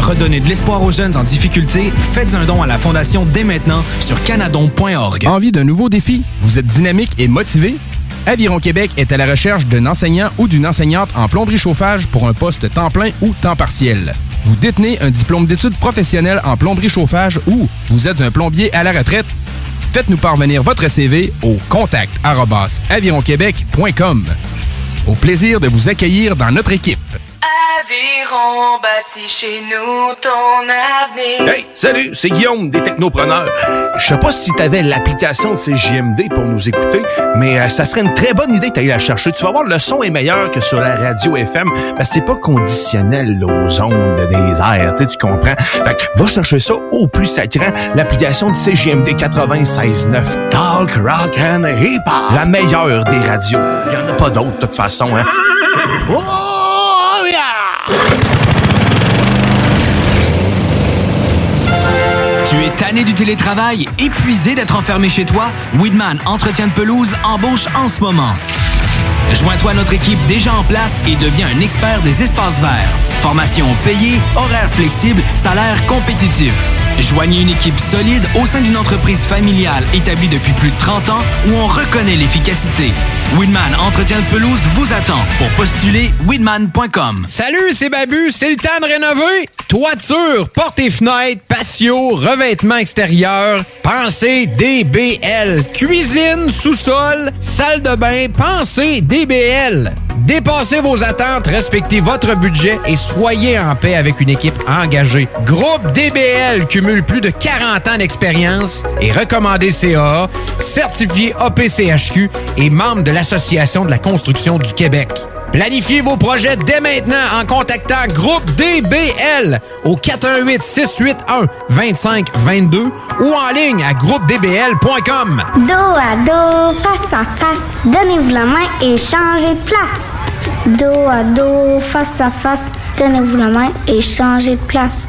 S23: Redonnez de l'espoir aux jeunes en difficulté. Faites un don à la Fondation dès maintenant sur canadon.org.
S13: Envie d'un nouveau défi? Vous êtes dynamique et motivé? Aviron Québec est à la recherche d'un enseignant ou d'une enseignante en plomberie chauffage pour un poste temps plein ou temps partiel. Vous détenez un diplôme d'études professionnelles en plomberie chauffage ou vous êtes un plombier à la retraite?
S38: faites-nous parvenir votre CV au contact arobase avironquebec.com. Au plaisir de vous accueillir dans notre équipe.
S29: Aviron bâti chez nous ton avenir.
S13: Hey, salut, c'est Guillaume des Technopreneurs. Je sais pas si t'avais l'application de CJMD pour nous écouter, mais euh, ça serait une très bonne idée d'aller la chercher. Tu vas voir, le son est meilleur que sur la radio FM, parce que c'est pas conditionnel là, aux ondes des airs, tu sais, tu comprends? Fait que va chercher ça au plus sacrant, l'application de CJMD 96.9. Talk, rock and hip-hop. La meilleure des radios. Il en a pas d'autres, de toute façon, hein?
S2: Oh,
S23: Tu es tanné du télétravail, épuisé d'être enfermé chez toi? Weedman Entretien de pelouse embauche en ce moment. Joins-toi à notre équipe déjà en place et deviens un expert des espaces verts. Formation payée, horaires flexibles, salaire compétitif. Joignez une équipe solide au sein d'une entreprise familiale établie depuis plus de 30 ans où on reconnaît l'efficacité. Weedman Entretien de pelouse vous attend pour postuler weedman.com.
S21: Salut, c'est Babu, c'est le temps de rénover. Toiture, portes et fenêtres, patio, revêtement extérieur, pensez DBL. Cuisine, sous-sol, salle de bain, pensez DBL. Dépassez vos attentes, respectez votre budget et soyez en paix avec une équipe engagée. Groupe DBL cumule plus de 40 ans d'expérience et recommandé CAA, certifié APCHQ et membre de l'Association de la construction du Québec. Planifiez vos projets dès maintenant en contactant Groupe DBL au 418 681 2522 ou en ligne à groupedbl.com.
S15: Dos à dos, ah, face à face, donnez-vous la main et changez de place. Dos à dos, face à face, donnez-vous la main et changez de place.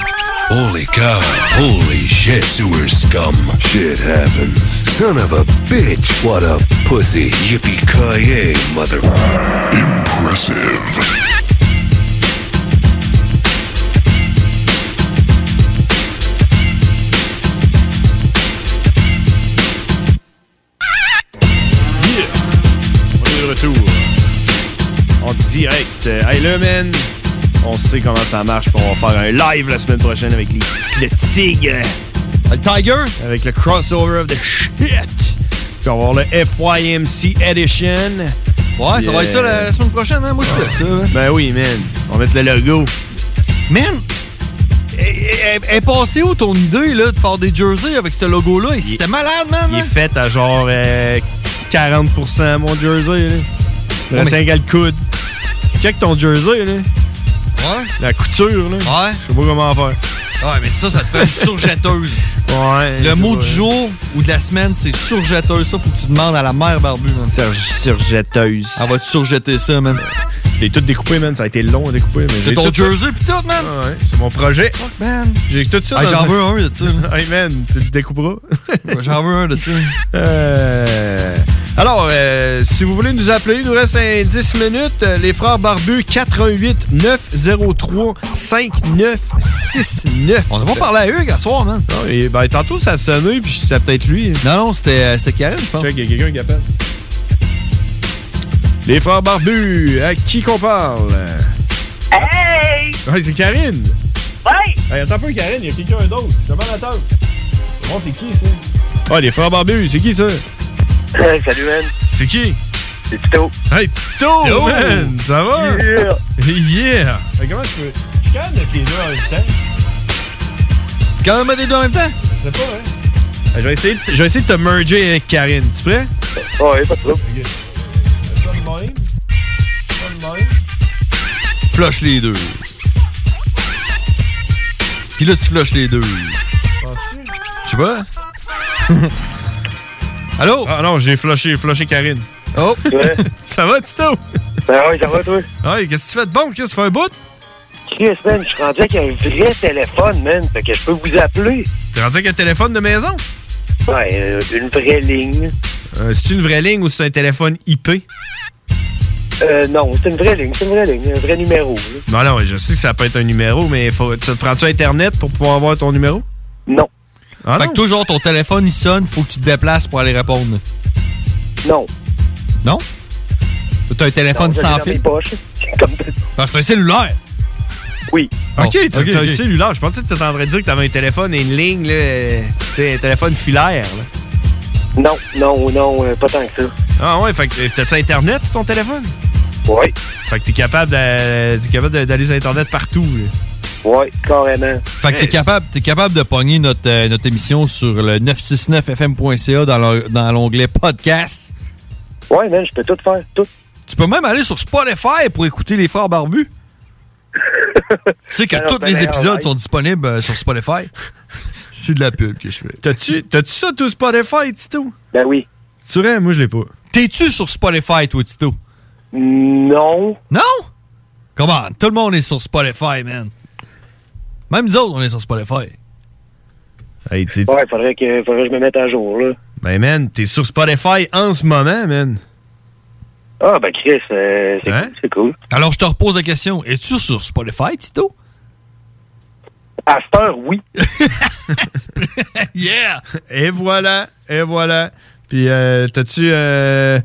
S33: Holy cow. Holy shit. Sewer scum. Shit happened. Son of a bitch. What a pussy. Yippee-ki-yay, mother... Impressive.
S1: Yeah! On est de retour. En direct. Euh, Hey là, man! On sait comment ça marche, puis on va faire un live la semaine prochaine avec les, le Tigre. Le Tiger? Avec le crossover of the shit. Puis on va avoir le FYMC Edition.
S2: Ouais, ça va être ça la, la semaine prochaine, hein? Moi, je suis là, ça. hein.
S1: Ben oui, man. On va mettre le logo.
S2: Man! Elle est passée où ton idée là, de faire des jerseys avec ce logo-là? Et C'était malade, man! hein?
S1: Il est fait à genre euh, 40% mon jersey. Là. Le
S2: Ouais, mais-
S1: reste un gars le coude. Check ton jersey, là.
S2: Ouais?
S1: La couture, là. Ouais. Je sais pas comment faire.
S2: Ouais, mais ça, ça te fait une surjetteuse.
S1: Ouais.
S2: Le
S1: je
S2: mot
S1: sais
S2: du
S1: pas.
S2: jour ou de la semaine, c'est surjetteuse. Ça, faut que tu demandes à la mère barbu, man.
S1: surjetteuse.
S2: Elle va te surjeter ça, man.
S1: Je l'ai tout découpé, man. Ça a été long à découper. mais je
S2: T'as
S1: l'ai
S2: ton
S1: tout-
S2: jersey pis tout, man!
S1: Ouais, c'est mon projet.
S2: Fuck, man!
S1: J'ai tout ça.
S2: Ah,
S1: dans
S2: j'en
S1: un-
S2: veux un de ça.
S1: hey, man, tu le découperas.
S2: j'en veux un de ça.
S1: Euh, alors, euh, si vous voulez nous appeler, il nous reste un 10 minutes. Euh, Les frères barbus, 88 903 5969. On
S2: va parler à eux, gars, soir, man.
S1: et, ben, tantôt, ça a sonné, puis c'est peut-être lui. hein.
S2: Non, non, c'était euh, c'était Karen, je pense.
S1: Check, il y a quelqu'un qui appelle. Les frères barbus, à qui qu'on parle?
S5: Hey!
S1: Ouais, c'est Karine!
S5: Ouais!
S1: Hey, attends un peu, Karine, il y a quelqu'un d'autre. Je demande à table. Bon, c'est qui, ça? Ouais, Ah, les frères barbus, c'est qui, ça?
S5: Hey, salut, man.
S1: C'est qui?
S5: C'est Tito.
S1: Hey, Tito,
S5: Tito!
S1: man! Ça va?
S5: Yeah!
S1: Yeah! Hey, comment tu peux... Je suis capable d'être les deux en même temps.
S2: Tu quand même mettre les deux en même temps?
S1: Je sais pas, hein? Hey, je, vais essayer de, je vais essayer de te merger avec Karine. Tu prêt?
S5: Ouais, pas de trouble.
S1: C'est ça le même. C'est ça le même.
S2: Flush les deux. Pis là, tu flushes les deux. Je sais pas. Allô?
S1: Ah non, j'ai flushé, flushé Karine.
S2: Oh!
S1: ça va, Tito?
S5: Ben ouais, ça va, toi?
S1: Ouais, qu'est-ce que tu fais de bon? Qu'est-ce que tu fais un bout?
S5: Chris, man, je suis rendu avec un vrai téléphone, man. Fait que je peux vous appeler.
S1: T'es rendu avec un téléphone de maison?
S5: Ouais, euh, une vraie ligne.
S1: Euh, c'est une vraie ligne ou c'est un téléphone IP?
S5: Euh, non, c'est une vraie ligne, c'est une vraie ligne, un vrai numéro. là.
S1: Non, non, je sais que ça peut être un numéro, mais faut, tu te prends-tu Internet pour pouvoir avoir ton numéro? Ah,
S5: Non.
S2: fait que toujours ton téléphone il sonne, faut que tu te déplaces pour aller répondre.
S5: Non.
S2: Non? T'as un téléphone
S5: Non, je l'ai
S2: sans
S5: dans mes
S2: fil.
S5: poches. Comme-
S2: Ah, c'est un cellulaire!
S5: Oui.
S1: OK, t'as
S2: Oh, ok,
S1: t'as
S2: ok.
S1: un cellulaire. Je pensais que tu étais en train de dire que t'avais un téléphone et une ligne, là, euh, tu sais, un téléphone filaire. Là.
S5: Non, non, non, euh, pas tant que ça.
S1: Ah ouais, fait que euh, t'as-tu Internet sur ton téléphone?
S5: Oui.
S1: Fait que t'es capable d'a- t'es capable de- d'aller sur Internet partout.
S5: Oui, carrément.
S2: Fait que t'es capable, t'es capable de pogner notre, euh, notre émission sur le 969fm.ca dans l'on- dans l'onglet podcast.
S5: Ouais, man, je peux tout faire, tout.
S2: Tu peux même aller sur Spotify pour écouter les frères barbus. tu sais que
S1: Alors,
S2: tous
S1: ben,
S2: les
S1: ben,
S2: épisodes
S1: alright.
S2: sont disponibles euh, sur Spotify. C'est de la pub que je fais.
S1: T'as-tu t'as-tu ça, tout Spotify, Tito?
S5: Ben oui.
S1: Tu vrai? Moi, je l'ai pas.
S2: T'es-tu sur Spotify, toi, Tito?
S5: Non.
S2: Non? Comment? Tout le monde est sur Spotify, man. Même nous autres, on est sur Spotify.
S1: Hey, tu
S5: Ouais, faudrait que, faudrait que je me mette à jour, là.
S1: Ben, man, t'es sur Spotify en ce moment, man. Hein?
S5: Ah, ben Chris, euh, c'est cool, c'est cool.
S2: Alors, je te repose la question. Es-tu sur Spotify, Tito?
S5: À cette heure, oui.
S2: yeah!
S1: Et voilà, et voilà. Puis, euh, t'as-tu. euh,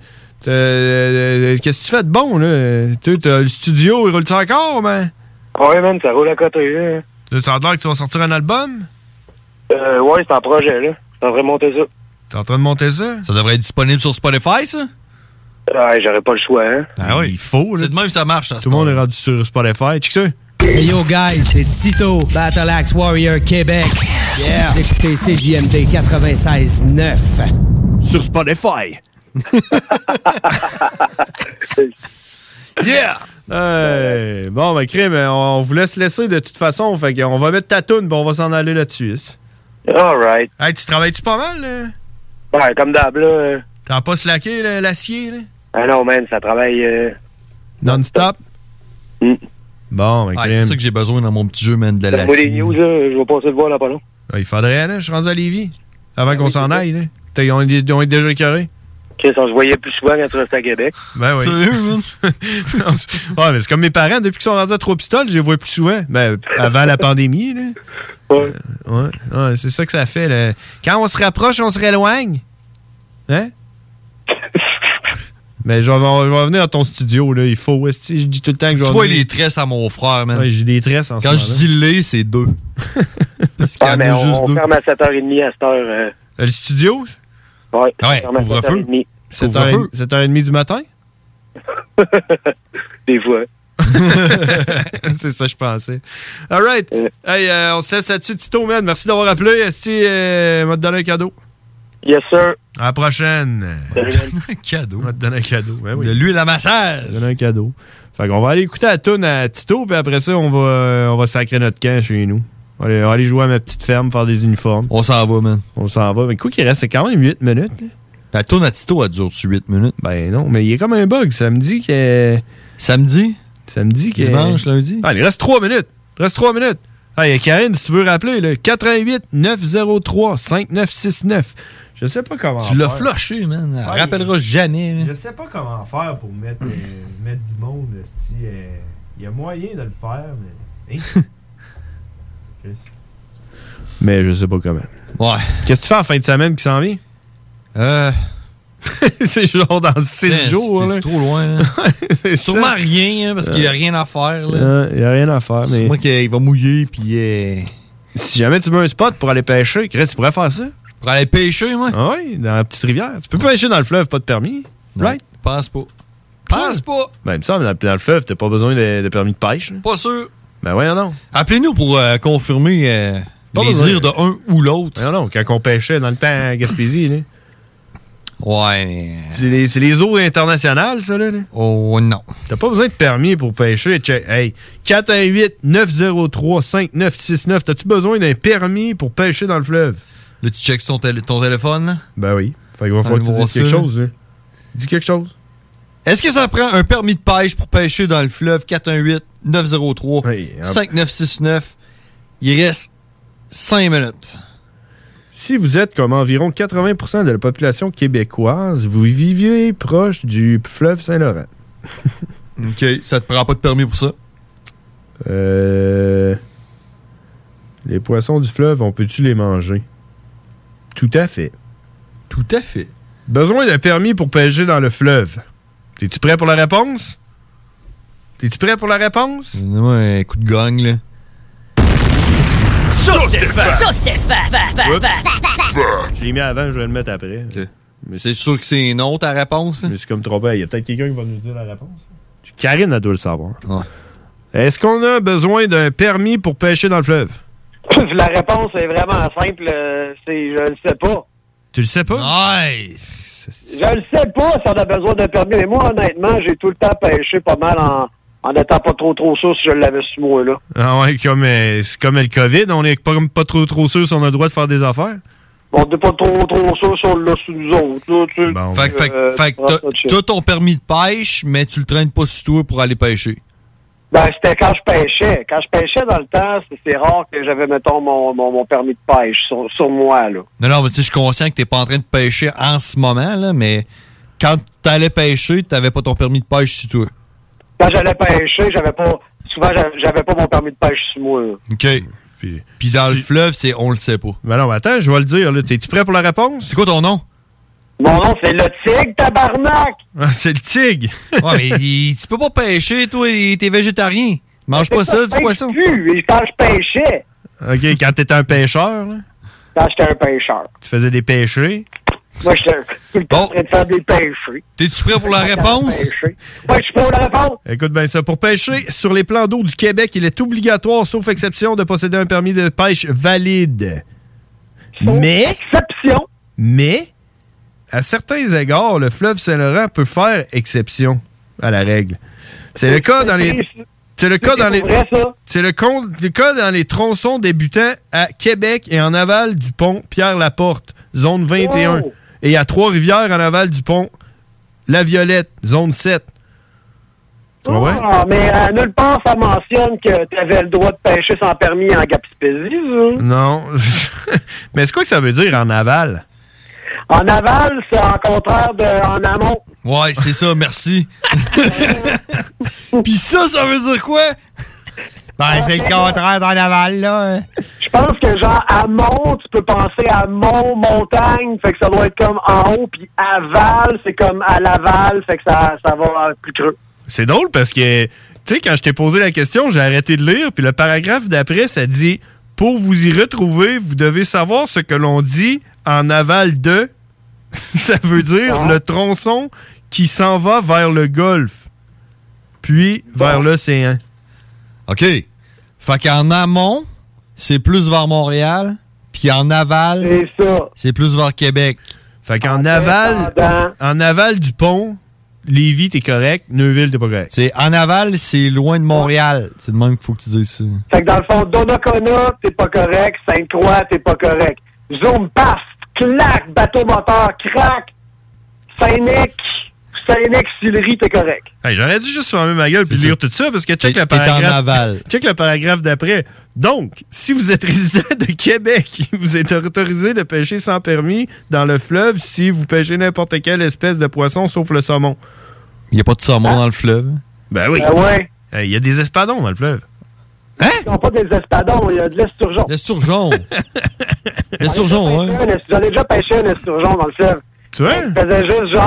S1: t'as- euh, Qu'est-ce que tu fais de bon, là? Tu sais, t'as le studio, il roule-tu encore, man?
S5: Ouais, man, ça roule à côté, hein. là.
S1: Ça a l'air que tu vas sortir un album?
S5: Euh, ouais, c'est en projet, là. C'est en vrai monter ça.
S1: T'es en train de monter ça?
S2: Ça devrait être disponible sur Spotify, ça?
S5: Ouais, j'aurais pas le choix, hein.
S2: Ah oui.
S1: Il faut, là.
S2: C'est de même que ça marche, ça.
S1: Tout le monde est rendu sur Spotify. Check ça.
S35: Hey yo guys, c'est Tito, Battle Axe Warrior Québec.
S1: Yeah.
S35: Vous écoutez CJMD 96.9.
S1: Sur Spotify. Yeah! Hey, Bon, ben, crime, on vous laisse laisser de toute façon. Fait qu'on va mettre ta toune, puis on va s'en aller là-dessus.
S5: All right.
S1: Hey, tu travailles-tu pas mal, là?
S5: Ouais, comme d'hab, là. euh,
S1: T'as pas slacké là, l'acier, là?
S5: Ah non, man, ça travaille. euh,
S1: Non-stop?
S5: Mm.
S1: Bon, ben,
S2: Ah,
S1: crime.
S2: c'est ça que j'ai besoin dans mon petit jeu, man, de la
S5: Moi, les news, là, je vais passer le voir là, pas long.
S1: Ah, Il faudrait, là. Je suis rendu à Lévis. Avant qu'on s'en aille, là. T'as- On est, on est déjà écœurés.
S5: Chris, on se voyait plus souvent quand tu restais à Québec.
S1: Ben oui. ouais, mais c'est comme mes parents, depuis qu'ils sont rendus à trois pistoles, je les vois plus souvent. Ben, avant la pandémie, là. Euh,
S5: Ouais.
S1: ouais, ouais, c'est ça que ça fait, là. Quand on se rapproche, on se rééloigne. Hein? Mais je vais, je vais venir à ton studio, là. Il faut. esti, Je dis tout le temps que je
S2: Tu
S1: vais
S2: vois
S1: venir.
S2: les tresses à mon frère, man.
S1: Ouais, j'ai des tresses en ce
S2: Quand je
S1: moment-là.
S2: dis les, c'est deux. Parce qu'il y
S5: Ah,
S2: en
S5: mais
S2: a
S5: on,
S2: juste
S5: on
S2: deux.
S5: ferme à 7h30 à cette heure.
S1: Euh, Le studio? Ah
S5: euh, ouais, on
S1: Ouais,
S5: ferme à
S1: couvre-feu.
S5: 7h30.
S1: 7h30 7h30 du matin?
S5: Des fois.
S1: c'est ça, que je pensais. All right. Hey, euh, on se laisse là-dessus, Tito, man. Merci d'avoir appelé. Est-ce que m'a te donner un cadeau?
S5: Yes, sir.
S1: À la prochaine.
S2: un cadeau.
S1: On va te donner un cadeau. Ben oui.
S2: De l'huile à massage.
S1: On va te donner un cadeau. Fait qu'on va aller écouter la toune à Tito, puis après ça, on va, euh, on va sacrer notre camp chez nous. On va aller- on va aller jouer à ma petite ferme, faire des uniformes.
S2: On s'en va, man.
S1: On s'en va. Mais quoi qu'il reste, c'est quand même 8 minutes.
S2: La tourne à Tito, elle dure 8 minutes?
S1: Ben non, mais il y a comme un bug. Ça me dit que.
S2: Samedi?
S1: Samedi que.
S2: Dimanche, lundi?
S1: Ah, il reste 3 minutes. Il reste 3 minutes. Ah, Hey, Karine, si tu veux rappeler, là, 88 903 5969. Je sais pas comment.
S2: Tu l'as
S1: faire.
S2: flushé, man. Elle
S1: Ouais,
S2: Euh, rappellera
S1: il-
S2: jamais. là.
S1: Je sais pas comment faire pour mettre, euh, mettre du monde. esti, euh, Il y a moyen de le faire, mais. Hein? Mais je sais pas comment.
S2: Ouais.
S1: Qu'est-ce que tu fais en fin de semaine qui s'en vient?
S2: Euh.
S1: c'est genre dans 6
S2: Putain,
S1: jours.
S2: c'est-
S1: là.
S2: C'est trop loin. là.
S1: C'est
S2: Sûrement
S1: ça.
S2: rien, hein, parce qu'il n'y a
S1: Euh.
S2: rien à faire. là.
S1: Euh, Il y a rien à faire. Mais...
S2: Sûrement qu'il va mouiller, puis. euh,
S1: Si jamais tu veux un spot pour aller pêcher, Chris, tu pourrais faire ça.
S2: Pour aller pêcher, moi?
S1: Ah oui, dans la petite rivière. Tu peux pêcher dans le fleuve, pas de permis. Right?
S2: Pense pas. Pense pas.
S1: Ben, il me semble, dans, dans le fleuve, t'as pas besoin de, de permis de pêche. là.
S2: Pas sûr.
S1: Ben, ouais, non.
S2: Appelez-nous pour euh, confirmer euh,
S1: Pas
S2: les
S1: besoin.
S2: dires de un ou l'autre.
S1: Non, non, quand on pêchait dans le temps à Gaspésie, là.
S2: Ouais, mais. euh,
S1: C'est les, c'est les eaux internationales, ça, là. là.
S2: Oh non.
S1: T'as pas besoin de permis pour pêcher. Check. Hey, 418-903-5969. T'as-tu besoin d'un permis pour pêcher dans le fleuve?
S2: Là, tu checks ton, tél- ton téléphone. là.
S1: Ben oui. Fait qu'il va falloir que tu
S2: Allez voir
S1: dises quelque
S2: ça.
S1: chose, là. Dis quelque chose.
S2: Est-ce que ça prend un permis de pêche pour pêcher dans le fleuve 418-903-5969? Il reste 5 minutes.
S1: Si vous êtes comme environ 80 de la population québécoise, vous vivez proche du fleuve Saint-Laurent.
S2: OK, ça te prend pas de permis pour ça.
S1: Euh, les poissons du fleuve, on peut-tu les manger? Tout à fait.
S2: Tout à fait.
S1: Besoin d'un permis pour pêcher dans le fleuve. T'es-tu prêt pour la réponse? T'es-tu prêt pour la réponse?
S2: Ouais, coup de gang, là.
S1: Sauce
S7: Stéphane! Sauce Stéphane!
S1: Oups. Je l'ai mis avant, je vais le mettre après.
S2: C'est sûr que c'est non, ta réponse? hein?
S1: Je me suis comme trompé. Il y a peut-être quelqu'un qui va nous dire la réponse. Karine, elle doit le savoir. Est-ce qu'on a besoin d'un permis pour pêcher dans le fleuve?
S5: La réponse est vraiment simple. euh, C'est je le sais pas.
S1: Tu le sais pas? Nice!
S5: Je le sais pas si on a besoin d'un permis. Mais moi, honnêtement, j'ai tout le temps pêché pas mal en, en n'étant pas trop trop sûr si je l'avais sous moi, là.
S1: Ah ouais, comme, euh, c'est comme le COVID, on est pas, comme pas trop, trop sûr si on a le droit de faire des affaires.
S5: On n'est pas trop trop sûr si on l'a sous nous autres, là, tu sais.
S2: Fait, que- fait que-
S5: Euh,
S2: fait que t'as- t'as ton permis de pêche, mais tu le traînes pas sur toi pour aller pêcher.
S5: Ben, c'était quand je pêchais. Quand je pêchais dans le temps, c'est- c'est rare que j'avais, mettons, mon, mon, mon permis de pêche sur, sur moi, là.
S2: Non, non, mais tu sais, je suis conscient que t'es pas en train de pêcher en ce moment, là, mais quand t'allais pêcher, t'avais pas ton permis de pêche sur toi.
S5: Quand j'allais pêcher, j'avais pas. Souvent, j'avais- j'avais pas mon permis de pêche sur moi, là.
S2: OK. Puis, dans le fleuve, c'est on le sait pas.
S1: Ben non, mais attends, je vais le dire. là. T'es-tu prêt pour la réponse?
S2: C'est quoi ton nom?
S5: Mon nom, c'est le tigre, tabarnak!
S1: Ah, c'est le tigre.
S2: ouais, mais il- tu peux pas pêcher, toi, et t'es végétarien. Mange pas ça, du
S39: Ben,
S2: poisson.
S5: Plus, quand je pêchais,
S1: OK, quand t'étais un pêcheur, là,
S5: quand j'étais un pêcheur.
S1: tu faisais des pêchés.
S5: Moi, j'étais tout le temps en train de faire des pêchés.
S2: T'es-tu prêt pour
S5: la réponse? Ouais, je suis prêt pour la réponse.
S1: Écoute bien ça. Pour pêcher sur les plans d'eau du Québec, il est obligatoire, sauf exception, de posséder un permis de pêche valide. mais.
S5: Exception.
S1: Mais. À certains égards, le fleuve Saint-Laurent peut faire exception à la règle. C'est le cas dans les. C'est le cas dans les. C'est le, con- le cas dans les tronçons débutants à Québec et en aval du pont Pierre-Laporte, zone
S5: Oh!
S1: 21.
S5: Wow.
S1: Et à Trois-Rivières en aval du pont La Violette, zone 7. Tu vois, ouais?
S5: Ah, mais euh, nulle part, ça mentionne que tu avais le droit de pêcher sans permis en Gaspésie. hein. ça.
S1: Non. Mais c'est quoi que ça veut dire en aval?
S5: En aval, c'est en contraire de en amont.
S2: Ouais, c'est ça, merci. Pis ça, ça veut dire quoi?
S1: Ah,
S39: Ben, c'est le contraire dans l'aval, là.
S5: Je pense que genre amont, tu peux penser à mont, montagne, fait que ça doit être comme en haut, puis aval, c'est comme à l'aval, fait que ça, ça va euh, plus creux.
S1: C'est drôle parce que, tu sais, quand je t'ai posé la question, j'ai arrêté de lire, puis le paragraphe d'après, ça dit Pour vous y retrouver, vous devez savoir ce que l'on dit en aval de. ça veut dire
S5: Ah.
S1: le tronçon qui s'en va vers le golfe, puis vers l'océan.
S2: OK. Fait qu'en amont, c'est plus vers Montréal, puis en aval, c'est plus vers Québec.
S1: Fait qu'en aval, en aval du pont, Lévis, t'es correct, Neuville, t'es pas correct.
S2: C'est en aval, c'est loin de Montréal. C'est de même qu'il faut que tu dises ça.
S5: Fait que dans le fond, Donnacona, t'es pas correct, Sainte-Croix, t'es pas correct. Zoom, paf, clac, bateau moteur, crac, Saint-Nic, Saint-Nic, Sillery, t'es correct.
S1: Hey, J'aurais dû juste fermer ma gueule puis lire tout ça parce que check le
S2: t'es en
S1: paragraphe.
S2: aval.
S1: Check le paragraphe d'après. Donc, si vous êtes résident de Québec, vous êtes autorisé de pêcher sans permis dans le fleuve si vous pêchez n'importe quelle espèce de poisson sauf le saumon.
S2: Il n'y a pas de saumon
S39: Hein?
S2: dans le fleuve.
S1: Ben oui.
S5: Ben ouais.
S1: Hey, Il y a des espadons dans le fleuve.
S5: Ils n'ont pas des espadons, il y a de l'esturgeon.
S2: L'esturgeon.
S5: l'esturgeon, ouais. J'en ai déjà pêché un esturgeon dans le fleuve.
S1: Tu vois?
S5: Je faisais juste genre.